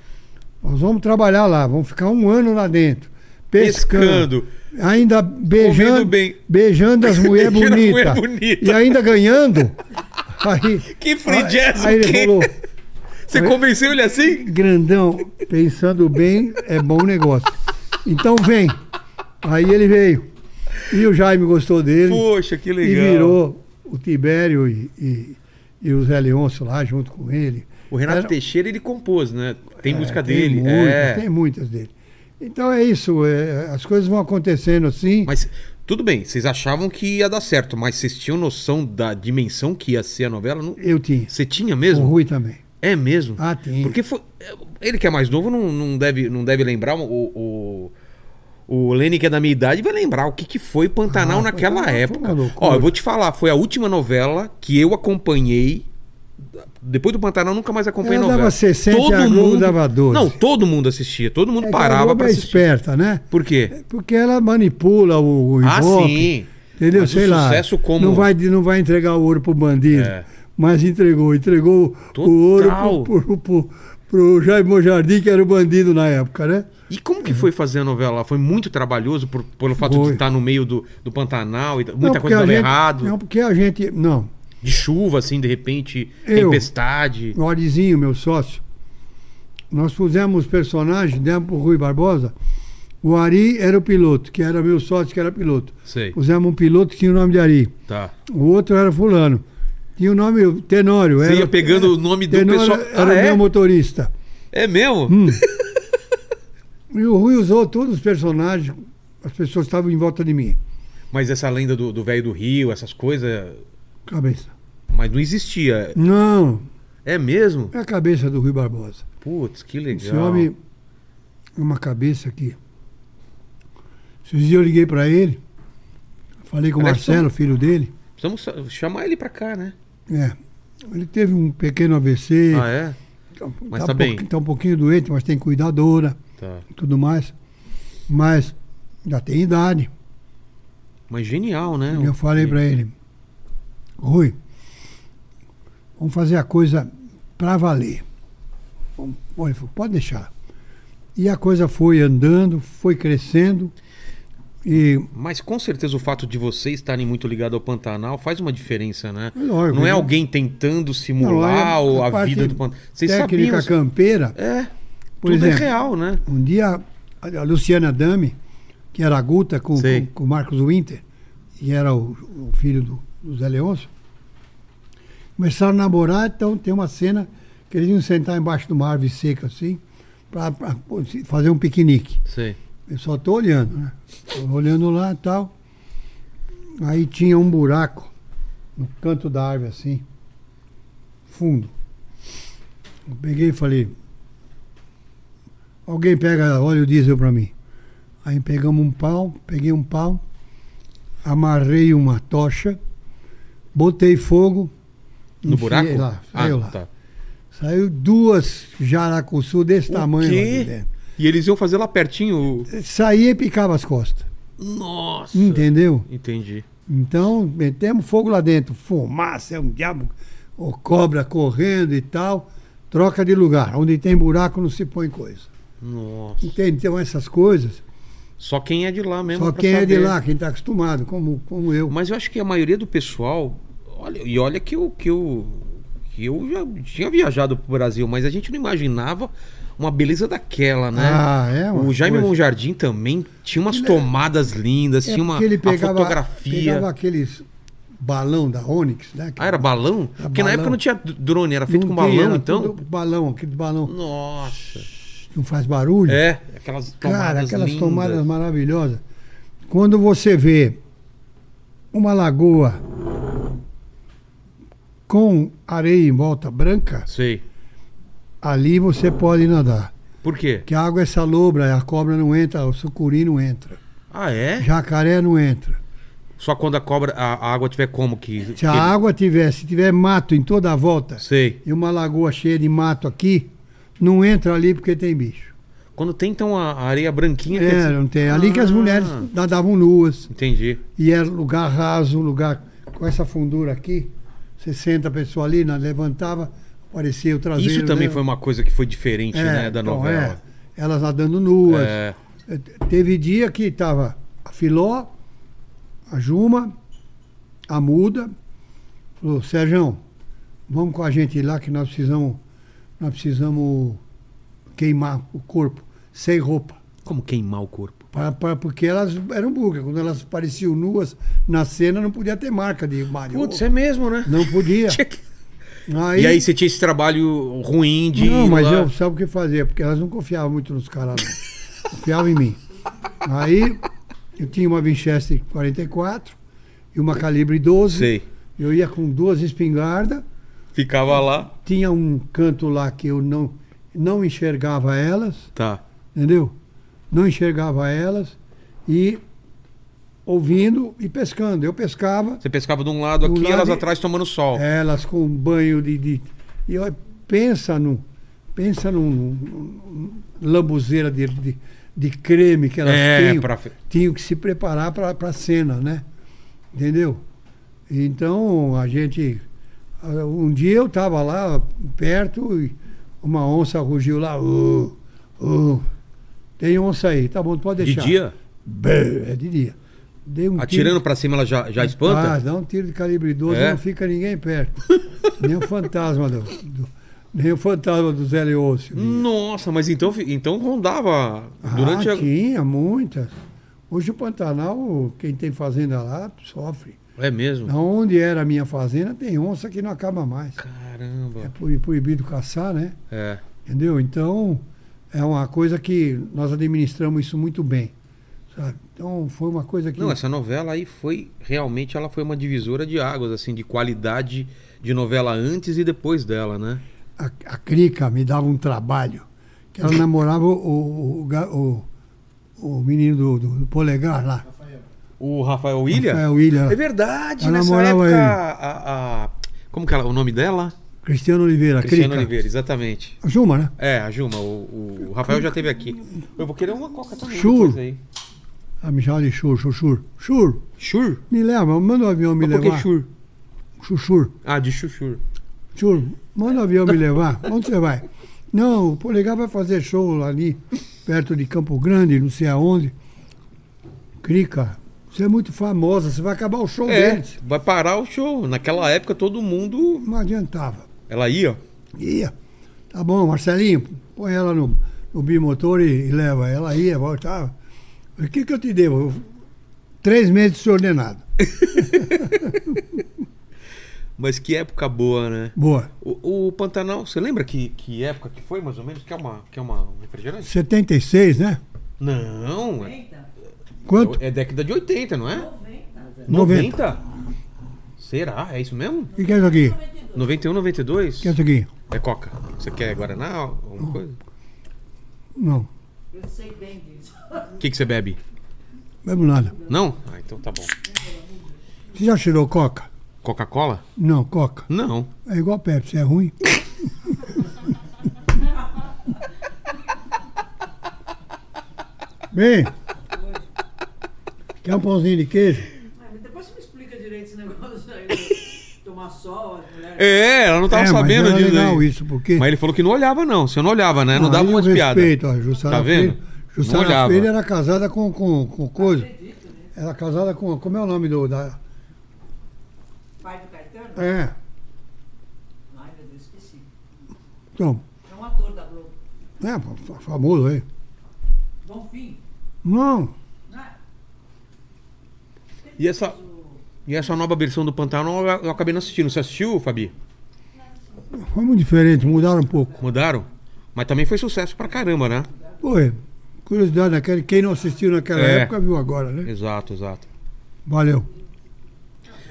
C: Nós vamos trabalhar lá, vamos ficar um ano lá dentro. Pescando.
A: Pescando.
C: Ainda beijando,
A: Comendo bem.
C: beijando as mulheres
A: Beijando a mulher
C: bonitas.
A: bonita.
C: E ainda ganhando. Aí,
A: Que free jazz,
C: aí
A: o
C: ele
A: quê?
C: falou,
A: Você convenceu ele assim?
C: grandão, pensando bem, é bom negócio. Então vem. Aí ele veio. E o Jaime gostou dele.
A: Poxa, que
C: e
A: legal.
C: virou o Tibério e, e, e o Zé Leôncio lá junto com ele.
A: O Renato
C: Era- É,
A: Teixeira, ele compôs, né? Tem música
C: tem
A: dele.
C: muitas,
A: é.
C: Tem muitas dele. Então é isso. é, as coisas vão acontecendo assim.
A: Mas tudo bem, vocês achavam que ia dar certo, mas vocês tinham noção da dimensão que ia ser a novela? Não-
C: Eu tinha.
A: Você tinha
C: O
A: mesmo?
C: Rui também.
A: É mesmo?
C: Ah, tem.
A: Porque foi- ele que é mais novo não, não deve, não deve lembrar. O, o, o Lene, que é da minha idade, vai lembrar o que, que foi Pantanal
C: Ah,
A: naquela
C: Pantanal foi uma
A: época.
C: loucura.
A: Ó, eu vou te falar, foi a última novela que eu acompanhei. Depois do Pantanal, nunca mais acompanhei
C: Ela
A: novela.
C: dava 60 e a Globo dava 12.
A: Não, todo mundo assistia, todo mundo
C: É que a
A: parava
C: Globo
A: pra
C: é
A: assistir.
C: esperta, né?
A: Por quê?
C: Porque ela manipula o, o
A: Ah,
C: Ibope,
A: sim.
C: Entendeu?
A: Mas o
C: Sei lá.
A: sucesso como-
C: Não vai, não vai entregar o ouro pro bandido.
A: É.
C: Mas entregou. Entregou
A: Total.
C: o ouro pro, pro, pro, pro Jaime Jardim, que era o bandido na época, né?
A: E como que foi fazer a novela lá? Foi muito trabalhoso por, pelo fato de
C: Foi.
A: estar no meio do, do Pantanal e da- muita
C: Não, porque
A: coisa
C: a
A: dava
C: gente-
A: errado.
C: Não, porque a gente. Não.
A: De chuva, assim, de repente,
C: Eu.
A: tempestade.
C: O Arizinho, Um meu sócio, nós fizemos personagem, demos pro Rui Barbosa. O Ari era o piloto, que era meu sócio, que era piloto.
A: Sei.
C: Pusemos um piloto que tinha o nome de Ari.
A: Tá.
C: O outro era fulano. Tinha o nome Tenório.
A: Você
C: era-
A: ia pegando o nome do
C: Tenório
A: pessoal.
C: Era
A: Ah,
C: o
A: é?
C: meu Hum. motorista.
A: É mesmo?
C: E o Rui usou todos os personagens, as pessoas estavam em volta de mim.
A: Mas essa lenda do do velho do, Rio, essas coisas.
C: Cabeça.
A: Mas não existia.
C: Não,
A: É mesmo?
C: é a cabeça do Rui Barbosa.
A: Putz, que
C: Esse
A: legal.
C: homem é uma cabeça aqui. Esses dias eu liguei pra ele, falei com o
A: Aliás,
C: Marcelo, filho dele.
A: Precisamos sa- chamar ele pra cá, né?
C: É, ele teve um pequeno AVC.
A: Ah, é?
C: tá,
A: Mas
C: tá
A: tá
C: um
A: bem.
C: pouquinho- tá um pouquinho doente, mas tem cuidadora
A: Tá.
C: e tudo mais. Mas já tem idade.
A: Mas genial, né?
C: E eu falei pra ele, Rui, vamos fazer a coisa pra valer. Vamos- Ele falou, pode deixar. E a coisa foi andando, foi crescendo. E
A: Mas com certeza o fato de vocês estarem muito ligados ao Pantanal faz uma diferença, né?
C: Lógico,
A: não é
C: né?
A: alguém tentando simular
C: Não,
A: o-
C: é
A: a,
C: parte
A: vida do Pantanal. Vocês sabiam.
C: técnica campeira,
A: É.
C: Por
A: tudo
C: exemplo,
A: é real, né?
C: um dia a a Luciana Dami, que era a Guta com,
A: Sei.
C: com, com o Marcos Winter, e era o, o filho do, do Zé Leôncio, começaram a namorar, então tem uma cena que eles iam sentar embaixo de uma árvore seca assim, para fazer um piquenique.
A: Sei.
C: Eu só estou olhando, né? Tô olhando lá e tal. Aí tinha um buraco no canto da árvore, assim, fundo. Eu peguei e falei: Alguém pega óleo diesel para mim. Aí pegamos um pau, peguei um pau, amarrei uma tocha, botei fogo.
A: No
C: enfiei
A: buraco?
C: Lá, saiu lá.
A: tá.
C: Saiu duas jaracuçu desse
A: O
C: tamanho lá
A: quê?
C: de dentro.
A: E eles iam fazer lá pertinho. o-
C: Saía e picava as costas.
A: Nossa.
C: Entendeu?
A: Entendi.
C: Então, metemos fogo lá dentro. Fumaça, é um diabo. Ô, cobra correndo e tal. Troca de lugar. Onde tem buraco não se põe coisa.
A: Nossa.
C: Entende? Então, essas coisas,
A: Só quem é de lá mesmo.
C: só
A: pra
C: quem é de
A: saber.
C: lá, quem está acostumado, como, como eu.
A: Mas eu acho que a maioria do pessoal. Olha, e olha que eu, que eu. que eu já tinha viajado pro Brasil, mas a gente não imaginava uma beleza daquela, né?
C: Ah, é uma
A: O Jaime
C: coisa.
A: Monjardim também tinha umas tomadas lindas,
C: É
A: tinha uma
C: porque ele
A: a
C: pegava,
A: fotografia.
C: pegava aqueles balão da Onix, né?
A: Ah, era balão?
C: Era
A: Porque na
C: balão.
A: época não tinha d- drone, era feito
C: Não
A: com
C: tinha,
A: balão,
C: era
A: então.
C: tudo Balão, aquele balão que
A: Nossa.
C: não faz barulho.
A: É, aquelas tomadas.
C: Cara, aquelas
A: lindas.
C: tomadas maravilhosas. Quando você vê uma lagoa com areia em volta branca,
A: Sei.
C: ali você pode nadar.
A: Por quê?
C: Que a água é salobra, a cobra não entra, o sucuri não entra,
A: Ah, é?
C: jacaré não entra.
A: Só quando a cobra, a, a água tiver como que.
C: Se a
A: que-
C: água tiver, se tiver mato em toda a volta
A: Sei.
C: e uma lagoa cheia de mato aqui, não entra ali porque tem bicho.
A: Quando tem então a a areia branquinha. quer
C: É,
A: dizer-
C: não tem. Ali que as
A: Ah,
C: mulheres nadavam nuas.
A: Entendi.
C: E é lugar raso, lugar com essa fundura aqui. Você senta a pessoa ali, na- levantava, aparecia o traseiro.
A: Isso também
C: dela.
A: foi uma coisa que foi diferente,
C: né? É,
A: né, da
C: então,
A: novela.
C: é. elas nadando nuas.
A: É.
C: Eh, Teve dia que tava a Filó, a Juma, a Muda. Falou, Sérgio, vamos com a gente lá que nós precisamos, nós precisamos queimar o corpo sem roupa.
A: Como queimar o corpo?
C: Pra- pra- porque elas eram burgas. Quando elas pareciam nuas na cena, não podia ter marca de Mario.
A: Putz, é mesmo, né?
C: Não é. podia.
A: Tinha que- E aí você tinha esse trabalho ruim de.
C: Não,
A: ir
C: mas
A: lá.
C: eu sabe o que fazer, porque elas não confiavam muito nos caras, não. confiavam em mim. Aí eu tinha uma Winchester 44 e uma calibre 12.
A: Sei.
C: Eu ia com duas espingardas,
A: Ficava lá.
C: tinha um canto lá que eu não, não enxergava elas,
A: Tá.
C: entendeu? Não enxergava elas e ouvindo e pescando. Eu pescava,
A: Você pescava de um lado
C: Do
A: aqui,
C: lado
A: elas
C: e-
A: atrás tomando sol.
C: elas com um banho de. de e olha, pensa num. Pensa num. num- num lambuzeira de, de, de creme que elas
A: É,
C: tinham.
A: pra fe-
C: Tinham que se preparar para a cena, né? Entendeu? Então a gente. ah, Um dia eu estava lá perto e uma onça rugiu lá. "Ô, ô, tem onça aí, tá bom, pode
A: de
C: deixar.
A: dia,
C: Bê, é de dia. Dei um tiro-
A: atirando pra cima, ela já, já espanta?
C: ah, dá um tiro de calibre 12
A: É?
C: não fica ninguém perto. nem o fantasma do, do- nem o fantasma do Zé Leôncio.
A: Nossa, mas então, fi- então rondava durante
C: ah,
A: a.
C: tinha muitas. Hoje o Pantanal, quem tem fazenda lá, sofre.
A: É mesmo?
C: Onde era a minha fazenda, tem onça que não acaba mais. É
A: Caramba.
C: proib- proibido caçar, né?
A: É.
C: Entendeu? Então, é uma coisa que nós administramos isso muito bem. Sabe? Então, foi uma coisa que...
A: Não, é essa novela aí foi realmente ela foi uma divisora de águas assim, de qualidade de novela antes e depois dela, né?
C: a, a Crica me dava um trabalho. Que ela namorava o, o, o ga- o, o menino do, do- do polegar lá.
A: O Rafael Ilha?
C: Rafael Ilha.
A: É verdade,
C: Ela
A: nessa
C: namorava
A: época
C: ele.
A: a, a- como que ela, o nome dela?
C: Cristiano Oliveira.
A: é- Cristiano
C: Crica.
A: Oliveira, exatamente.
C: A Juma, né?
A: É, a Juma, o, o Rafael já teve aqui. Eu vou querer uma coca também.
C: Chur.
A: depois aí.
C: A me chamava de Chur, Chur, Chur. Chur,
A: Chur?
C: me leva, manda o avião me
A: Mas por que
C: levar.
A: chur?
C: Chur, Chur.
A: Ah, de chuchur.
C: Chur, manda o avião me levar. Onde você vai? Não, o Polegar vai fazer show lá ali, perto de Campo Grande, não sei aonde. você é muito famosa, você vai acabar o show
A: É,
C: deles.
A: vai parar o show. Naquela época todo mundo.
C: Não adiantava.
A: Ela ia.
C: Ia. Tá bom, Marcelinho, põe ela no, no bimotor e, e leva. Ela ia, voltava. tá? O que que eu te devo? Eu- Três meses de seu ordenado.
A: Mas que época boa, né?
C: Boa.
A: O, o Pantanal, você lembra que, que época que foi, mais ou menos? Que é uma, que é uma um refrigerante?
C: 76, né?
A: Não, é,
C: Quanto?
A: é década de 80, não é?
C: 90.
A: 90? Será? É isso mesmo?
C: O que que é isso aqui? O
A: 91, 92?
C: que é isso aqui?
A: É Coca. Você quer Guaraná? Alguma coisa?
C: Não,
E: Eu sei bem disso.
A: O que, que você bebe?
C: bebo nada.
A: Não? Ah, então tá bom.
C: Você já cheirou coca?
A: Coca-Cola?
C: Não, coca.
A: Não.
C: É igual Pepsi, é ruim. Bem, quer um pãozinho de queijo?
F: Depois você me explica direito esse negócio aí. né? Tomar sol, as mulheres.
A: É, ela não tava
C: É, mas
A: sabendo
C: era
A: disso
C: legal
A: aí.
C: isso, porque...
A: Mas ele falou que não olhava, não. Você não olhava, né? Não,
C: Ah,
A: dava
C: aí
A: umas
C: eu
A: piadas.
C: respeito, ó, Jussara
A: Tá vendo?
C: Filho,
A: Não
C: Jussara
A: olhava.
C: Filho era casada com, com, com
A: É.
C: coisa. Era casada com... Como é o nome do... Da,
F: Pai do Caetano?
C: é,
F: Ai, meu Deus, esqueci.
C: então,
F: É um ator da Globo.
C: é, fa- famoso aí.
F: Bom fim.
C: Não,
A: E essa, e essa nova versão do Pantanal eu- eu acabei não assistindo. Você assistiu, Fabi?
C: foi muito diferente, mudaram um pouco.
A: Mudaram? Mas também foi sucesso pra caramba, né?
C: Pô, é, curiosidade, naquele, quem não assistiu naquela
A: É.
C: época viu agora, né?
A: Exato, exato.
C: Valeu.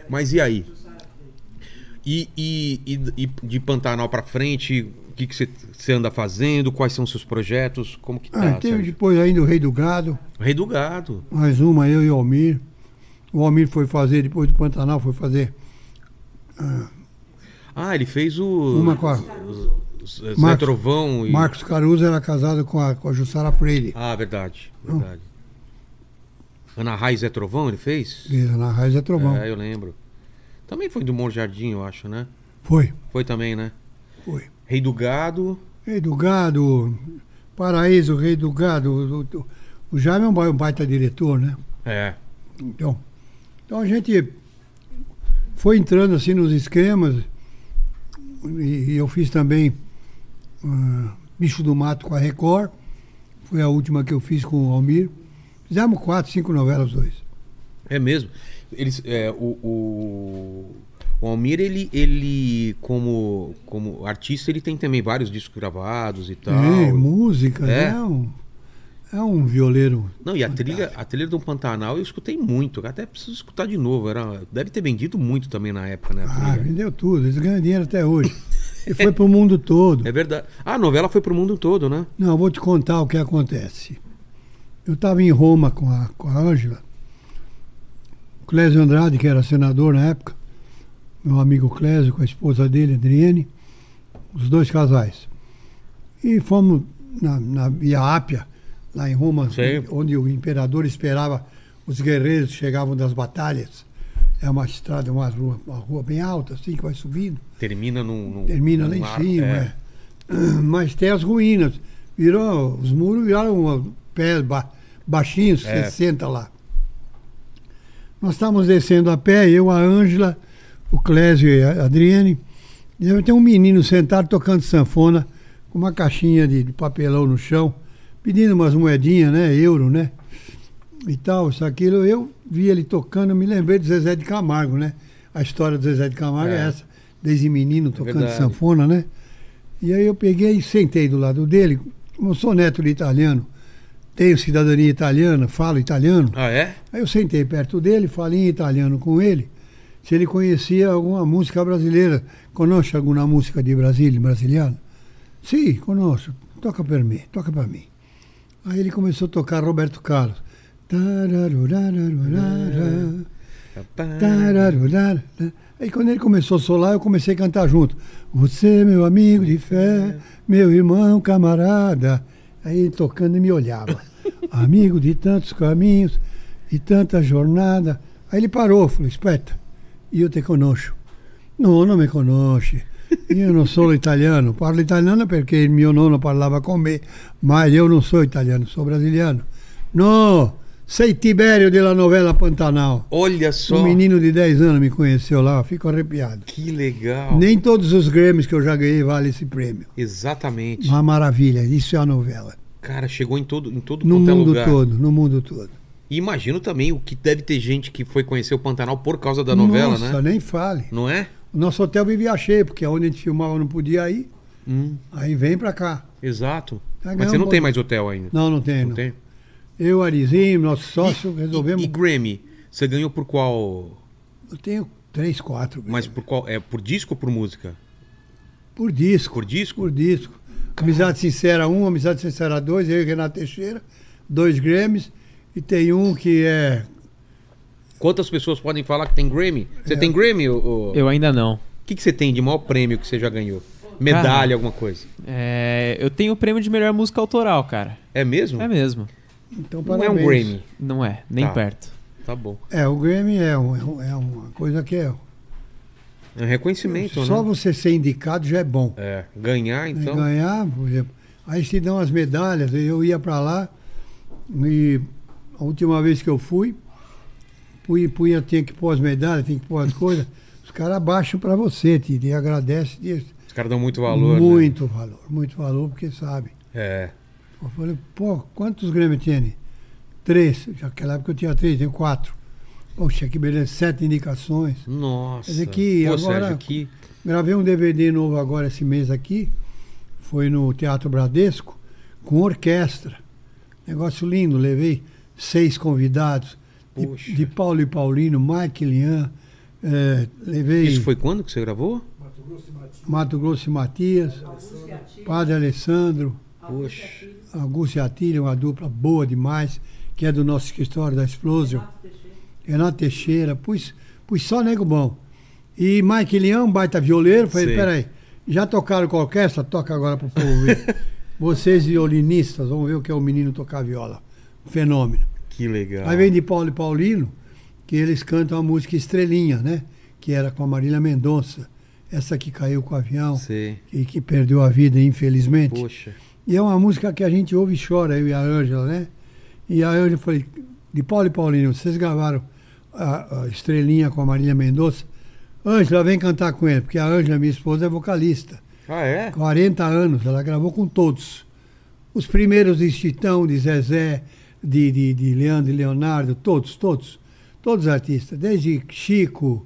A: Mas e aí? E, e, e- e de Pantanal pra frente, o que que você você anda fazendo? Quais são os seus projetos? Como que tá?
C: Ah, teve
A: Sérgio?
C: depois ainda o Rei do Gado,
A: Rei do Gado.
C: mais uma, eu e o Almir. O Almir foi fazer, depois do Pantanal, foi fazer
A: Ah, ele fez o.
C: uma com a.
A: os- Zé
C: Marcos-
A: Trovão e.
C: Marcos Caruso era casado com a, com a Jussara Freire,
A: Ah, verdade. Verdade. Ana Raiz Zé Trovão, ele fez?
C: que na Raiz é Trovão.
A: É, eu lembro. Também foi do Monte Jardim, eu acho, né?
C: Foi,
A: Foi também, né?
C: foi.
A: Rei do Gado.
C: Rei do Gado, Paraíso, Rei do Gado. O, o, o Jaime é um ba- um baita diretor, né?
A: É.
C: Então, então a gente foi entrando assim nos esquemas e, e eu fiz também ah, Bicho do Mato com a Record, foi a última que eu fiz com o Almir. Fizemos quatro, cinco novelas os dois.
A: É mesmo. Eles, é, o, o, o Almir, ele, ele como, como artista, ele tem também vários discos gravados e tal.
C: É, música,
A: Tá, É?
C: é, um, é um violeiro.
A: Não, e a trilha, a trilha do Pantanal eu escutei muito. Até preciso escutar de novo. Era, deve ter vendido muito também na época, né? a
C: Ah,
A: trilha.
C: vendeu tudo, eles ganham dinheiro até hoje. E foi pro mundo todo.
A: é verdade. Ah, a novela foi pro mundo todo, né?
C: Não, eu vou te contar o que acontece. Eu estava em Roma com a com a Ângela. Clésio Andrade, que era senador na época, meu amigo Clésio com a esposa dele, Adriane, os dois casais. E fomos na, na Via Ápia, lá em Roma,
A: Sim.
C: onde o imperador esperava os guerreiros que chegavam das batalhas. É uma estrada, uma rua, uma rua bem alta, assim, que vai subindo.
A: Termina num. num-
C: Termina lá
A: num
C: em
A: ar-
C: cima,
A: é.
C: é. Mas tem as ruínas. Virou, os muros viraram uma- pés ba- baixinhos,
A: É.
C: 60 lá. Nós estávamos descendo a pé, eu, a Ângela, o Clésio e a Adriane. E aí tem um menino sentado tocando sanfona, com uma caixinha de, de papelão no chão, pedindo umas moedinhas, né? Euro, né? E tal, isso, aquilo. Eu vi ele tocando, me lembrei do Zezé de Camargo, né? A história do Zezé de Camargo é,
A: É.
C: essa, desde menino tocando
A: verdade.
C: sanfona, né? E aí eu peguei e sentei do lado dele. Como eu sou neto de italiano, tenho cidadania italiana, falo italiano.
A: Ah, é?
C: Aí eu sentei perto dele, falei em italiano com ele, se ele conhecia alguma música brasileira. Conosce alguma música de Brasília, brasiliana? Sim, conosco. Toca para mim, toca para mim. Aí ele começou a tocar Roberto Carlos. Tararurararurara, tararurara. né? Aí quando ele começou a solar, eu comecei a cantar junto. Você, meu amigo de fé, meu irmão, camarada. Aí ele tocando e me olhava. Amigo de tantos caminhos e tanta jornada. Aí ele parou, falou, espeta, eu te conosco. No, non mi conosci. Io non sono italiano. Parlo italiano perché il mio nonno parlava con me, ma io non sono italiano, sono brasiliano. No, Sei Tibério de la novela Pantanal.
A: Olha só.
C: Um menino de 10 anos me conheceu lá, eu fico arrepiado.
A: Que legal.
C: Nem todos os Grêmios que eu já ganhei vale esse prêmio.
A: Exatamente.
C: Uma maravilha, isso é uma novela.
A: Cara, chegou em todo, em todo
C: No
A: quanto é
C: mundo
A: lugar.
C: todo, no mundo todo.
A: E imagino também o que deve ter gente que foi conhecer o Pantanal por causa da novela,
C: Nossa,
A: né?
C: nem fale.
A: Não é?
C: O nosso hotel vivia cheio, porque é onde a gente filmava não podia ir.
A: Hum.
C: Aí vem pra cá.
A: Exato.
C: Tá
A: Mas você
C: ganhando
A: não tem
C: bom.
A: mais hotel ainda.
C: Não, não tem.
A: Não
C: Não
A: tem?
C: Eu, Arizinho, nosso sócio, resolvemos.
A: E, e Grammy, você ganhou por qual?
C: Eu tenho três, quatro.
A: Mas
C: Grêmios.
A: por qual? É por disco ou por música?
C: Por disco.
A: Por disco?
C: Por disco. Amizade Sincera 1, Amizade Sincera 2, eu e Renato Teixeira, dois Grêmios. E tem um que é.
A: Quantas pessoas podem falar que tem Grammy? Você
C: É.
A: tem Grammy? ô- ô?
B: Eu ainda não.
A: O que, que você tem de maior prêmio que você já ganhou? Medalha,
B: Cara.
A: alguma coisa?
B: É, eu tenho o prêmio de melhor música autoral, cara.
A: É mesmo?
B: É mesmo.
C: Então,
A: Não é um
C: parabéns.
A: Grammy.
B: Não é, nem
A: Tá.
B: perto.
A: Tá bom.
C: É, o Grammy é, um- é um- é uma coisa que é.
A: É um reconhecimento,
C: Só
A: né?
C: você ser indicado já é bom.
A: É, ganhar,
C: Aí
A: então.
C: ganhar, por exemplo. Aí se dão as medalhas, eu ia pra lá e a última vez que eu fui, punha, punha tinha que pôr as medalhas, tinha que pôr as coisas, os caras baixam pra você, te, te agradece te-
A: Os caras dão muito valor. né?
C: muito valor, muito valor, porque sabe.
A: É.
C: Eu falei, pô, quantos Grêmio tinha? Três, já naquela época eu tinha três, tenho quatro. Poxa, que beleza, sete indicações.
A: Nossa.
C: Mas é que
A: Pô,
C: agora-
A: Sérgio, que...
C: Gravei um DVD novo agora esse mês aqui, foi no Teatro Bradesco, com orquestra. Negócio lindo, levei seis convidados,
A: Poxa.
C: de, de Paulo e Paulino, Mike Lian, eh, levei
A: Isso foi quando que você gravou?
C: Mato Grosso e Matias, Padre Alessandro,
A: Poxa.
C: Augusto e Atílio, uma dupla boa demais, que é do nosso escritório da Explosion. Renato Teixeira, pus, pus só nego bom. E Mike Leão, um baita violeiro, falei,
A: Sei.
C: peraí, já tocaram com a orquestra? Toca agora pro povo ver. Vocês violinistas, vamos ver o que é o menino tocar viola. Um Fenômeno.
A: Que legal.
C: Aí vem de Paulo e Paulino, que eles cantam a música Estrelinha, né? Que era com a Marília Mendonça. Essa que caiu com o avião
A: Sei.
C: e que perdeu a vida, infelizmente.
A: Poxa.
C: E é uma música que a gente ouve e chora, eu e a Ângela, né? E a Ângela falei, de Paulo e Paulino, vocês gravaram a, a Estrelinha com a Marília Mendonça? Ângela, vem cantar com ele, porque a Ângela, minha esposa, é vocalista.
A: Ah, é?
C: 40 anos, ela gravou com todos. Os primeiros de Chitão, de Zezé, de, de, de Leandro e Leonardo, todos, todos. Todos os artistas, desde Chico,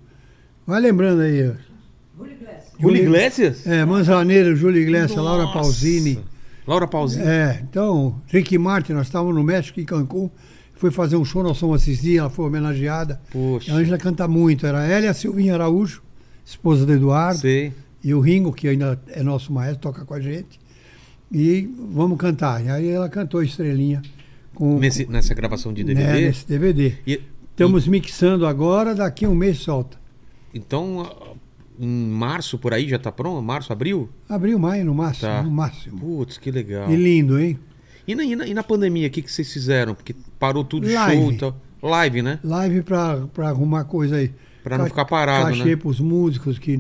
C: vai lembrando aí. Ângela.
A: Julio Iglesias?
C: É, Manzaneiro, Júlio Iglesias, Laura
A: Nossa.
C: Pausini.
A: Laura Pausini.
C: É, então, Ricky Martin, nós estávamos no México, em Cancún, foi fazer um show, nós fomos assistir, ela foi homenageada.
A: Poxa.
C: A Ângela canta muito, era ela e a Silvinha Araújo, esposa do Eduardo,
A: Sei.
C: e o Ringo, que ainda é nosso maestro, toca com a gente. E vamos cantar. E aí ela cantou Estrelinha com
A: Nesse- nessa gravação de
C: né,
A: DVD?
C: nesse DVD.
A: E-
C: Estamos mixando agora, daqui a um mês solta.
A: Então, ah, em março por aí já tá pronto? Março, abril?
C: Abril, maio, no máximo,
A: Tá.
C: no máximo.
A: Putz, que legal.
C: E lindo, hein?
A: E na, e na- e na pandemia, o que, que vocês fizeram? Porque parou tudo
C: Live.
A: show e tal. Live, né?
C: live pra, pra arrumar coisa aí.
A: Pra não
C: Ca-
A: ficar parado,
C: Cachê
A: né?
C: pros músicos que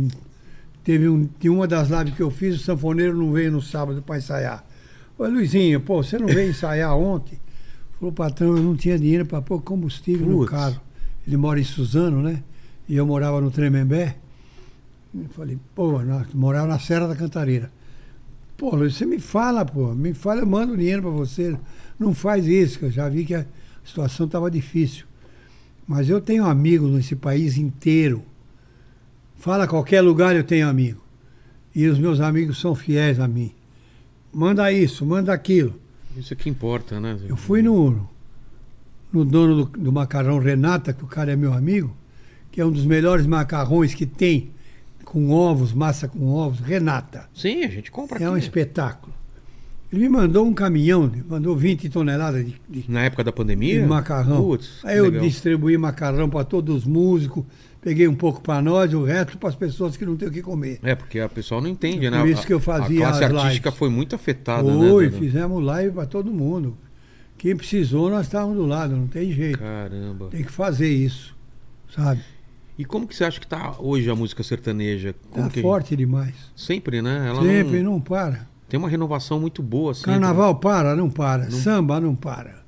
C: teve um, de uma das lives que eu fiz, o sanfoneiro não veio no sábado pra ensaiar. Ô Luizinho, pô, você não veio ensaiar ontem? Falou, patrão, eu não tinha dinheiro pra pôr combustível no
A: Putz.
C: carro. Ele mora em Suzano, né? E eu morava no Tremembé. Eu falei, pô, nós morava na Serra da Cantareira. Pô, Luiz, você me fala, pô, me fala, eu mando dinheiro pra você. Não faz isso, que eu já vi que a situação estava difícil. Mas eu tenho amigos nesse país inteiro. Fala qualquer lugar, eu tenho amigo. E os meus amigos são fiéis a mim. Manda isso, manda aquilo.
A: Isso que importa, né?
C: Eu fui no, no dono do, do macarrão Renata, que o cara é meu amigo, que é um dos melhores macarrões que tem, com ovos, massa com ovos, Renata.
A: Sim, a gente compra
C: É um
A: aqui.
C: espetáculo. Ele me mandou um caminhão, ele mandou 20 toneladas de, de-
A: Na época da pandemia?
C: de macarrão.
A: Putz, que
C: Aí eu
A: legal.
C: distribuí macarrão para todos os músicos, peguei um pouco para nós, o resto para as pessoas que não têm o que comer.
A: É, porque a pessoa não entende,
C: Por
A: né? A-
C: isso que eu fazia
A: A classe
C: as
A: artística
C: lives.
A: foi muito afetada, né?
C: Foi,
A: Dudu?
C: fizemos live para todo mundo. Quem precisou, nós estávamos do lado, não tem jeito.
A: Caramba.
C: Tem que fazer isso, sabe?
A: E como que você acha que tá hoje a música sertaneja? Como
C: Tá
A: que-
C: forte demais.
A: Sempre, né? Ela
C: Sempre,
A: não...
C: não para.
A: Tem uma renovação muito boa, assim.
C: Carnaval para, não para. Samba não para.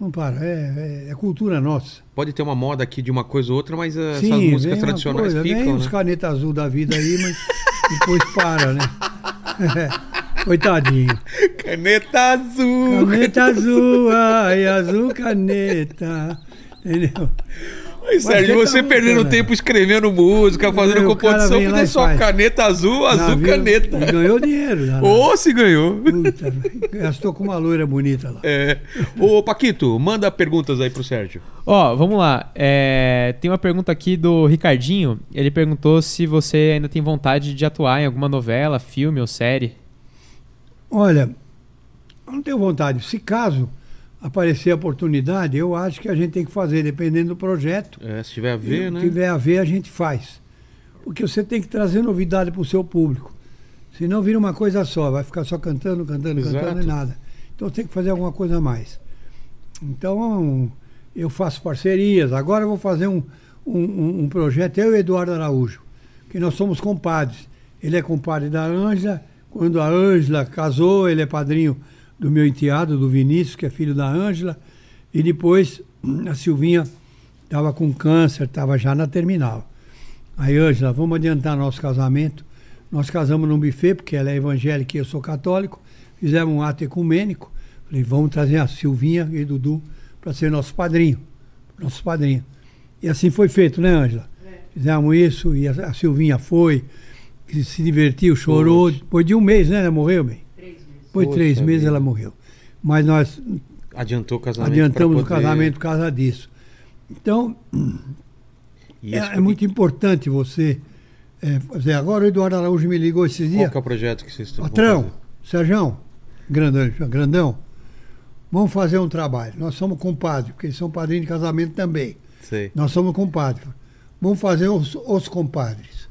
C: Não para, é, é- é cultura nossa.
A: Pode ter uma moda aqui de uma coisa ou outra, mas ah,
C: Sim,
A: essas
C: vem
A: músicas
C: uma
A: tradicionais
C: coisa,
A: ficam.
C: Vem
A: né?
C: os caneta azul da vida aí, mas depois para, né? Coitadinho.
A: Caneta azul.
C: Caneta azul, ai, azul caneta. Entendeu?
A: Ai, Sérgio,
C: você tá
A: você
C: muito,
A: perdendo
C: né?
A: tempo escrevendo música, fazendo
C: Meu, o cara
A: composição,
C: vem lá
A: porque
C: e
A: só
C: faz.
A: caneta azul,
C: Na
A: azul
C: vida,
A: caneta.
C: e Ganhou dinheiro. já lá.
A: Ô, se ganhou.
C: Puta, gastou com uma loira bonita lá.
A: É. Ô, Paquito, manda perguntas aí pro Sérgio.
B: Ó, vamos lá. É, tem uma pergunta aqui do Ricardinho. Ele perguntou se você ainda tem vontade de atuar em alguma novela, filme ou série.
C: Olha, eu não tenho vontade. Se caso aparecer a oportunidade, eu acho que a gente tem que fazer, dependendo do projeto.
A: É, se tiver a
C: Se
A: ver, né?
C: tiver a ver, a gente faz. Porque você tem que trazer novidade para o seu público. Senão vira uma coisa só, vai ficar só cantando, cantando, cantando e
A: Exato.
C: nada. Então tem que fazer alguma coisa a mais. Então eu faço parcerias. Agora eu vou fazer um, um- um- um projeto, eu e Eduardo Araújo, que nós somos compadres. Ele é compadre da Ângela. Quando a Ângela casou, ele é padrinho do meu enteado, do Vinícius, que é filho da Ângela. E depois a Silvinha estava com câncer, estava já na terminal. Aí, Ângela, vamos adiantar nosso casamento. Nós casamos num buffet, porque ela é evangélica e eu sou católico. Fizemos um ato ecumênico. Falei, vamos trazer a Silvinha e Dudu para ser nosso padrinho. Nosso padrinho. E assim foi feito, né, Ângela?
F: É.
C: Fizemos isso e a, a Silvinha foi, e se divertiu, chorou. Depois de um mês, né? Ela morreu, bem?
F: Três meses.
C: Depois de
A: Poxa
C: três meses
A: vida.
C: ela morreu. Mas nós
A: Adiantou o casamento.
C: adiantamos
A: pra
C: o
A: poder-
C: casamento por causa disso. Então,
A: E
C: é,
A: esse-
C: é muito importante você é, fazer. Agora o Eduardo Araújo me ligou esses
A: Qual
C: dias.
A: que é o projeto que vocês estão
C: Patrão, Sérgio, grandão, grandão, vamos fazer um trabalho. Nós somos compadres, porque eles são padrinhos de casamento também.
A: Sei.
C: Nós somos compadres. Vamos fazer os, os compadres.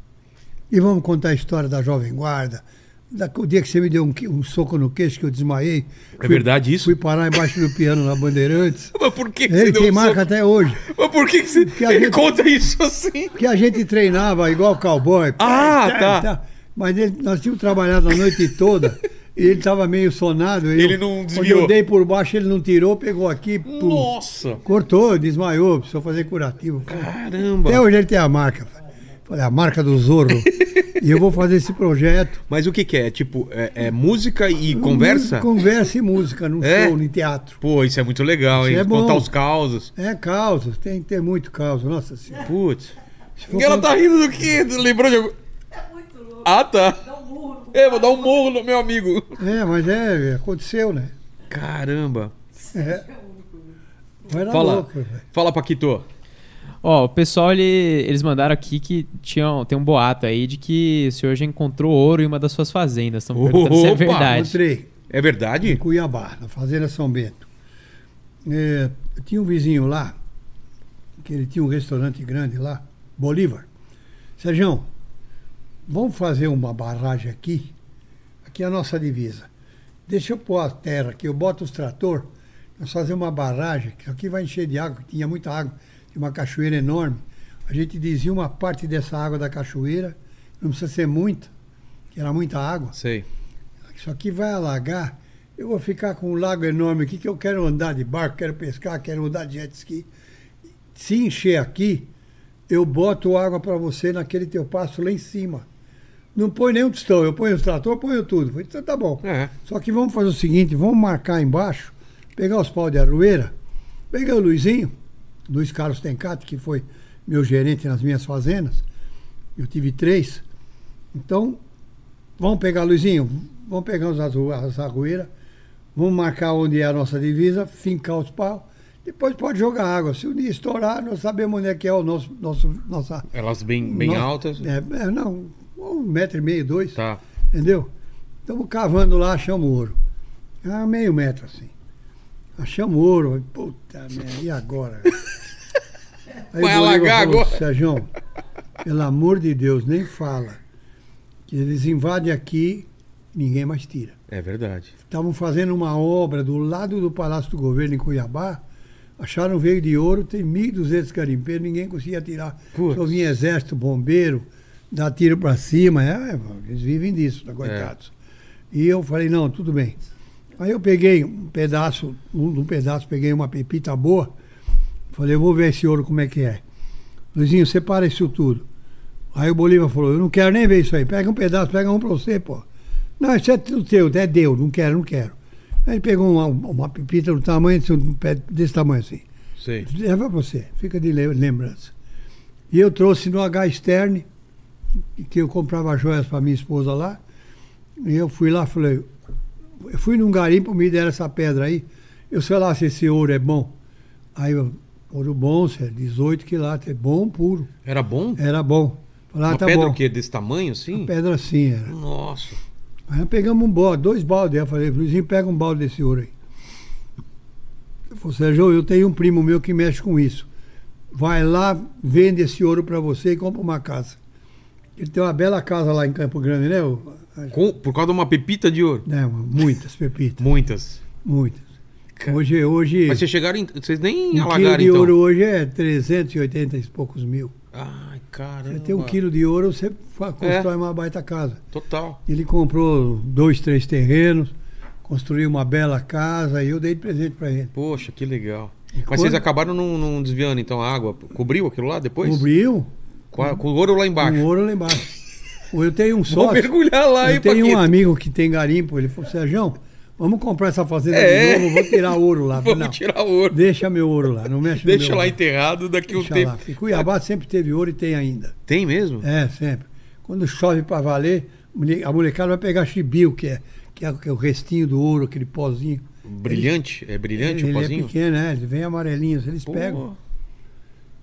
C: E vamos contar a história da Jovem Guarda. Da, o dia que você me deu um, que- um soco no queixo que eu desmaiei.
A: É verdade isso?
C: Fui parar embaixo do piano na Bandeirantes.
A: Mas por que, que
C: Ele
A: deu um
C: tem marca
A: soco?
C: até hoje.
A: Mas por que, que você
C: Porque a gente-
A: conta isso assim?
C: Porque a gente treinava igual cowboy.
A: Ah, tá.
C: Mas ele- nós tínhamos trabalhado a noite toda e ele estava meio sonado. e
A: Ele
C: eu-
A: não
C: Quando
A: desviou.
C: eu dei por baixo, ele não tirou, pegou aqui, pum,
A: Nossa!
C: cortou, desmaiou, precisou fazer curativo.
A: Caramba!
C: Até hoje ele tem a marca. Falei, a marca do Zorro. e eu vou fazer esse projeto.
A: Mas o que, que é? Tipo, é, é música e
C: Hum,
A: conversa?
C: Conversa e música, num
A: É?
C: show, em teatro.
A: Pô, isso é muito legal,
C: Isso
A: hein?
C: é bom.
A: Contar os causos.
C: É causas, tem que ter muito caos, nossa senhora.
A: Putz.
C: Se for
A: E ela
C: contar-
A: tá rindo do quê? Lembrou de algum.
F: É muito louco.
A: Ah, tá.
F: Dá um burro.
A: Eu vou dar um morro no meu amigo.
C: É, mas é, aconteceu, né?
A: Caramba.
C: É. Vai na
A: Fala.
C: louca, velho.
A: Fala, Paquito.
B: Ó, o pessoal, ele- eles mandaram aqui que tinham, tem um boato aí de que o senhor já encontrou ouro em uma das suas fazendas. Estão perguntando se é
A: Opa,
B: verdade.
C: Encontrei
A: É
C: em
A: verdade?
C: Cuiabá, na Fazenda São Bento. É, eu tinha um vizinho lá, que ele tinha um restaurante grande lá, Bolívar. Sérgio, vamos fazer uma barragem aqui? Aqui é a nossa divisa. Deixa eu pôr a terra aqui, eu boto os trator, nós fazemos uma barragem, que isso aqui vai encher de água, que tinha muita água, tinha uma cachoeira enorme. A gente dizia uma parte dessa água da cachoeira, não precisa ser muita, que era muita água.
A: Sei.
C: Isso aqui vai alagar. Eu vou ficar com um lago enorme aqui que eu quero andar de barco, quero pescar, quero andar de jet ski. Se encher aqui, eu boto água para você naquele teu passo lá em cima. Não põe nenhum tostão, eu ponho os trator, ponho tudo. Falei, então tá bom.
A: É.
C: Só que vamos fazer o seguinte, vamos marcar embaixo, pegar os pau de aroeira, pegar o Luizinho, Luiz Carlos Tencato, que foi meu gerente nas minhas fazendas. Eu tive três. Então, vamos pegar, Luizinho, vamos pegar os azu- as arrueiras, vamos marcar onde é a nossa divisa, fincar os pau, depois pode jogar água. Se o dia estourar, nós sabemos onde é que é o nosso, nosso nossa...
A: Elas bem, bem
C: nossa-
A: altas.
C: É, é, não, um metro e meio, dois.
A: Tá.
C: Entendeu? Estamos cavando lá, achamos ouro. Ah, meio metro assim. Achamos ouro. Puta merda, e agora? Aí o
A: Vai
C: Bolívar
A: alagar
C: falou,
A: agora.
C: Sérgio, pelo amor de Deus, nem fala. Que eles invadem aqui, ninguém mais tira
A: É verdade.
C: estavam fazendo uma obra do lado do Palácio do Governo em Cuiabá, acharam um veio de ouro, tem 1.200 garimpeiros, ninguém conseguia tirar.
A: Putz.
C: Só vinha exército, bombeiro, dá tiro para cima, é, é, eles vivem disso, tá, coitados. E eu falei, não, tudo bem. Aí eu peguei um pedaço, um, um pedaço, peguei uma pepita boa, falei, eu vou ver esse ouro como é que é. Luizinho, separa isso tudo. Aí o Bolívar falou, eu não quero nem ver isso aí, pega um pedaço, pega um pra você, pô. Não, isso é tudo teu, é deu, não quero, não quero. Aí ele pegou uma, uma pepita do tamanho, desse- um pé desse tamanho assim.
A: Sei.
C: Leva pra você, fica de lem- lembrança. E eu trouxe no H Stern, que eu comprava joias para minha esposa lá. E eu fui lá, falei, eu fui num garimpo, me deram essa pedra aí. Eu sei lá se esse ouro é bom. Aí eu, ouro bom, Sérgio, 18 quilates, é bom puro.
A: Era bom?
C: Era bom. Falei, ah,
A: Uma
C: É, tá
A: pedra
C: bom.
A: o quê? Desse tamanho, assim?
C: Pedra assim era.
A: Nossa.
C: Aí nós pegamos um balde, dois baldes. Aí eu falei, Luizinho, pega um balde desse ouro aí. Ele falou, Sérgio, eu tenho um primo meu que mexe com isso. Vai lá, vende esse ouro pra você e compra uma casa. Ele tem uma bela casa lá em Campo Grande, né? ô?
A: Com- por causa de uma pepita de ouro.
C: né muitas pepitas,
A: Muitas.
C: muitas. Hoje, hoje
A: Mas vocês chegaram em... Vocês nem
C: um quilo
A: alagaram,
C: de
A: então.
C: ouro hoje é 380 e poucos mil.
A: Ai, caramba. É.
C: Você tem um quilo de ouro, você fa- constrói uma baita casa.
A: Total.
C: Ele comprou dois, três terrenos, construiu uma bela casa e eu dei de presente para ele.
A: Poxa, que legal. Mas
C: quando-
A: vocês acabaram não, não desviando, então, a água. Cobriu aquilo lá depois?
C: Cobriu
A: Com, a- com o ouro lá embaixo.
C: um ouro lá embaixo. Eu tenho um
A: Vou
C: sócio,
A: mergulhar lá, hein,
C: eu tenho um
A: Paquito?
C: amigo que tem garimpo, ele falou, Sérgio, vamos comprar essa fazenda
A: É.
C: de novo, vou tirar ouro lá. Eu falei,
A: Vamos
C: Não,
A: tirar o ouro.
C: deixa meu ouro lá, não mexe no
A: Deixa
C: meu
A: lá
C: ouro.
A: enterrado daqui um
C: Deixa
A: tempo.
C: lá. E Cuiabá sempre teve ouro e tem ainda.
A: Tem mesmo?
C: É, sempre. Quando chove para valer, mole- a molecada vai pegar chibio, que é, que é o- que é o restinho do ouro, aquele pozinho.
A: Brilhante? É brilhante
C: ele
A: o
C: é
A: pozinho?
C: pequeno, né? Ele vem amarelinho, eles
A: Pô,
C: pegam.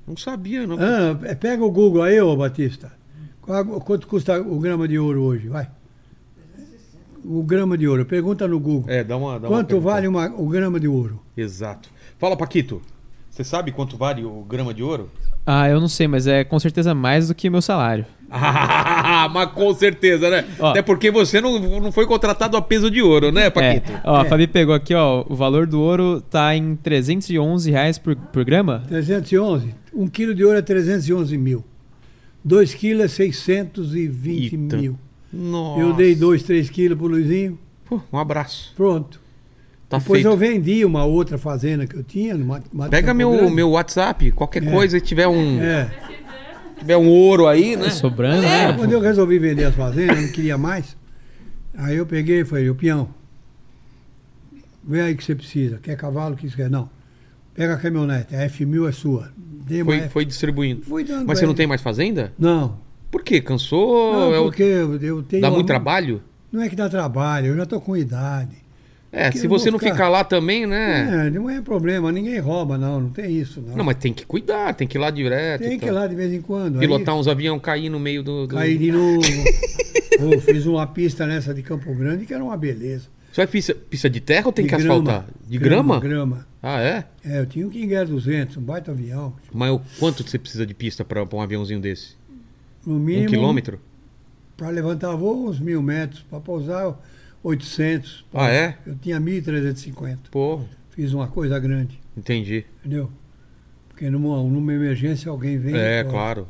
A: Não sabia, não.
C: Ah, é, pega o Google aí, ô Batista. Qual- quanto custa o grama de ouro hoje? Vai. O grama de ouro. Pergunta no Google.
A: É, dá uma. Dá uma
C: quanto
A: pergunta.
C: vale um- uma- o grama de ouro?
A: Exato. Fala, Paquito. Você sabe quanto vale o grama de ouro?
B: Ah, eu não sei, mas é com certeza mais do que o meu salário.
A: Ah, mas com certeza, né?
B: Ó.
A: Até porque você não, não foi contratado a peso de ouro, né, Paquito?
B: É. Ó, a Fabi pegou aqui, ó. O valor do ouro tá em 311 reais por, por grama.
C: 311. Um quilo de ouro é 311 mil. Dois quilos é 620
A: Eita.
C: mil.
A: Nossa.
C: Eu dei dois, três quilos pro Luizinho.
A: Pô, um abraço.
C: Pronto.
A: Tá
C: Depois
A: feito.
C: eu vendi uma outra fazenda que eu tinha. No Mato- Mato
A: Pega
C: Campo
A: meu,
C: Tá Grande.
A: meu WhatsApp, qualquer
C: É.
A: coisa, se tiver um,
C: É.
A: tiver um ouro aí, né?
B: Sobrando,
C: É,
B: né?
C: quando eu resolvi vender as fazendas, eu não queria mais. Aí eu peguei e falei, ô peão, vê aí o que você precisa. Quer cavalo, o que você quer? Não. Pega a caminhonete, a F1000 é sua. Dei uma
A: Foi,
C: F-
A: foi distribuindo.
C: Fui dando
A: Mas
C: pra
A: você não
C: ele.
A: tem mais fazenda?
C: Não.
A: Por quê? Cansou? É
C: é não,
A: o-
C: porque eu, eu tenho...
A: Dá muito
C: uma-
A: trabalho?
C: Não é que dá trabalho, eu já tô com idade.
A: É,
C: Porque
A: se
C: eu vou
A: você não
C: ficar-
A: ficar lá também, né?
C: É, não é problema, ninguém rouba não, não tem isso não.
A: Não, mas tem que cuidar, tem que ir lá direto.
C: tem
A: e
C: que ir
A: tal.
C: lá de vez em quando.
A: Pilotar um uns aviões, cair no meio do. do-
C: Aí, caí de novo. Pô, fiz uma pista nessa de Campo Grande que era uma beleza.
A: Isso é pista, pista de terra ou tem que
C: grama,
A: asfaltar? De grama?
C: Grama.
A: Ah, é?
C: É, eu tinha um Kinguer 200, um baita avião.
A: Mas o quanto você precisa de pista pra, pra um aviãozinho desse?
C: No mínimo,
A: um quilômetro?
C: para levantar voo, uns mil metros. Para pousar, 800.
A: Ah, é?
C: Eu tinha 1.350.
A: Pô,
C: Fiz uma coisa grande,
A: entendi.
C: entendeu? Porque numa, numa emergência alguém vem.
A: é,
C: ó,
A: claro.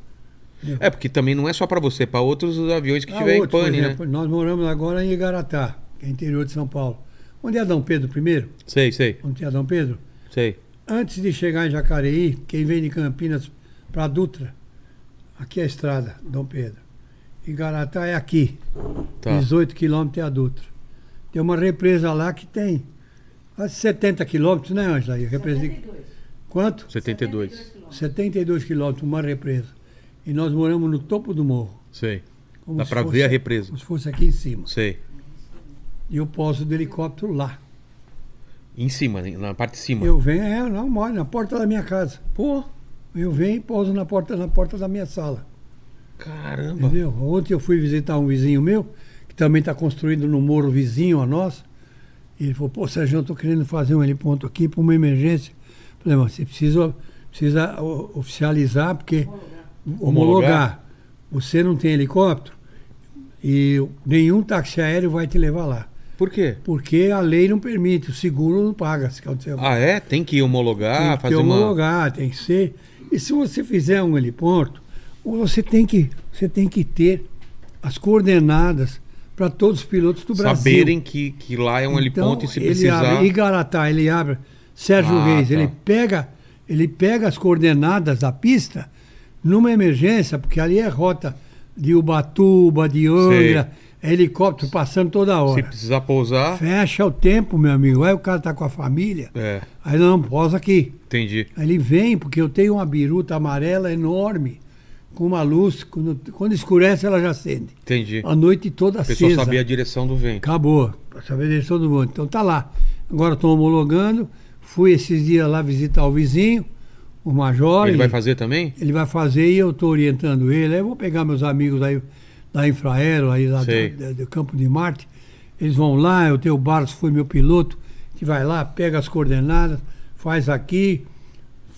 C: entendeu?
A: É, porque também não é só pra você, é pra outros aviões que
C: Ah,
A: tiver
C: outro,
A: em
C: por
A: pane, né?
C: exemplo, Nós moramos agora em Igaratá, que é interior de São Paulo. Onde é Dom Pedro I?
A: Sei, sei,
C: Onde tinha Dom Pedro?
A: sei.
C: Antes de chegar em Jacareí, quem vem de Campinas para Dutra, aqui é a estrada, Dom Pedro. Igaratá é aqui,
A: Tá.
C: 18 quilômetros é a Dutra. Tem uma represa lá que tem quase 70 quilômetros, né, Angela? E a Represa de... Quanto?
A: 72.
C: 72 quilômetros, uma represa. E nós moramos no topo do morro.
A: Sei.
C: como
A: Dá
C: se
A: pra
C: fosse-
A: ver a represa.
C: Como se fosse aqui em cima.
A: Sei.
C: E eu posso do helicóptero lá.
A: Em cima, na parte de cima.
C: Eu venho, é, não, moro na porta da minha casa.
A: Pô,
C: Eu venho e pouso na porta, na porta da minha sala.
A: caramba.
C: Entendeu? Ontem eu fui visitar um vizinho meu, que também está construindo no morro vizinho a nós. E ele falou, pô, Sérgio, eu estou querendo fazer um heliponto aqui para uma emergência. Falei, mas você precisa, precisa o- oficializar, porque homologar.
A: Homologar.
C: Você não tem helicóptero e nenhum táxi aéreo vai te levar lá.
A: Por quê?
C: Porque a lei não permite, o seguro não paga. Se acontecer alguma
A: Ah, é? Tem que homologar,
C: tem que
A: Ah, fazer
C: ter
A: uma.
C: homologar, tem que ser. E se você fizer um heliporto, você tem que, você tem que ter as coordenadas para todos os pilotos do Brasil. Então,
A: Saberem que, que lá é um heliponto e se
C: ele
A: precisar.
C: Abre, Igaratá, ele abre. Sérgio
A: Ah,
C: Reis,
A: tá.
C: ele pega, ele pega as coordenadas da pista numa emergência, porque ali é rota de Ubatuba, de Angra, é helicóptero passando toda
A: Se
C: hora.
A: precisar pousar.
C: Fecha o tempo, meu amigo. Aí o cara tá com a família.
A: É,
C: Aí não, posa aqui.
A: entendi.
C: Aí Ele vem, porque eu tenho uma biruta amarela enorme, com uma luz, quando, quando escurece ela já acende.
A: Entendi.
C: A noite toda
A: A pessoa
C: acesa.
A: sabia a direção do vento.
C: Acabou. Pra saber de todo mundo. Então tá lá. Agora estou homologando. Fui esses dias lá visitar o vizinho, o Major.
A: Ele
C: e-
A: vai fazer também?
C: Ele vai fazer e eu estou orientando ele. Aí eu vou pegar meus amigos aí da Infraero, aí lá
A: Sei.
C: do, do- do Campo de Marte. Eles vão lá, eu tenho o Barros, foi meu piloto, que vai lá, pega as coordenadas, faz aqui,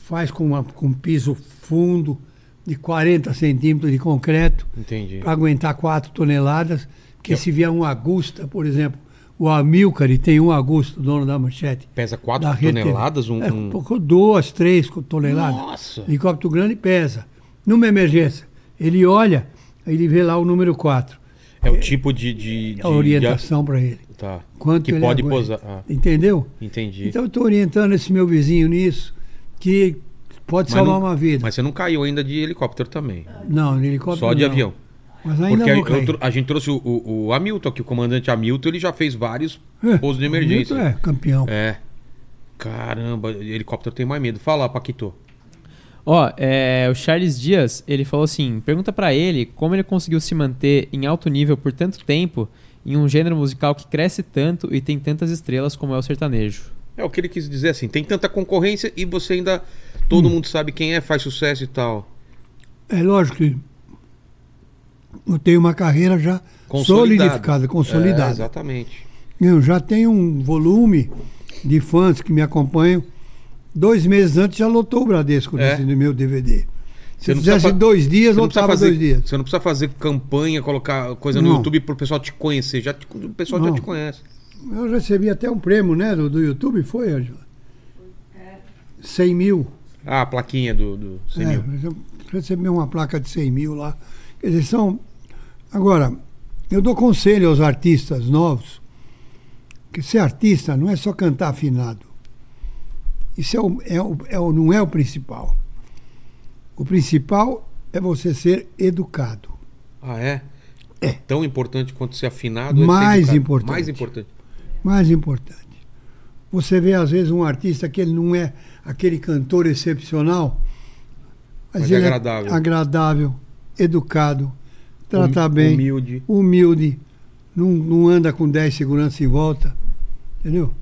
C: faz com, uma- com um piso fundo de 40 centímetros de concreto
A: Entendi.
C: para aguentar 4 toneladas, porque se vier um Agusta, por exemplo, o Amilcar ele tem um Agusta, o dono da manchete.
A: Pesa 4
C: da Rede TV.
A: toneladas? Um,
C: É,
A: um-
C: pouco, duas, três co- toneladas.
A: Nossa!
C: Helicóptero grande pesa. Numa emergência, ele olha, aí ele vê lá o número 4.
A: É o tipo de. de, de
C: A orientação para ele.
A: de- tá.
C: Quanto
A: que
C: ele
A: pode
C: aguenta.
A: pousar. Ah,
C: Entendeu?
A: entendi.
C: Então eu estou orientando esse meu vizinho nisso, que pode
A: Mas
C: salvar
A: não-
C: uma vida.
A: Mas você não caiu ainda de helicóptero também.
C: Não, de helicóptero.
A: Só de
C: não.
A: avião.
C: Mas ainda
A: Porque é
C: vou
A: a- eu
C: cair.
A: tro- a gente trouxe o, o, o Hamilton aqui, o comandante Hamilton, ele já fez vários
C: É,
A: pousos de
C: o Hamilton
A: emergência.
C: É, campeão.
A: É. Caramba, helicóptero tem mais medo. Fala, Paquito.
B: Ó, é, o Charles Dias, ele falou assim: pergunta pra ele como ele conseguiu se manter em alto nível por tanto tempo em um gênero musical que cresce tanto e tem tantas estrelas como é o sertanejo.
A: É o que ele quis dizer assim: tem tanta concorrência e você ainda.
C: Hum.
A: Todo mundo sabe quem é, faz sucesso e tal.
C: É lógico que eu tenho uma carreira já solidificada,
A: É,
C: consolidada.
A: exatamente.
C: eu já tenho um volume de fãs que me acompanham. Dois meses antes já lotou o Bradesco
A: É.
C: desse no meu DVD.
A: Você
C: Se eu
A: não precisa
C: fizesse
A: fa-
C: dois dias,
A: Você não precisa
C: lotava
A: fazer,
C: dois dias.
A: Você não precisa fazer campanha, colocar coisa no
C: Não.
A: YouTube pro pessoal te conhecer. Já te- o pessoal já
C: Não.
A: te conhece.
C: Eu recebi até um prêmio, né, do, do YouTube, foi, Angela? 100 mil.
A: Ah, a plaquinha do, do 100
C: É,
A: mil.
C: eu recebi uma placa de 100 mil lá. Eles são. Agora, eu dou conselho aos artistas novos que ser artista não é só cantar afinado. Isso é o- é o- é o- não é o principal. O principal é você ser educado.
A: Ah, é? É. Tão importante quanto ser afinado. é
C: Mais
A: ser educado.
C: importante.
A: Mais importante.
C: mais importante. Você vê, às vezes, um artista que ele não é aquele cantor excepcional, mas,
A: Mas é
C: ele é
A: agradável.
C: agradável, educado, trata
A: Hum-
C: bem,
A: Humilde.
C: humilde, não, não anda com 10 seguranças em volta, entendeu?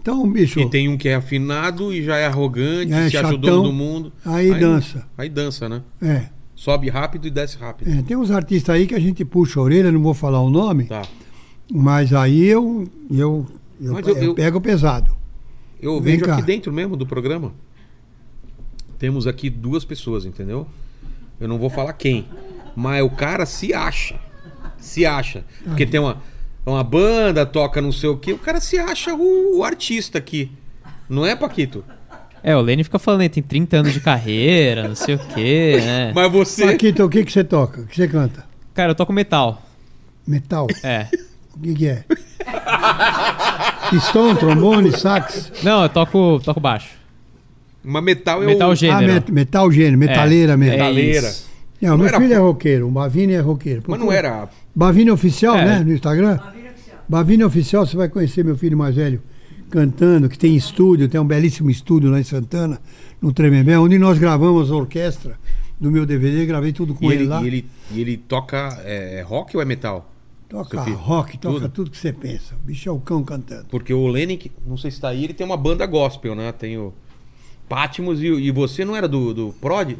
C: Então, bicho,
A: E tem um que é afinado e já é arrogante,
C: É,
A: se acha o
C: chatão.
A: dono do mundo.
C: Aí dança.
A: Aí dança, né?
C: é,
A: Sobe rápido e desce rápido.
C: é, tem uns artistas aí que a gente puxa a orelha, não vou falar o nome,
A: Tá.
C: mas aí eu, eu, eu,
A: Mas eu-
C: eu
A: eu-
C: pego pesado.
A: Eu
C: Vem
A: vejo
C: cá.
A: aqui dentro mesmo do programa. Temos aqui duas pessoas, entendeu? Eu não vou falar quem. Mas o cara se acha. Se acha. Porque tem uma, uma banda, toca não sei o quê. O cara se acha o, o artista aqui. Não é, Paquito?
B: É, o Lenny fica falando, ele tem 30 anos de carreira, não sei o quê, né?
A: Mas você.
C: Paquito, o que, que você toca? O que você canta?
B: Cara, eu toco metal.
C: Metal?
B: É.
C: O que, que é? Pistão, trombone, sax.
B: Não, eu toco, toco baixo.
A: Mas metal é
B: metal
A: o...
C: Ah,
B: gênero.
C: met- metal gênero,
B: É,
C: metaleira mesmo.
A: Metaleira.
B: isso.
C: Não,
A: Não
C: meu
A: era
C: filho é
A: pop.
C: roqueiro, o Bavini é roqueiro.
A: Mas não
C: Procura.
A: era.
C: Bavini Oficial,
B: É.
C: né, no Instagram? Bavini Oficial, você vai conhecer meu filho mais velho cantando, que tem estúdio, tem um belíssimo estúdio lá em Santana, no Tremembé, onde nós gravamos a orquestra do meu DVD, gravei tudo com
A: E
C: ele,
A: ele,
C: lá.
A: e ele, e ele toca é, rock ou é metal?
C: Toca
A: seu filho,
C: rock, toca
A: tudo?
C: tudo. que você pensa. O bicho é o cão cantando.
A: Porque o Lenny, que- não sei se tá aí, ele tem uma banda gospel, né? Tem o Patmos e, o- e você não era do, do prog?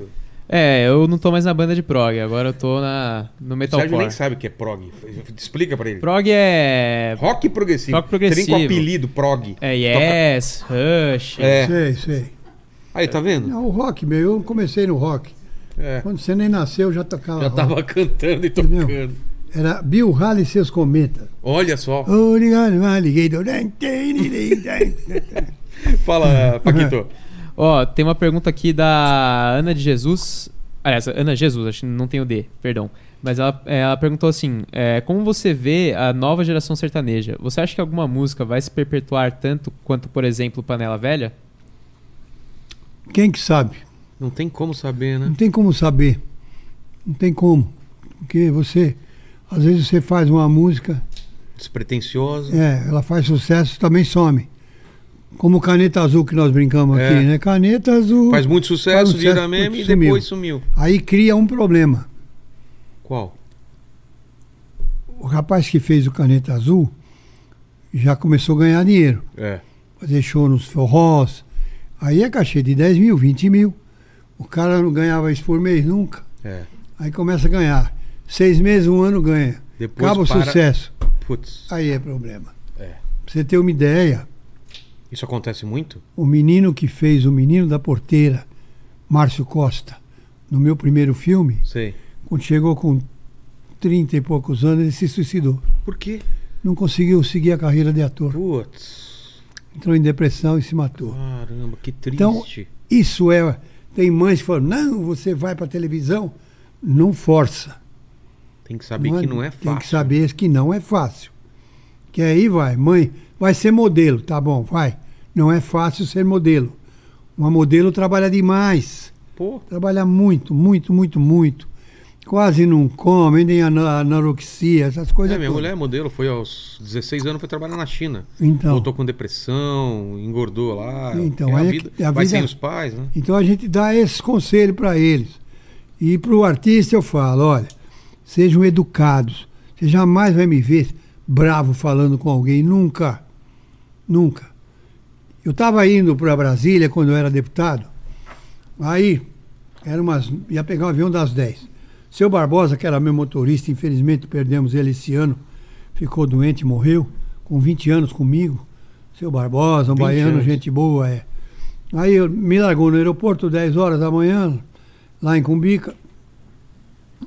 B: É, eu não tô mais na banda de prog, agora eu tô na, no
A: O Sérgio nem
B: metalcore.
A: sabe o que é prog. Explica pra ele.
B: Prog é...
A: Rock progressivo.
B: Rock
A: Você vem
B: progressivo.
A: com o apelido prog.
B: É Yes, Rush...
A: É.
C: Sei, sei.
A: Aí, tá vendo?
C: Não, o rock, meu, eu comecei no rock.
A: É.
C: Quando você nem nasceu, eu já tocava.
A: Já
C: rock.
A: tava cantando e
C: Entendeu?
A: tocando.
C: Era Bill Haley e seus cometas.
A: Olha só.
C: Obrigado, alligator. Você É.
A: Fala, Paquito.
B: Ó, tem uma pergunta aqui da Ana de Jesus. Aliás, Ana Jesus, acho que não tem o D, perdão. Mas ela, é, ela perguntou assim: é, Como você vê a nova geração sertaneja? Você acha que alguma música vai se perpetuar tanto quanto, por exemplo, Panela Velha?
C: Quem que sabe?
A: Não tem como saber,
C: Não
A: né?
C: tem como saber. Não tem como. Porque você, às vezes você faz uma música,
A: Despretensiosa.
C: é, ela faz sucesso também some. Como Caneta Azul que nós brincamos
A: É.
C: aqui, né? Caneta Azul.
A: Faz muito
C: Faz
A: sucesso,
C: um
A: vira
C: sucesso,
A: meme e
C: sumiu.
A: depois sumiu.
C: Aí cria um problema.
A: Qual?
C: O rapaz que fez o Caneta Azul já começou a ganhar dinheiro.
A: É.
C: Fazer show nos forrós. Aí é cachê de 10 mil, 20 mil. O cara não ganhava isso por mês nunca.
A: É.
C: Aí começa a ganhar. Seis meses, um ano ganha.
A: Depois
C: Acaba
A: para-
C: o sucesso.
A: Putz.
C: Aí é problema.
A: É.
C: Pra você ter uma ideia,
A: Isso acontece muito?
C: o menino que fez o menino da porteira, Márcio Costa, no meu primeiro filme,
A: Sei.
C: quando chegou com 30 e poucos anos, ele se suicidou.
A: Por quê?
C: Não conseguiu seguir a carreira de ator.
A: Putz.
C: Entrou em depressão e se matou.
A: Caramba, que triste.
C: Então, isso é. Tem mães que falam: não, você vai pra televisão. Não força.
A: tem que saber que não é fácil.
C: Tem que saber que não é fácil. Que aí vai, mãe, vai ser modelo, tá bom, vai. Não é fácil ser modelo. Uma modelo trabalha demais.
A: Pô,
C: Trabalha muito, muito, muito, muito. Quase não come, nem ana- anorexia, essas coisas.
A: é, minha
C: todas.
A: mulher é modelo, foi aos 16 anos, foi trabalhar na China.
C: Então.
A: Voltou com depressão, engordou lá.
C: Então,
A: é a,
C: aí é
A: vida,
C: que- a
A: Vai
C: vida-
A: sem os pais, né?
C: Então a gente dá esse conselho para eles. E para o artista eu falo, olha, sejam educados. Você jamais vai me ver bravo falando com alguém, nunca. Nunca. Eu estava indo para Brasília quando eu era deputado. Aí, era umas, ia pegar um avião das 10. Seu Barbosa, que era meu motorista, infelizmente perdemos ele esse ano, ficou doente, morreu, com 20 anos comigo. Seu Barbosa, um
A: 20
C: baiano,
A: anos.
C: gente boa, é. Aí eu me largou no aeroporto 10 horas da manhã, lá em Cumbica.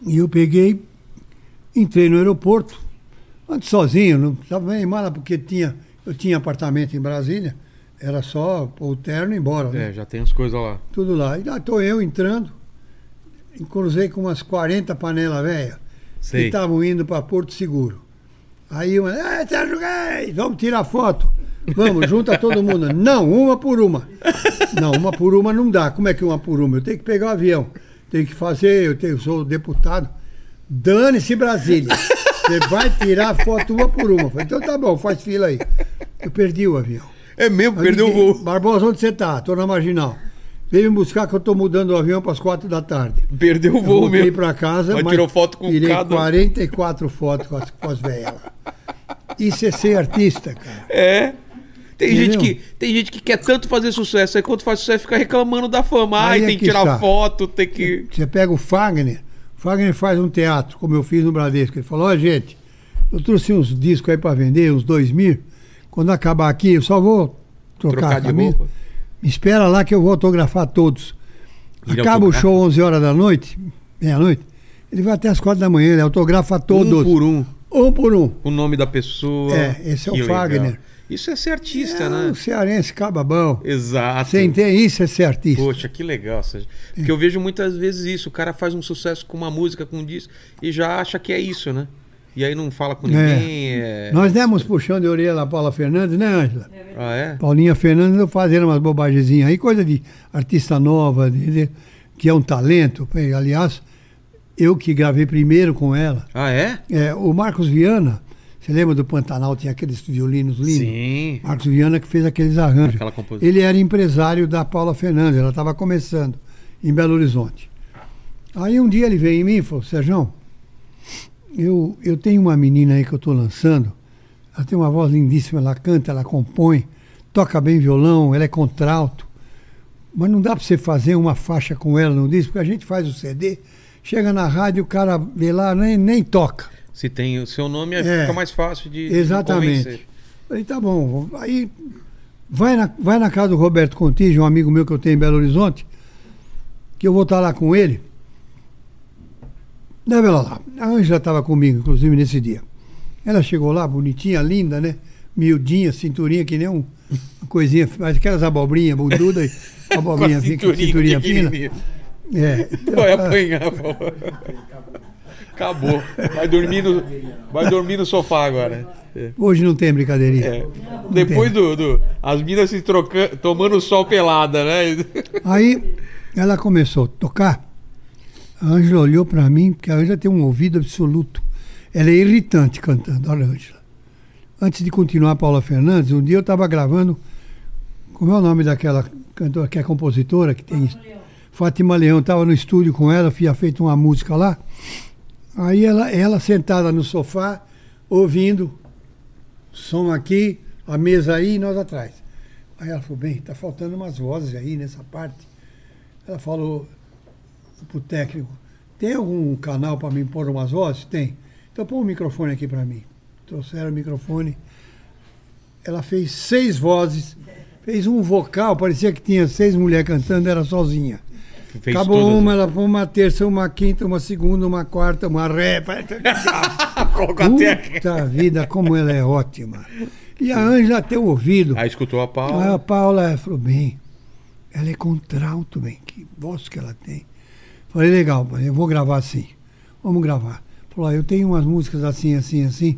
C: E eu peguei, entrei no aeroporto, antes sozinho, não precisava nem mala, porque tinha, eu tinha apartamento em Brasília, era só pôr o terno e ir embora. né?
A: É, já tem as coisas lá.
C: tudo lá. E lá estou eu entrando, e cruzei com umas 40 panelas velhas que
A: Sei.
C: estavam indo para Porto Seguro. Aí uma, "Ah, Sérgio Reis, vamos tirar foto. Vamos, junta todo mundo. Não, uma por uma. Não, uma por uma não dá. Como é que uma por uma? Eu tenho que pegar o avião. Tenho que fazer, eu tenho, sou deputado. Dane-se Brasília. Você vai tirar foto uma por uma. Eu Falei, então tá bom, faz fila aí. Eu perdi o avião.
A: É mesmo,
C: Aí
A: perdeu o
C: liguei,
A: voo.
C: Barbosa, onde você tá? Tô na marginal. Vem me buscar que eu tô mudando o avião para as quatro da tarde.
A: Perdeu o
C: Eu
A: voo
C: voltei
A: mesmo.
C: pra casa.
A: Mas tirou foto com
C: tirei
A: cada-
C: 44 fotos com as, com as velhas lá. Isso é ser artista, cara.
A: É. Tem gente,
C: Entendeu?
A: que, tem gente que quer tanto fazer sucesso, aí quando faz sucesso fica reclamando da fama. Ai,
C: Aí é
A: tem que
C: que
A: tirar
C: está.
A: foto, tem que.
C: Você pega o Fagner. O Fagner faz um teatro, como eu fiz no Bradesco. Ele falou, ó, gente, eu trouxe uns discos aí para vender, uns dois mil. Quando acabar aqui, eu só vou trocar,
A: Trocar
C: a
A: de
C: camisa.
A: roupa.
C: Me espera lá que eu vou autografar todos.
A: Ele
C: Acaba o
A: autografa?
C: show 11 horas da noite, meia-noite. Ele vai até as quatro da manhã, ele autografa todos.
A: Um por um.
C: Um por um.
A: O nome da pessoa.
C: É, esse é o
A: Que legal.
C: Fagner.
A: Isso é ser artista,
C: É
A: né?
C: um cearense cababão.
A: Exato.
C: Você entende? Isso é ser artista.
A: Poxa, que legal. Sérgio. Porque
C: É.
A: eu vejo muitas vezes isso. O cara faz um sucesso com uma música, com um disco, e já acha que é isso, né? E aí não fala com ninguém. É.
C: Nós demos puxão de orelha a Paula Fernandes, né, Ângela?
A: Ah, é?
C: Paulinha Fernandes eu fazendo umas bobagezinhas aí, coisa de artista nova, de- de- que é um talento. Bem, Aliás, eu que gravei primeiro com ela.
A: Ah, é?
C: É, o Marcos Viana, você lembra do Pantanal? Tinha aqueles violinos lindos.
A: Sim.
C: Marcos Viana que fez aqueles arranjos.
A: Aquela composição.
C: Ele era empresário da Paula Fernandes, ela estava começando em Belo Horizonte. Aí um dia ele veio em mim e falou, Sérgio, eu, eu tenho uma menina aí que eu estou lançando, ela tem uma voz lindíssima, ela canta, ela compõe, toca bem violão, ela é contralto, mas não dá para você fazer uma faixa com ela no disco, porque a gente faz o CD, chega na rádio, o cara vê lá, nem, nem toca.
A: Se tem o seu nome, aí
C: É.
A: fica mais fácil de. de
C: Exatamente.
A: convencer.
C: Falei, tá bom. Aí vai na, vai na casa do Roberto Contígio, um amigo meu que eu tenho em Belo Horizonte, que eu vou estar lá com ele. Leva ela lá. A Ângela estava comigo, inclusive, nesse dia. Ela chegou lá, bonitinha, linda, né? Miudinha, cinturinha, que nem um- uma coisinha, mas aquelas abobrinhas, bunduda, e abobrinha,
A: Com a
C: fica,
A: cinturinha
C: cinturinha fina.
A: pequenininha. um
C: É.
A: Vai apanhar, por favor. Acabou. Vai dormir no, vai dormir no sofá agora. É.
C: Hoje não tem brincadeirinha.
A: É. Depois do, do- As minas se trocando, tomando sol pelada, né?
C: Aí ela começou a tocar. A Ângela olhou para mim, porque a Ângela tem um ouvido absoluto. Ela é irritante cantando, olha, Ângela. Antes de continuar, Paula Fernandes, um dia eu estava gravando. Como é o nome daquela cantora, que é compositora, que tem. Fátima Leão, estava no estúdio com ela, tinha feito uma música lá. Aí ela, ela sentada no sofá, ouvindo som aqui, a mesa aí e nós atrás. Aí ela falou, bem, tá faltando umas vozes aí nessa parte. Ela falou pro técnico, tem algum canal para mim pôr umas vozes? Tem. Então põe um microfone aqui para mim. Trouxeram o microfone. Ela fez seis vozes, fez um vocal, parecia que tinha seis mulheres cantando, era sozinha.
A: Fez
C: Acabou
A: todas- né?
C: uma, ela põe uma terça, uma quinta, uma segunda, uma quarta, uma ré.
A: é Colocou Tá até aqui.
C: Puta vida, como ela é ótima. E a Ângela tem o ouvido.
A: Aí escutou a
C: Aí a
A: Paula.
C: Ah, Paula falou, bem, ela é contralto, bem, que voz que ela tem. Falei, legal, mãe, eu vou gravar assim. Vamos gravar. Falou, "Ah, eu tenho umas músicas assim, assim, assim.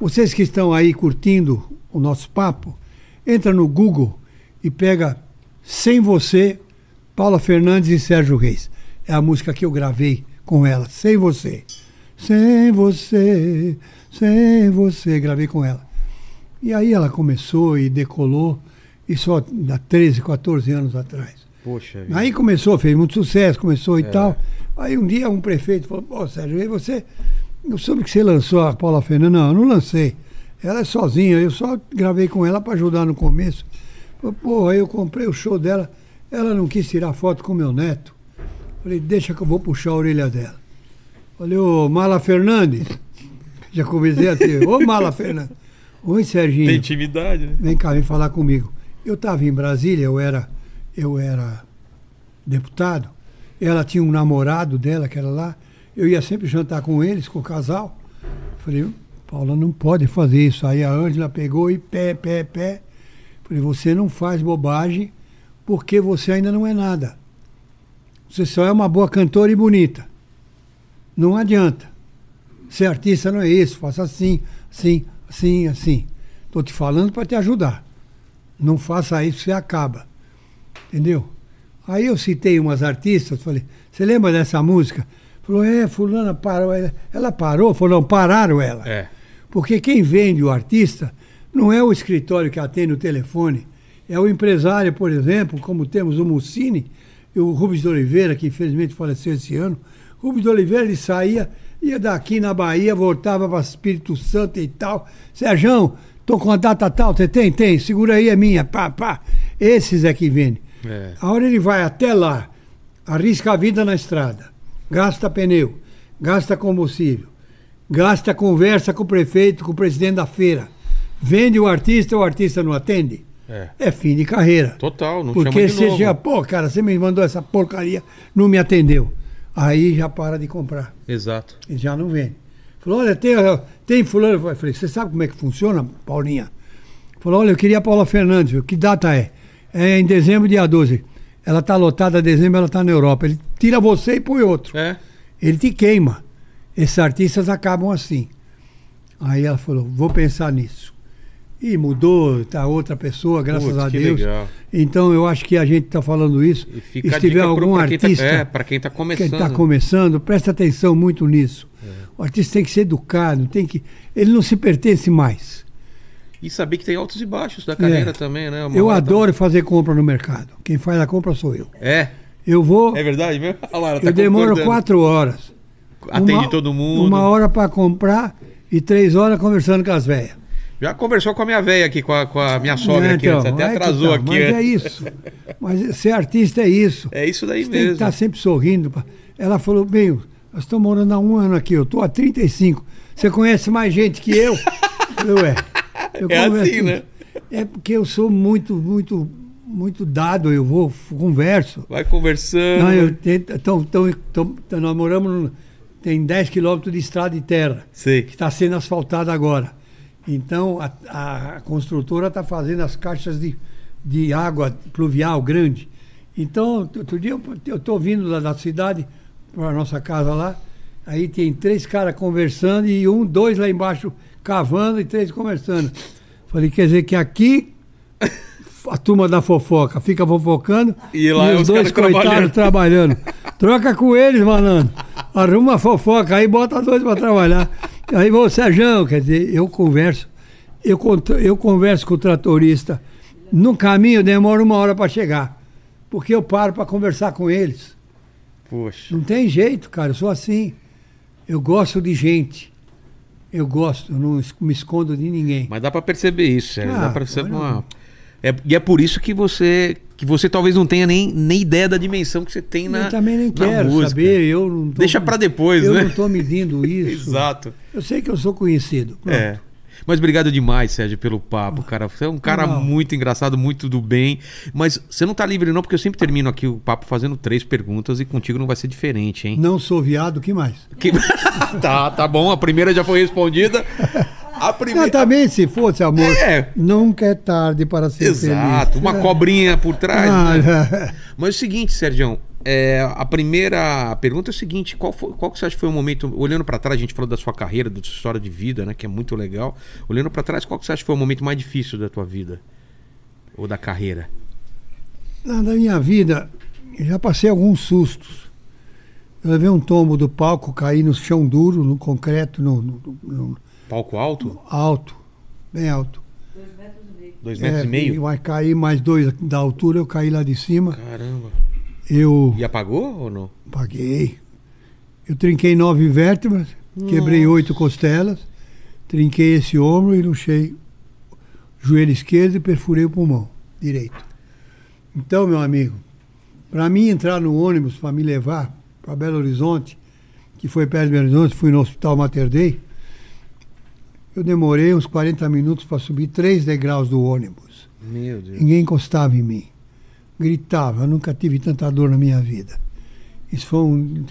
C: Vocês que estão aí curtindo o nosso papo, entra no Google e pega Sem Você, Paula Fernandes e Sérgio Reis. É a música que eu gravei com ela, Sem Você. Sem você, sem você, gravei com ela. E aí ela começou e decolou, e só há 13, 14 anos atrás.
A: Poxa vida.
C: Aí começou, fez muito sucesso, começou e tal. Aí um dia um prefeito falou, pô, Sérgio, e você. Eu soube que você lançou a Paula Fernandes. Não, eu não lancei. Ela é sozinha, eu só gravei com ela para ajudar no começo. Falei, Pô, aí eu comprei o show dela. Ela não quis tirar foto com meu neto. Falei, deixa que eu vou puxar a orelha dela. Falei, ô Mala Fernandes. Já comecei a ter, ô Mala Fernandes. Oi, Serginho.
A: Tem intimidade, né?
C: Vem cá, vem falar comigo. Eu estava em Brasília, eu era, eu era deputado. Ela tinha um namorado dela, que era lá. Eu ia sempre jantar com eles, com o casal. Falei, "Hum, Paula, não pode fazer isso. Aí a Ângela pegou e pé, pé, pé. Falei, você não faz bobagem porque você ainda não é nada. Você só é uma boa cantora e bonita. Não adianta. Ser artista não é isso, faça assim, assim, assim, assim. Estou te falando para te ajudar. Não faça isso, você acaba. Entendeu? Aí eu citei umas artistas, falei, você lembra dessa música? Falou, é, fulana parou. Ela- Ela parou, falou, não, pararam ela.
A: É.
C: Porque quem vende o artista não é o escritório que atende o telefone, é o empresário, por exemplo, como temos o Mussini e o Rubens de Oliveira, que infelizmente faleceu esse ano. Rubens de Oliveira, ele saía, ia daqui na Bahia, voltava para Espírito Santo e tal. Serjão, tô com a data tal, você tem? Tem, segura aí, é minha, pá, pá. Esses é que vendem.
A: É.
C: A hora ele vai até lá, arrisca a vida na estrada, gasta pneu, gasta combustível, gasta conversa com o prefeito, com o presidente da feira, vende o artista, o artista não atende.
A: É.
C: É fim de carreira.
A: Total, não chama
C: Porque
A: de
C: você
A: novo.
C: já, pô, cara, você me mandou essa porcaria, não me atendeu. Aí já para de comprar.
A: Exato.
C: Ele já não vende. Falou, olha, tem, tem fulano. Eu falei, você sabe como é que funciona, Paulinha? Falou, olha, eu queria a Paula Fernandes. Eu, Que data é? É em dezembro, dia 12. Ela tá lotada, dezembro ela tá na Europa. Ele tira você e põe outro.
A: É.
C: Ele te queima. Esses artistas acabam assim. Aí ela falou, vou pensar nisso. E mudou, tá outra pessoa, graças
A: Putz,
C: a
A: que
C: Deus.
A: legal.
C: Então eu acho que a gente tá falando isso.
A: E
C: E,
A: fica a
C: se tiver
A: dica pro-
C: algum
A: pra quem tá-
C: artista
A: é, pra quem tá começando.
C: que está começando, presta atenção muito nisso. O artista tem que ser educado, tem que. Ele não se pertence mais.
A: E saber que tem altos e baixos da carreira
C: É.
A: também, né? Uma
C: eu
A: hora tá-
C: adoro fazer compra no mercado. Quem faz a compra sou eu.
A: É.
C: Eu vou.
A: É verdade mesmo? Olha lá, ela tá
C: eu demoro
A: concordando.
C: quatro horas.
A: Atende
C: Uma-
A: todo mundo.
C: Uma hora para comprar e três horas conversando com as velhas.
A: Já conversou com a minha velha aqui, com a, com a minha sogra
C: Né,
A: aqui
C: então?
A: antes. Até
C: É que
A: atrasou
C: tá,
A: aqui.
C: Mas
A: antes.
C: é isso. Mas ser artista é isso.
A: É isso daí
C: Você tem que tá
A: mesmo.
C: estar sempre sorrindo. pá. Ela falou, bem, nós estamos morando há um ano aqui, eu estou há 35. Você conhece mais gente que eu? eu é. Eu
A: É
C: converso-
A: assim, né?
C: É porque eu sou muito, muito, muito dado, eu vou, f- converso.
A: Vai conversando.
C: Não, eu tento- tão- tão- tão- tão- nós moramos, num- tem 10 quilômetros de estrada de terra
A: Sei.
C: que está sendo asfaltada agora. Então, a, tá a- a construtora está fazendo as caixas de, de água pluvial grande. Então, outro dia eu- eu estou vindo da, da cidade para nossa casa lá, aí tem três caras conversando e um, dois lá embaixo cavando e três conversando. Falei, quer dizer que aqui a turma da fofoca fica fofocando
A: E lá é
C: os
A: os
C: dois
A: caras
C: coitados trabalhando. Troca com eles, malandro. Arruma a fofoca aí, bota dois para trabalhar. Aí vou, Sérgio, quer dizer, eu converso, eu, cont- eu converso com o tratorista. No caminho demora uma hora para chegar, porque eu paro para conversar com eles.
A: Poxa.
C: Não tem jeito, cara, eu sou assim. Eu gosto de gente. Eu gosto, eu não es- me escondo de ninguém.
A: Mas dá pra perceber isso, Sérgio.
C: Ah,
A: dá pra perceber
C: olha.
A: uma. É, e é por isso que você. Que você talvez não tenha nem, nem ideia da dimensão que você tem na.
C: eu também nem
A: na
C: quero
A: música.
C: saber, eu não tô,
A: Deixa pra depois,
C: eu
A: né?
C: não tô medindo isso.
A: Exato.
C: Eu sei que eu sou conhecido. Pronto.
A: É. Mas obrigado demais, Sérgio, pelo papo, cara. Você é um cara
C: Não.
A: muito engraçado, muito do bem. Mas você não tá livre, não, porque eu sempre termino aqui o papo fazendo três perguntas e contigo não vai ser diferente, hein?
C: Não sou viado, o que mais?
A: Que- tá, tá bom. A primeira já foi respondida. A
C: Não,
A: primeira.
C: também se fosse, amor.
A: É.
C: Nunca é tarde para ser
A: Exato,
C: feliz.
A: uma cobrinha por trás. né?
C: Ah,
A: Mas é o seguinte, Sérgio, é, a primeira pergunta é o seguinte: qual, foi, qual que você acha que foi o momento, olhando pra trás, a gente falou da sua carreira, da sua história de vida, né, que é muito legal. Olhando pra trás, qual que você acha que foi o momento mais difícil da tua vida? Ou da carreira?
C: Na na minha vida, eu já passei alguns sustos. Eu levei um tombo do palco, caí no chão duro, no concreto, no, no- no-
A: Palco alto?
C: alto, bem alto.
A: Dois metros
C: É,
A: e meio?
C: Vai cair mais dois da altura, eu caí lá de cima.
A: Caramba.
C: Eu
A: E apagou ou não?
C: Paguei. Eu trinquei nove vértebras, quebrei oito costelas, trinquei esse ombro e luxei o joelho esquerdo e perfurei o pulmão direito. Então, meu amigo, para mim entrar no ônibus para me levar para Belo Horizonte, que foi perto de Belo Horizonte, fui no Hospital Mater Dei, eu demorei uns 40 minutos para subir três degraus do ônibus.
A: Meu Deus.
C: Ninguém encostava em mim. Gritava, eu nunca tive tanta dor na minha vida. Isso foi um-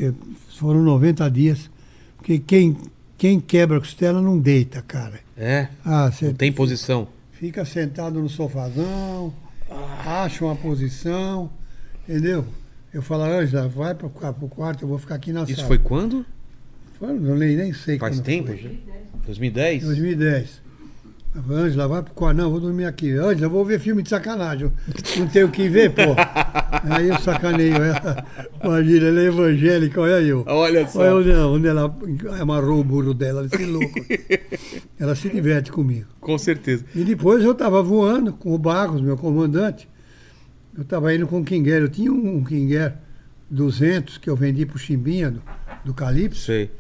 C: foram 90 dias, porque quem, quem quebra a costela não deita, cara.
A: É,
C: Ah, você
A: não tem posição.
C: fica sentado no sofazão, acha uma posição, entendeu? Eu falo, Ângela, vai para o quarto, eu vou ficar aqui na
A: Isso
C: sala.
A: foi quando?
C: Foi, eu nem, nem sei
A: Faz
C: quando
A: tempo?
C: foi.
A: já? 2010?
C: 2010. Eu falei, Ângela, vai pro quarto. Não, vou dormir aqui. Ângela, vou ver filme de sacanagem. Eu Não tenho o que ver, pô. Aí eu sacaneio ela. Imagina, ela é evangélica, olha eu.
A: Olha só.
C: Olha onde ela, onde ela amarrou o burro dela, ela se louco. Ela se diverte comigo.
A: Com certeza.
C: E depois eu estava voando com o Barros, meu comandante. Eu estava indo com o Kinguer. Eu tinha um Kinguer 200 que eu vendi pro Chimbinha, do, do Calypso.
A: Sei.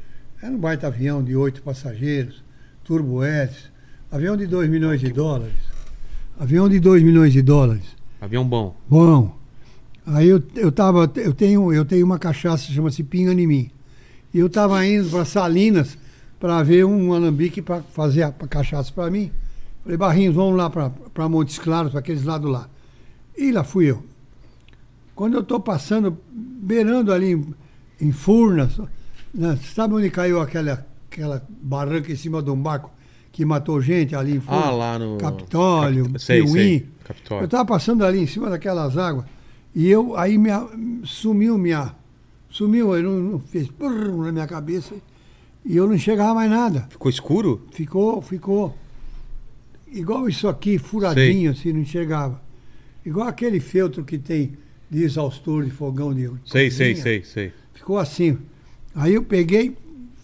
C: Era um baita avião de oito passageiros, turbo hélice, avião de 2 milhões de dólares. Avião de 2 milhões de dólares.
A: Avião bom.
C: Bom, aí eu, eu tava, eu tenho, eu tenho uma cachaça, chama-se Pinga em mim. E eu tava indo para Salinas para ver um alambique para fazer a pra cachaça para mim. Falei, Barrinhos, vamos lá para Montes Claros, para aqueles lados lá. E lá fui eu. Quando eu estou passando, beirando ali em, em Furnas, né, sabe onde caiu aquela, aquela barranca em cima de um barco que matou gente ali em Furnas?
A: Ah, lá no-
C: Capitólio,
A: Capit- sei,
C: Piuí.
A: sei. Capitólio.
C: Eu estava passando ali em cima daquelas águas e eu aí minha, sumiu minha. Sumiu, eu não, não fez brrr na minha cabeça e eu não enxergava mais nada.
A: Ficou escuro?
C: Ficou, ficou. Igual isso aqui, furadinho, assim, não enxergava. Igual aquele feltro que tem de exaustor de fogão de.
A: Sei, sei,
C: cozinha.
A: sei, sei.
C: Ficou assim. Aí eu peguei,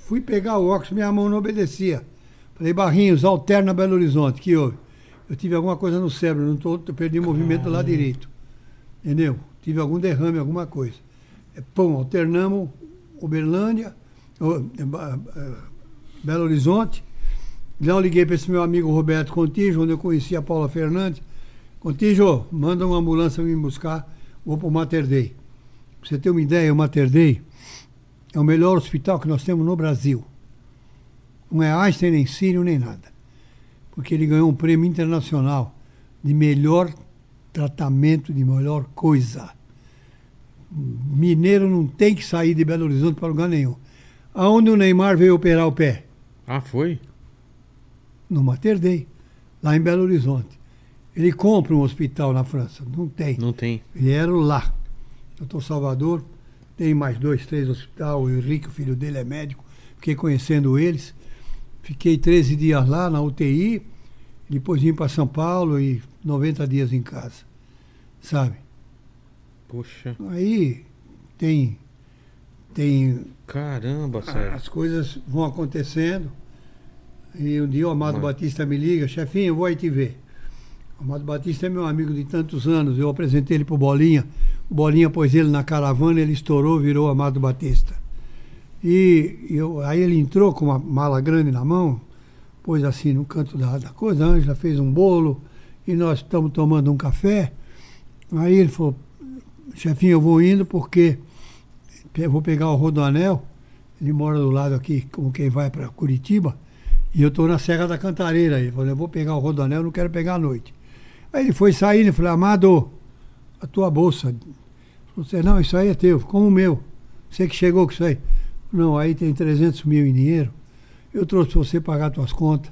C: fui pegar o óculos, minha mão não obedecia. Falei, Barrinhos, alterna Belo Horizonte, que houve? Eu tive alguma coisa no cérebro, não tô, eu perdi o movimento do lado direito. Entendeu? Tive algum derrame, alguma coisa. É, Pum, alternamos Uberlândia, ô, eh, Ba- eh, Belo Horizonte. Lá eu liguei para esse meu amigo Roberto Contijo, onde eu conheci a Paula Fernandes. Contijo, manda uma ambulância me buscar, vou para o Mater Dei. Pra você ter uma ideia, o Mater Dei é o melhor hospital que nós temos no Brasil. Não é Einstein, nem Sírio, nem nada. Porque ele ganhou um prêmio internacional de melhor tratamento, de melhor coisa. Mineiro não tem que sair de Belo Horizonte para lugar nenhum. Aonde o Neymar veio operar o pé?
A: Ah, foi?
C: No Mater Dei, lá em Belo Horizonte. Ele compra um hospital na França. Não tem.
A: Não tem.
C: Vieram lá. Doutor Salvador, tem mais dois, três no hospital, o Henrique, o filho dele é médico, fiquei conhecendo eles. Fiquei 13 dias lá na UTI, depois vim para São Paulo e 90 dias em casa, sabe?
A: Poxa,
C: Aí tem, tem
A: caramba,
C: a-
A: Sérgio.
C: as coisas vão acontecendo. E um dia o Amado
A: Mas-
C: Batista me liga, chefinho, eu vou aí te ver. O Amado Batista é meu amigo de tantos anos, eu apresentei ele pro Bolinha. O Bolinha pôs ele na caravana, ele estourou, virou Amado Batista. E eu, aí ele entrou com uma mala grande na mão, pôs assim no canto da, da coisa, a Ângela fez um bolo e nós estamos tomando um café. Aí ele falou, chefinho, eu vou indo porque eu vou pegar o Rodoanel, ele mora do lado aqui, como quem vai para Curitiba, e eu estou na Serra da Cantareira. Ele falou, eu vou pegar o Rodoanel, não quero pegar à noite. Aí ele foi sair, ele falou, Amado, a tua bolsa. Você, não, isso aí é teu, como o meu. Você que chegou com isso aí. Não, aí tem 300 mil em dinheiro. Eu trouxe pra você pagar tuas contas.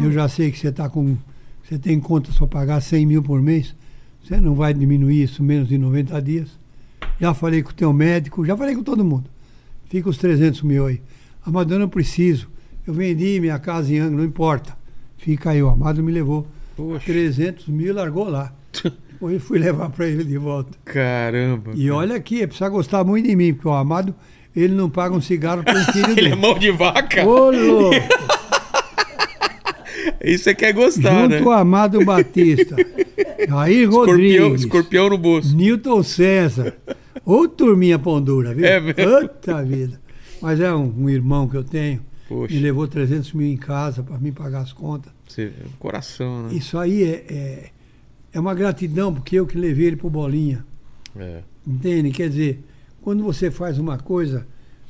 C: Eu já sei que você tá com. Você tem conta só pagar 100 mil por mês. Você não vai diminuir isso menos de 90 dias. Já falei com o teu médico, já falei com todo mundo. Fica os 300 mil aí. Amado, Ah, eu não preciso. Eu vendi minha casa em Angra, não importa. Fica aí, o Amado me levou.
A: Poxa.
C: 300 mil e largou lá. Depois eu fui levar para ele de volta.
A: Caramba.
C: E olha aqui, precisa gostar muito de mim, porque o Amado, ele não paga um cigarro pro filho
A: Ele é
C: dele.
A: mão de vaca?
C: Ô, louco!
A: Isso é que é gostar, né?
C: Junto ao Amado Batista, Jair
A: Escorpião,
C: Rodrigues,
A: escorpião no bolso.
C: Newton César. Ô, turminha pondura, viu?
A: É mesmo?
C: Puta vida. Mas é um, um irmão que eu tenho.
A: Poxa.
C: Me levou 300 mil em casa para mim pagar as contas.
A: Você, coração, né?
C: é- Isso aí é, é, é uma gratidão, porque eu que levei ele pro Bolinha.
A: É.
C: Entende? Quer dizer, quando você faz uma coisa,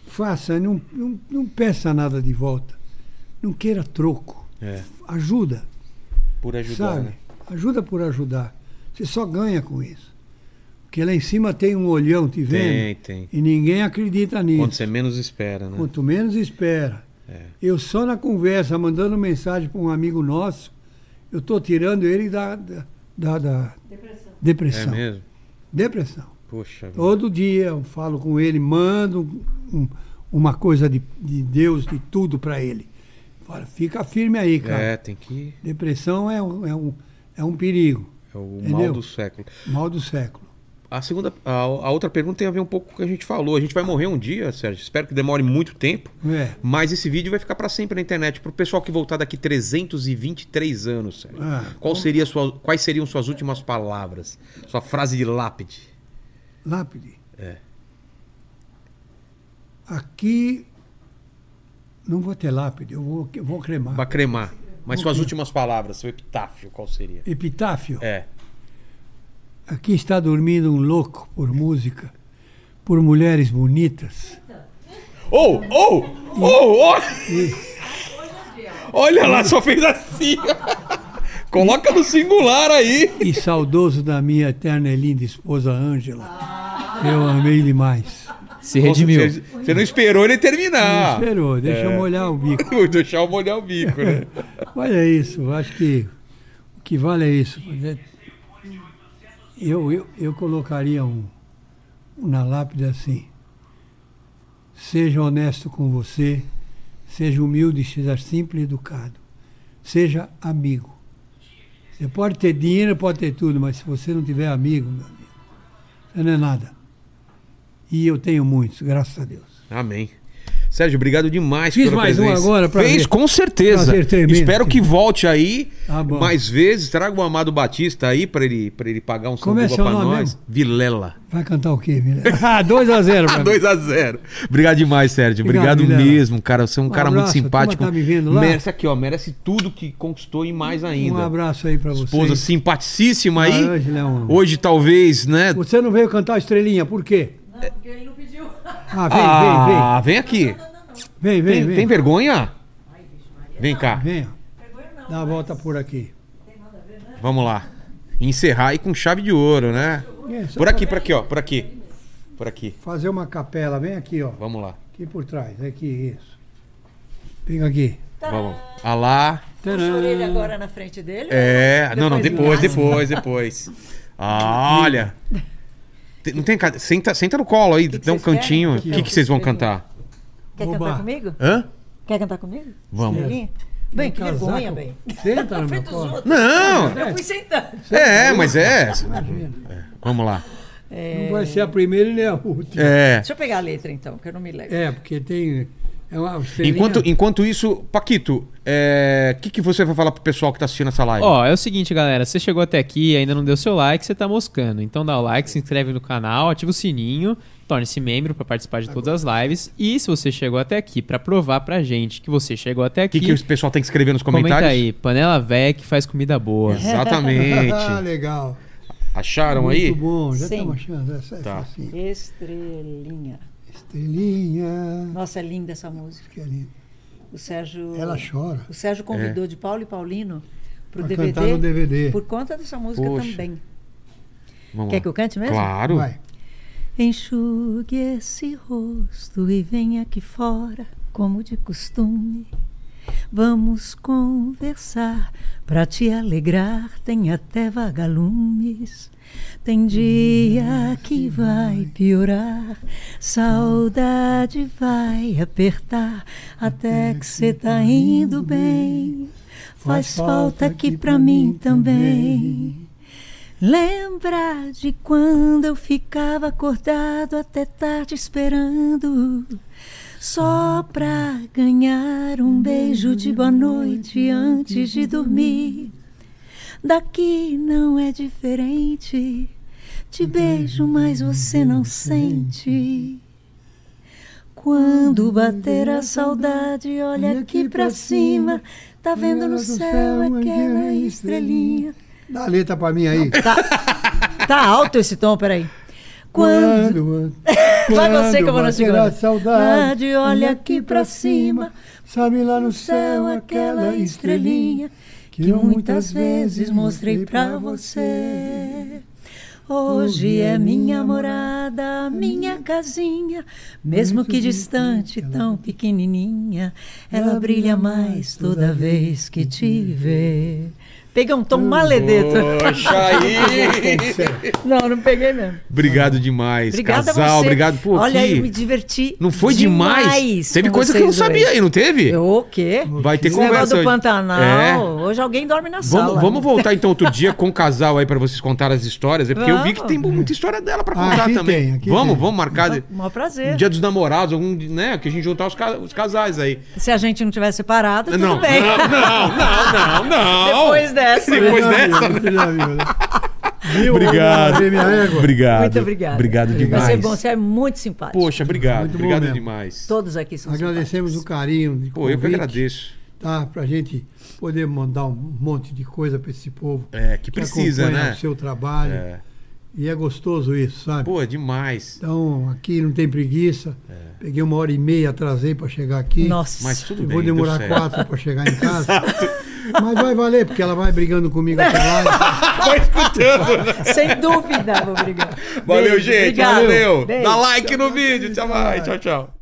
C: faça, não, não, não peça nada de volta. Não queira troco.
A: É.
C: Ajuda,
A: Por ajudar,
C: sabe? tá
A: né?
C: Ajuda por ajudar. Você só ganha com isso. Porque lá em cima tem um olhão te
A: Tem,
C: vendo
A: tem.
C: e ninguém acredita nisso.
A: Quando você menos espera, né?
C: Quanto menos espera.
A: É.
C: Eu só na conversa, mandando mensagem para um amigo nosso, eu estou tirando ele da, da, da- da
F: Depressão.
A: É
C: depressão.
A: mesmo?
C: depressão.
A: Poxa vida.
C: Todo dia eu falo com ele, mando um- uma coisa de, de Deus, de tudo para ele. Fala, fica firme aí, cara.
A: É, tem que.
C: Depressão é um, é, um, é um perigo,
A: É o mal
C: Entendeu?
A: do século.
C: mal do século.
A: A segunda, a, a outra pergunta tem a ver um pouco com o que a gente falou. A gente vai morrer um dia, Sérgio. Espero que demore muito tempo.
C: É.
A: Mas esse vídeo vai ficar pra sempre na internet pro pessoal que voltar daqui 323 anos, Sérgio.
C: Ah.
A: Qual seria sua, quais seriam suas últimas palavras? Sua frase de lápide?
C: Lápide.
A: É.
C: Aqui não vou ter lápide, eu vou, eu vou cremar.
A: Pra cremar. Mas suas últimas palavras, seu epitáfio, qual seria?
C: Epitáfio.
A: É.
C: Aqui está dormindo um louco por música, por mulheres bonitas.
A: Ou, ou, ou, ou! Olha lá, só fez assim. Coloca no singular aí.
C: E saudoso da minha eterna e linda esposa Ângela. Eu amei demais.
B: Se redimiu.
A: Você, você não esperou ele terminar.
C: Esperou, deixa eu molhar o bico.
A: Deixar eu molhar o bico, né?
C: Olha isso, eu acho que o que vale é isso. Eu, eu, eu colocaria um, na lápide assim. Seja honesto com você, seja humilde, seja simples e educado. Seja amigo. Você pode ter dinheiro, pode ter tudo, mas se você não tiver amigo, meu amigo, você não é nada. E eu tenho muitos, graças a Deus.
A: Amém. Sérgio, obrigado demais
C: Fiz
A: pela
C: mais um
A: presença.
C: agora pra
A: Fez,
C: ver.
A: com certeza.
C: Prazer tremendo.
A: Espero que volte aí
C: Tá bom.
A: mais vezes. Traga o Amado Batista aí pra ele, pra ele pagar um
C: Como é
A: sanduba
C: seu
A: pra
C: nome
A: nós.
C: mesmo?
A: Vilela.
C: Vai cantar o quê, Vilela? Ah, 2 a 0
A: Ah, 2 a 0 Obrigado demais, Sérgio. Obrigado,
C: Obrigado, Vilela.
A: mesmo, cara. Você é um,
C: Um
A: cara muito
C: abraço, a turma
A: simpático.
C: tá me vendo lá.
A: Merece aqui, ó. Merece tudo que conquistou e mais ainda.
C: Um abraço aí pra vocês.
A: Esposa simpaticíssima aí.
C: Ah, Ângela é uma-
A: Hoje, talvez, né?
C: Você não veio cantar Estrelinha, por quê?
F: Não, porque ele não pediu.
C: Ah, vem,
A: Ah, vem aqui.
C: vem, vem. Vem, vem,
A: Tem,
C: vem.
A: tem vergonha? Vem cá.
C: Vem, ó. Dá a volta por aqui.
A: Vamos lá. Encerrar aí com chave de ouro, né?
C: É, só
A: Por aqui, por aqui, ó. Por aqui. Por aqui.
C: Fazer uma capela, vem aqui, ó.
A: Vamos lá.
C: Aqui por trás, aqui, isso. Pega aqui.
E: Tá.
A: Vamos. Ah Alá.
E: Puxa a orelha agora na frente dele.
A: É. Não, não, é. depois, depois,
E: Depois
A: depois. Ah, olha. Tem- Não tem ca- senta, senta no colo aí,
E: Que que
A: dá um
E: vocês querem?
A: cantinho. O
E: Que
A: que, que
E: que
A: vocês vão
E: vocês
A: cantar?
E: Quer
G: Vou
E: cantar
G: bar.
E: comigo?
A: Hã?
E: Quer cantar comigo?
A: Vamos.
C: É.
E: Estrelinha? Bem, que
G: Casaco.
E: vergonha, bem.
G: Senta na
E: Na
G: minha
E: frente dos
G: cola.
E: outros.
A: Não!
C: É.
E: Eu fui sentando.
A: É, mas é. Vamos lá.
G: Não vai ser a primeira e nem a última.
A: É.
E: Deixa eu pegar a letra então, que eu não me lembro.
G: É, porque tem. É uma estrelinha-
A: Enquanto, enquanto isso, Paquito, o que, que você vai falar pro pessoal que tá assistindo essa live?
B: Ó, é o seguinte, galera. Você chegou até aqui e ainda não deu seu like, você tá moscando. Então dá o like, se inscreve no canal, ativa o sininho, torne-se membro pra participar de todas as lives. E se você chegou até aqui pra provar pra gente que você chegou até
A: O que,
B: aqui,
A: que o pessoal tem que escrever nos
B: comenta
A: comentários?
B: aí. Panela véia que faz comida boa.
C: Ah,
A: Exatamente.
C: legal.
A: Acharam
C: Muito
A: aí?
C: bom, já
E: Sim.
C: estamos achando essa, essa
A: Tá.
C: assim.
E: Estrelinha.
C: Estrelinha,
E: Nossa, é linda essa música.
C: que é linda.
E: O Sérgio.
C: Ela chora.
E: O Sérgio
A: É.
E: convidou de Paulo e Paulino pro
C: Pra
E: DVD.
C: cantar no DVD.
E: Por conta dessa música
A: Poxa.
E: também.
A: Vamos
E: Quer
A: lá.
E: que eu cante mesmo?
A: Claro.
C: Vai.
E: Enxugue esse rosto e venha aqui fora, como de costume. Vamos conversar pra te alegrar. Tem até vagalumes. Tem dia que vai piorar, saudade vai apertar, até que cê tá indo bem. Faz falta aqui pra mim também. Lembra de quando eu ficava acordado até tarde esperando só pra ganhar um beijo de boa noite antes de dormir. Daqui não é diferente. Te beijo, mas você não sente. Quando bater a saudade, olha aqui pra cima. Tá vendo no céu aquela estrelinha.
C: Dá a letra pra mim
E: é
C: aí.
E: Tá alto esse tom, peraí. Quando Vai você que eu vou na
C: bater
E: segunda.
C: a saudade,
E: Saudade, olha aqui pra cima,
C: Sabe lá no
E: no
C: céu aquela estrelinha
E: que muitas vezes mostrei pra você. Hoje é minha morada, minha casinha, mesmo que distante, tão pequenininha, ela brilha mais toda vez que te vê. Peguei um tom maledeto.
A: Poxa aí!
E: Não, não peguei mesmo.
A: Obrigado demais,
E: Obrigada a
A: casal.
E: você.
A: Obrigado por
E: Olha, eu me
A: aqui.
E: diverti.
A: Não foi demais? Teve
E: com
A: coisa que eu não
E: vocês dois.
A: sabia aí, não teve?
E: Eu, o quê?
A: Vai ter
E: Esse negócio
A: conversa.
E: do
A: hoje.
E: Pantanal.
A: É.
E: Hoje alguém dorme na
A: Vamos,
E: sala.
A: vamos voltar então outro dia com o casal aí pra vocês contar as histórias. É porque eu vi que
E: Vamos.
A: tem muita história dela pra
C: Ah,
A: contar
C: aqui
A: também.
C: tem, aqui
A: vamos,
C: tem.
A: vamos marcar de-
E: Mó
A: um
E: prazer.
A: dia dos namorados, algum, né? Que a gente juntar os, ca- os casais aí.
E: Se a gente não tiver separado, tudo
A: não,
E: bem.
A: não, não, não, não, não.
E: Depois dessa.
A: Depois dessa.
C: Você já viu, né?
A: é. Obrigado.
C: Minha égua.
A: Obrigado.
E: Muito obrigada.
A: Obrigado
E: Vai
A: demais.
E: ser bom, você é muito simpático.
A: Poxa, obrigado.
C: Muito bom
A: obrigado
C: mesmo.
A: demais.
E: Todos aqui são
C: Agradecemos o
E: simpáticos.
C: carinho. de
A: Pô, eu que
C: convite,
A: agradeço.
C: Tá, pra gente poder mandar um monte de coisa pra esse povo.
A: É, que precisa,
C: acompanha
A: né?
C: o seu trabalho.
A: É.
C: E é gostoso isso, sabe?
A: Pô, é demais.
C: Então, aqui não tem preguiça.
A: É.
C: Peguei uma hora e meia, atrasei pra chegar aqui.
E: Nossa.
A: Mas tudo
C: Eu
A: bem.
C: vou
A: deu
C: demorar
A: certo.
C: quatro pra chegar em casa. Mas vai valer, porque ela vai brigando comigo até lá.
A: Vai escutando. né?
E: Sem dúvida, vou brigar.
A: Valeu,
E: Beijo,
A: gente.
E: obrigado.
A: Valeu.
E: Beijo.
A: Dá like no vídeo. Tchau, vai. Tchau, tchau.